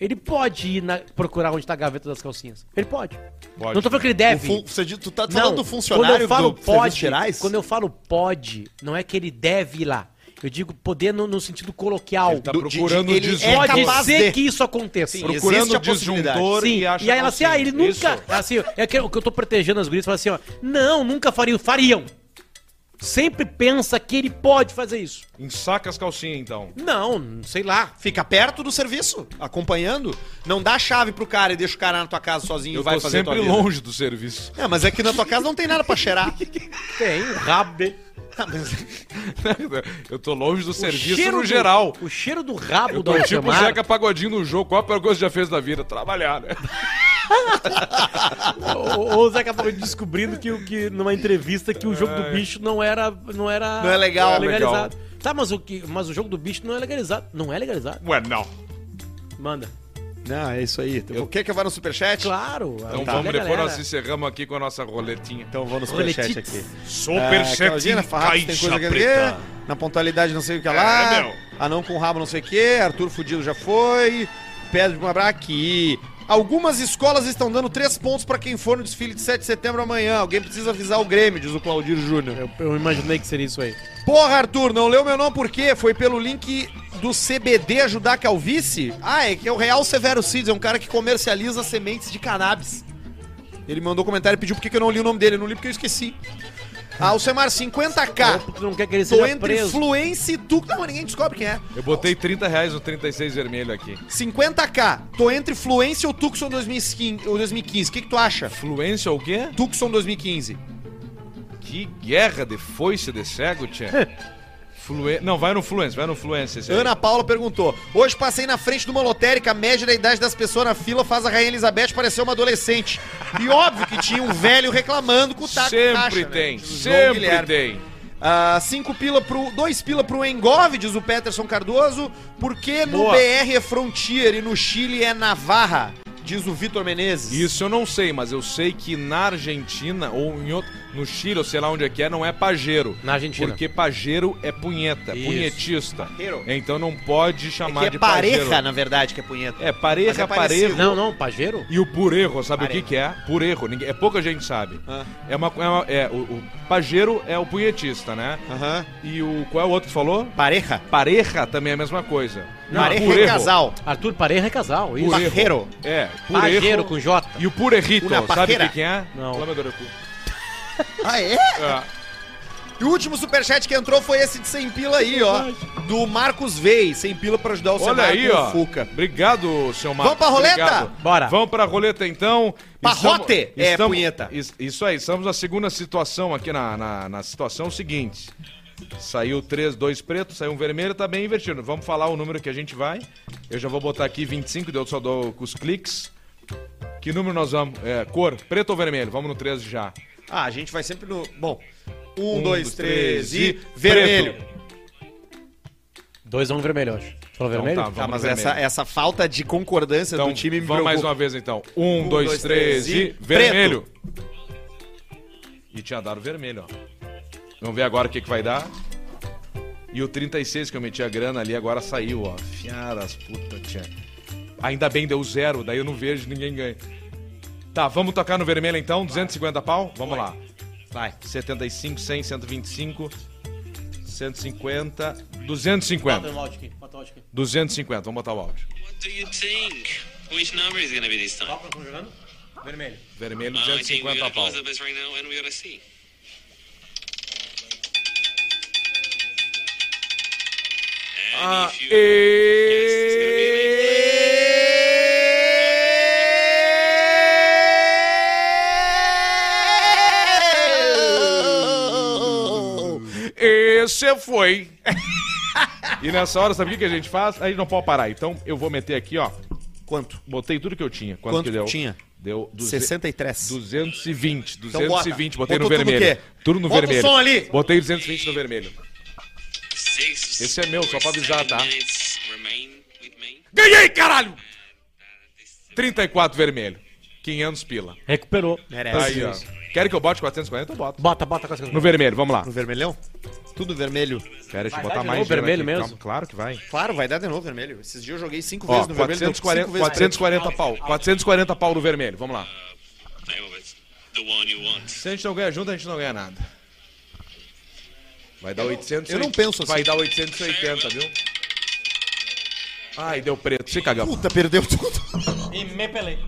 S3: Ele pode ir na- procurar onde tá a gaveta das calcinhas. Ele pode.
S1: Pode. né?
S3: Não tô falando que ele
S2: O
S3: deve.
S2: fu- você, diz- tu tá falando do funcionário
S3: quando eu falo
S2: do Serviços
S3: pode,
S2: Gerais?
S3: Quando eu falo pode, não é que ele deve ir lá. Eu digo poder no, no sentido coloquial.
S1: Ele tá
S2: do- de-
S1: procurando
S2: de-
S1: o
S2: ele é
S1: disjuntor.
S3: Pode
S2: capaz
S3: ser
S2: de.
S3: que isso aconteça.
S2: Sim,
S1: procurando
S2: existe
S1: o
S2: a possibilidade.
S1: disjuntor
S3: Sim,
S1: e acha
S3: aí ela assim, ah, ele
S1: calcinha.
S3: nunca.
S1: Isso.
S3: Assim, é que eu que eu tô protegendo as gurias, fala assim, ó. Não, nunca fariam. Fariam. Sempre pensa que ele pode fazer isso.
S1: Ensaca as calcinhas, então.
S3: Não, sei lá.
S2: Fica perto do serviço, acompanhando. Não dá a chave pro cara e deixa o cara na tua casa sozinho
S1: Eu
S2: e vai
S1: tô
S2: fazer a
S1: sempre
S2: tua vida.
S1: longe do serviço. *laughs*
S2: É, mas é que na tua casa não tem nada pra
S3: *laughs*
S2: cheirar. Tá,
S3: Tem o rabo. dele.
S1: Eu tô longe do
S3: O
S1: serviço
S3: cheiro
S1: no
S3: do-
S1: geral.
S3: O cheiro do rabo
S1: Eu
S3: do
S1: tô tipo o
S3: Alcemar.
S1: Zeca Pagodinho no jogo. Qual a pior coisa que já fez da vida? Trabalhar,
S2: *laughs*
S1: né?
S3: Ou ou o Zeca acabou descobrindo que, o- que numa entrevista que o jogo do bicho não era não era
S2: Não é legal,
S3: não é legalizado. Tá, mas o que mas o jogo do bicho não é legalizado, não é legalizado.
S1: Ué, não.
S3: Manda.
S2: Não, é isso aí. Eu... Quer que eu vá no superchat?
S3: Claro. Tá, né,
S1: Então vamos, depois nós encerramos aqui com a nossa roletinha. É,
S2: Então vou no
S3: Roletites.
S2: superchat aqui. Ah,
S1: Super
S2: Claudina né? Farrapos tem coisa que ver. Na pontualidade não sei o que lá.
S1: É, meu.
S2: Anão com rabo não sei o que. Arthur Fudido já foi. Pedro de Mabra aqui. Algumas escolas estão dando três pontos pra quem for no desfile de 7 de setembro amanhã. Alguém precisa avisar o Grêmio, diz o Claudir Júnior.
S3: Eu, eu imaginei que seria isso aí.
S2: Porra, Arthur, não leu meu nome por quê? Foi pelo link do CBD ajudar a calvície? Ah, é que é o Real Severo Seeds, é um cara que comercializa sementes de cannabis. Ele mandou comentário e pediu por que que eu não li o nome dele. Eu não li porque eu esqueci. Ah, Alcemar, 50k.
S3: Porque tu não quer que ele
S2: Tô
S1: tá
S3: seja
S2: entre
S3: preso.
S2: Fluence e Duque. Não, ninguém descobre quem é.
S1: Eu botei 30 reais no 36 vermelho aqui.
S2: 50k. Tô entre Fluence ou Tucson 2015. ou 2015. O que, que tu acha?
S1: Fluência ou quê?
S2: Tucson 2015.
S1: Que guerra de foice de cego, tchê. Flue... Não, vai no Fluência, vai no Fluência. esse aí.
S2: Ana Paula perguntou. Hoje passei na frente de uma lotérica. A média da idade das pessoas na fila faz a Rainha Elizabeth parecer uma adolescente. E óbvio que tinha um velho reclamando com o taco
S1: Sempre
S2: caixa, né?
S1: tem,
S2: João
S1: sempre
S2: Guilherme.
S1: tem.
S2: Ah, cinco pila pro. Dois pila pro Engove, diz o Peterson Cardoso. Porque no
S1: Boa.
S2: BR é Frontier e no Chile é Navarra? Diz o Vitor Menezes.
S1: Isso eu não sei, mas eu sei que na Argentina ou em outro, no Chile, ou sei lá onde é que é, não é pajeiro.
S3: Na Argentina.
S1: Porque pajeiro é punheta,
S3: Isso.
S1: punhetista.
S2: Pajeiro.
S1: Então não pode chamar
S2: Que é
S1: de
S2: pareja,
S1: pajeiro.
S2: na verdade, que é punheta.
S1: É
S2: Mas
S1: pareja,
S2: é parecido.
S1: parejo.
S3: Não, não, pajeiro?
S1: E o purejo, sabe o
S2: Parejo.
S1: que, que é? Purejo, ninguém, é pouca gente sabe.
S2: Ah.
S1: É uma, é uma- é, o, o pajeiro é o punhetista, né?
S2: Aham.
S1: E o qual é o outro que falou?
S2: Pareja.
S1: Pareja também é a mesma coisa.
S3: Não,
S2: Pareja
S1: purejo.
S2: é casal.
S3: Arthur Pareja é casal, isso.
S1: Purejo.
S2: Pajeiro.
S1: É, purejo.
S3: Pajeiro com J.
S1: E o purejito,
S2: Una
S1: sabe o
S2: pajera.
S1: que, que é?
S3: Não.
S1: Lama do Aracu.
S2: Ah, é?
S1: É.
S2: E o último superchat que entrou foi esse de 100 pila aí, ó. Do Marcos Vei. 100 pila pra ajudar o
S1: Olha
S2: Senar
S1: aí,
S2: com o
S1: ó.
S2: Fuca.
S1: Obrigado, seu Marcos.
S2: Vamos pra roleta?
S1: Obrigado.
S3: Bora.
S1: Vamos pra roleta, então.
S2: Parrote é punheta.
S1: is- Isso aí, estamos na segunda situação aqui, na, na, na situação é seguinte. Saiu três, dois pretos, saiu um vermelho, tá bem invertido. Vamos falar o número que a gente vai. Eu já vou botar aqui 25, deu só dou com os cliques. Que número nós vamos? É, cor, preto ou vermelho? Vamos no 13 já.
S2: Ah, a gente vai sempre no... Bom,
S1: Um,
S2: dois, três e
S1: preto.
S2: vermelho.
S3: Dois a um vermelho, eu acho.
S1: Então
S3: Falou vermelho?
S1: tá, vamos
S2: Tá, mas
S1: no vermelho.
S2: essa, essa falta de concordância
S1: Então,
S2: do time me
S1: vamos mais
S2: preocupa.
S1: uma vez então. Um, dois,
S2: dois,
S1: três,
S2: três
S1: e
S2: e
S1: vermelho. E tinha dado vermelho, ó. Vamos ver agora o que, que vai dar. E o 36 que eu meti a grana ali agora saiu, ó. Fiaras, puta, tia. Ainda bem deu zero, daí eu não vejo ninguém ganha. Tá, vamos tocar no vermelho então, 250 pau? Vamos lá. Vai. 75, 100, 125, 150, 250.
S3: o áudio aqui, bota o áudio aqui.
S1: 250, vamos botar o áudio.
S10: What do you think? Which number is gonna be this time? Oh,
S3: Vermelho.
S1: Vermelho,
S10: I think we're
S1: 250 pau.
S10: gonna close the best right now and we're gonna see. And
S1: Ah,
S10: if you guess it's gonna be red,
S1: Esse foi. e nessa hora, sabe o que que a gente faz? Aí não pode parar. Então eu vou meter aqui, ó.
S2: Quanto?
S1: Botei tudo que eu tinha. Quanto,
S2: Quanto
S1: que deu?
S2: que tinha?
S1: Deu duze-
S2: 63.
S1: 220.
S2: Então bota.
S1: 220, botei no
S2: Botou tudo o
S1: vermelho.
S2: quê?
S1: Tudo no
S2: Bota o
S1: vermelho.
S2: som ali.
S1: Botei 220 no vermelho.
S10: six
S1: Esse é meu, só pra
S10: or
S1: avisar,
S10: seven
S1: tá?
S10: minutes remain with me.
S1: Ganhei, caralho! 34 vermelho. 500 pila. Tá
S3: Recuperou.
S2: Merece.
S1: Aí, ó. Querem que eu bote 440? Eu boto.
S3: Bota, bota com as
S1: No vermelho, vamos lá.
S2: No vermelhão? Tudo vermelho.
S1: Pera, deixa eu
S3: Vai
S1: botar
S3: de
S1: mais
S3: novo,
S1: gelo
S3: vermelho
S1: aqui.
S3: mesmo?
S1: Calma, Claro que vai.
S2: Claro, vai dar de novo vermelho. Esses dias eu joguei cinco
S1: Ó,
S2: vezes no vermelho. deu
S1: 440,
S2: cinco vezes preto.
S1: 440 pau. 440 pau no vermelho, vamos lá.
S10: I hope it's the one you want.
S1: Se a gente não ganhar junto, a gente não ganha nada. Vai dar 800.
S2: eu não penso assim.
S1: Vai dar 880, viu? Ai, deu preto. Se cagamos.
S2: Puta, perdeu tudo.
S3: E me pelei.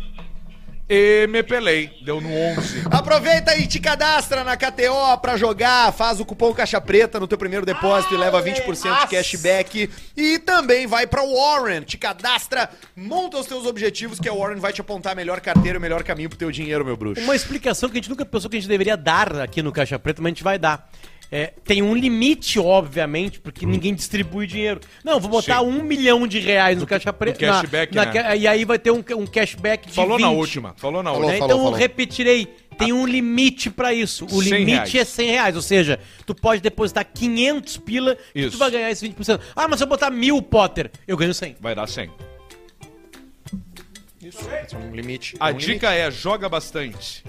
S1: E me pelei. Deu no 11.
S2: Aproveita e te cadastra na KTO pra jogar. Faz o cupom Caixa Preta no teu primeiro depósito e leva 20% de cashback. E também vai pra Warren. Te cadastra, monta os teus objetivos que a Warren vai te apontar a melhor carteira, o melhor caminho pro teu dinheiro, meu bruxo.
S3: Uma explicação que a gente nunca pensou que a gente deveria dar aqui no Caixa Preta, mas a gente vai dar. É, tem um limite, obviamente, porque ninguém distribui dinheiro. Não, vou botar
S1: Hum. Sim.
S3: um milhão de reais no Caixa Preta. na-
S1: cashback,
S3: na,
S1: né?
S3: ca- E aí vai ter um, ca- um cashback de
S1: Falou na
S3: 20,
S1: última. Falou na
S3: né?
S1: última.
S3: então eu repetirei, tem um limite pra isso. O
S1: 100 reais.
S3: limite é 100 reais, ou seja, tu pode depositar 500 pila e
S1: Isso.
S3: tu vai ganhar esse 20%. Ah, mas se eu botar mil, Potter, eu ganho 100.
S1: Vai dar 100.
S2: Um limite.
S1: A dica é joga bastante.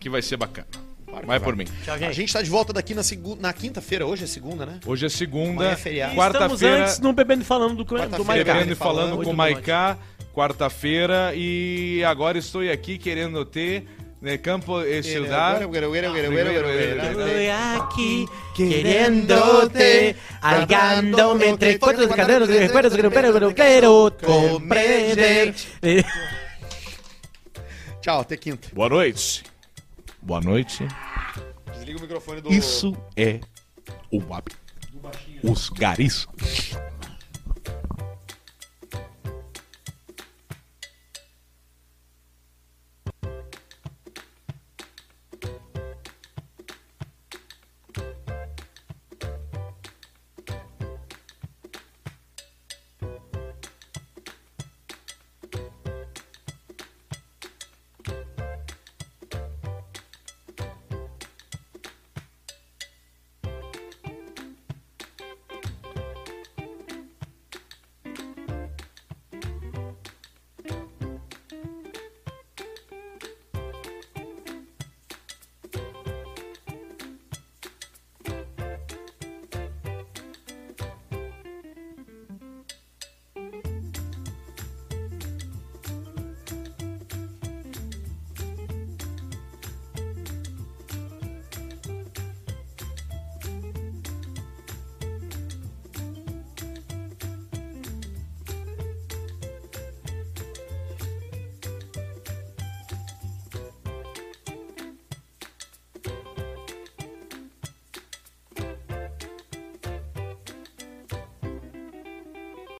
S1: Que vai ser bacana. Vai por mim.
S3: Tchau,
S2: A gente tá de volta daqui na, segu- na quinta-feira. Hoje é segunda, né?
S1: Hoje é segunda.
S2: Amanhã é feriado.
S3: Estamos
S1: Quarta-feira.
S3: antes no Bebendo e Falando do, do
S2: Quarta-feira,
S3: Maicá. né?
S1: Bebendo e falando
S2: Falando
S1: com o Maiká, quarta-feira, e agora estou aqui querendo ter né, campo e cidade.
S3: Estou aqui queriéndote, algándome entre quatro cadernos de recuerdos que não quero, não quero compreender.
S2: Tchau, até quinta.
S1: Boa noite. Boa noite.
S2: Desliga o microfone do.
S1: Isso é o Wap. Os garis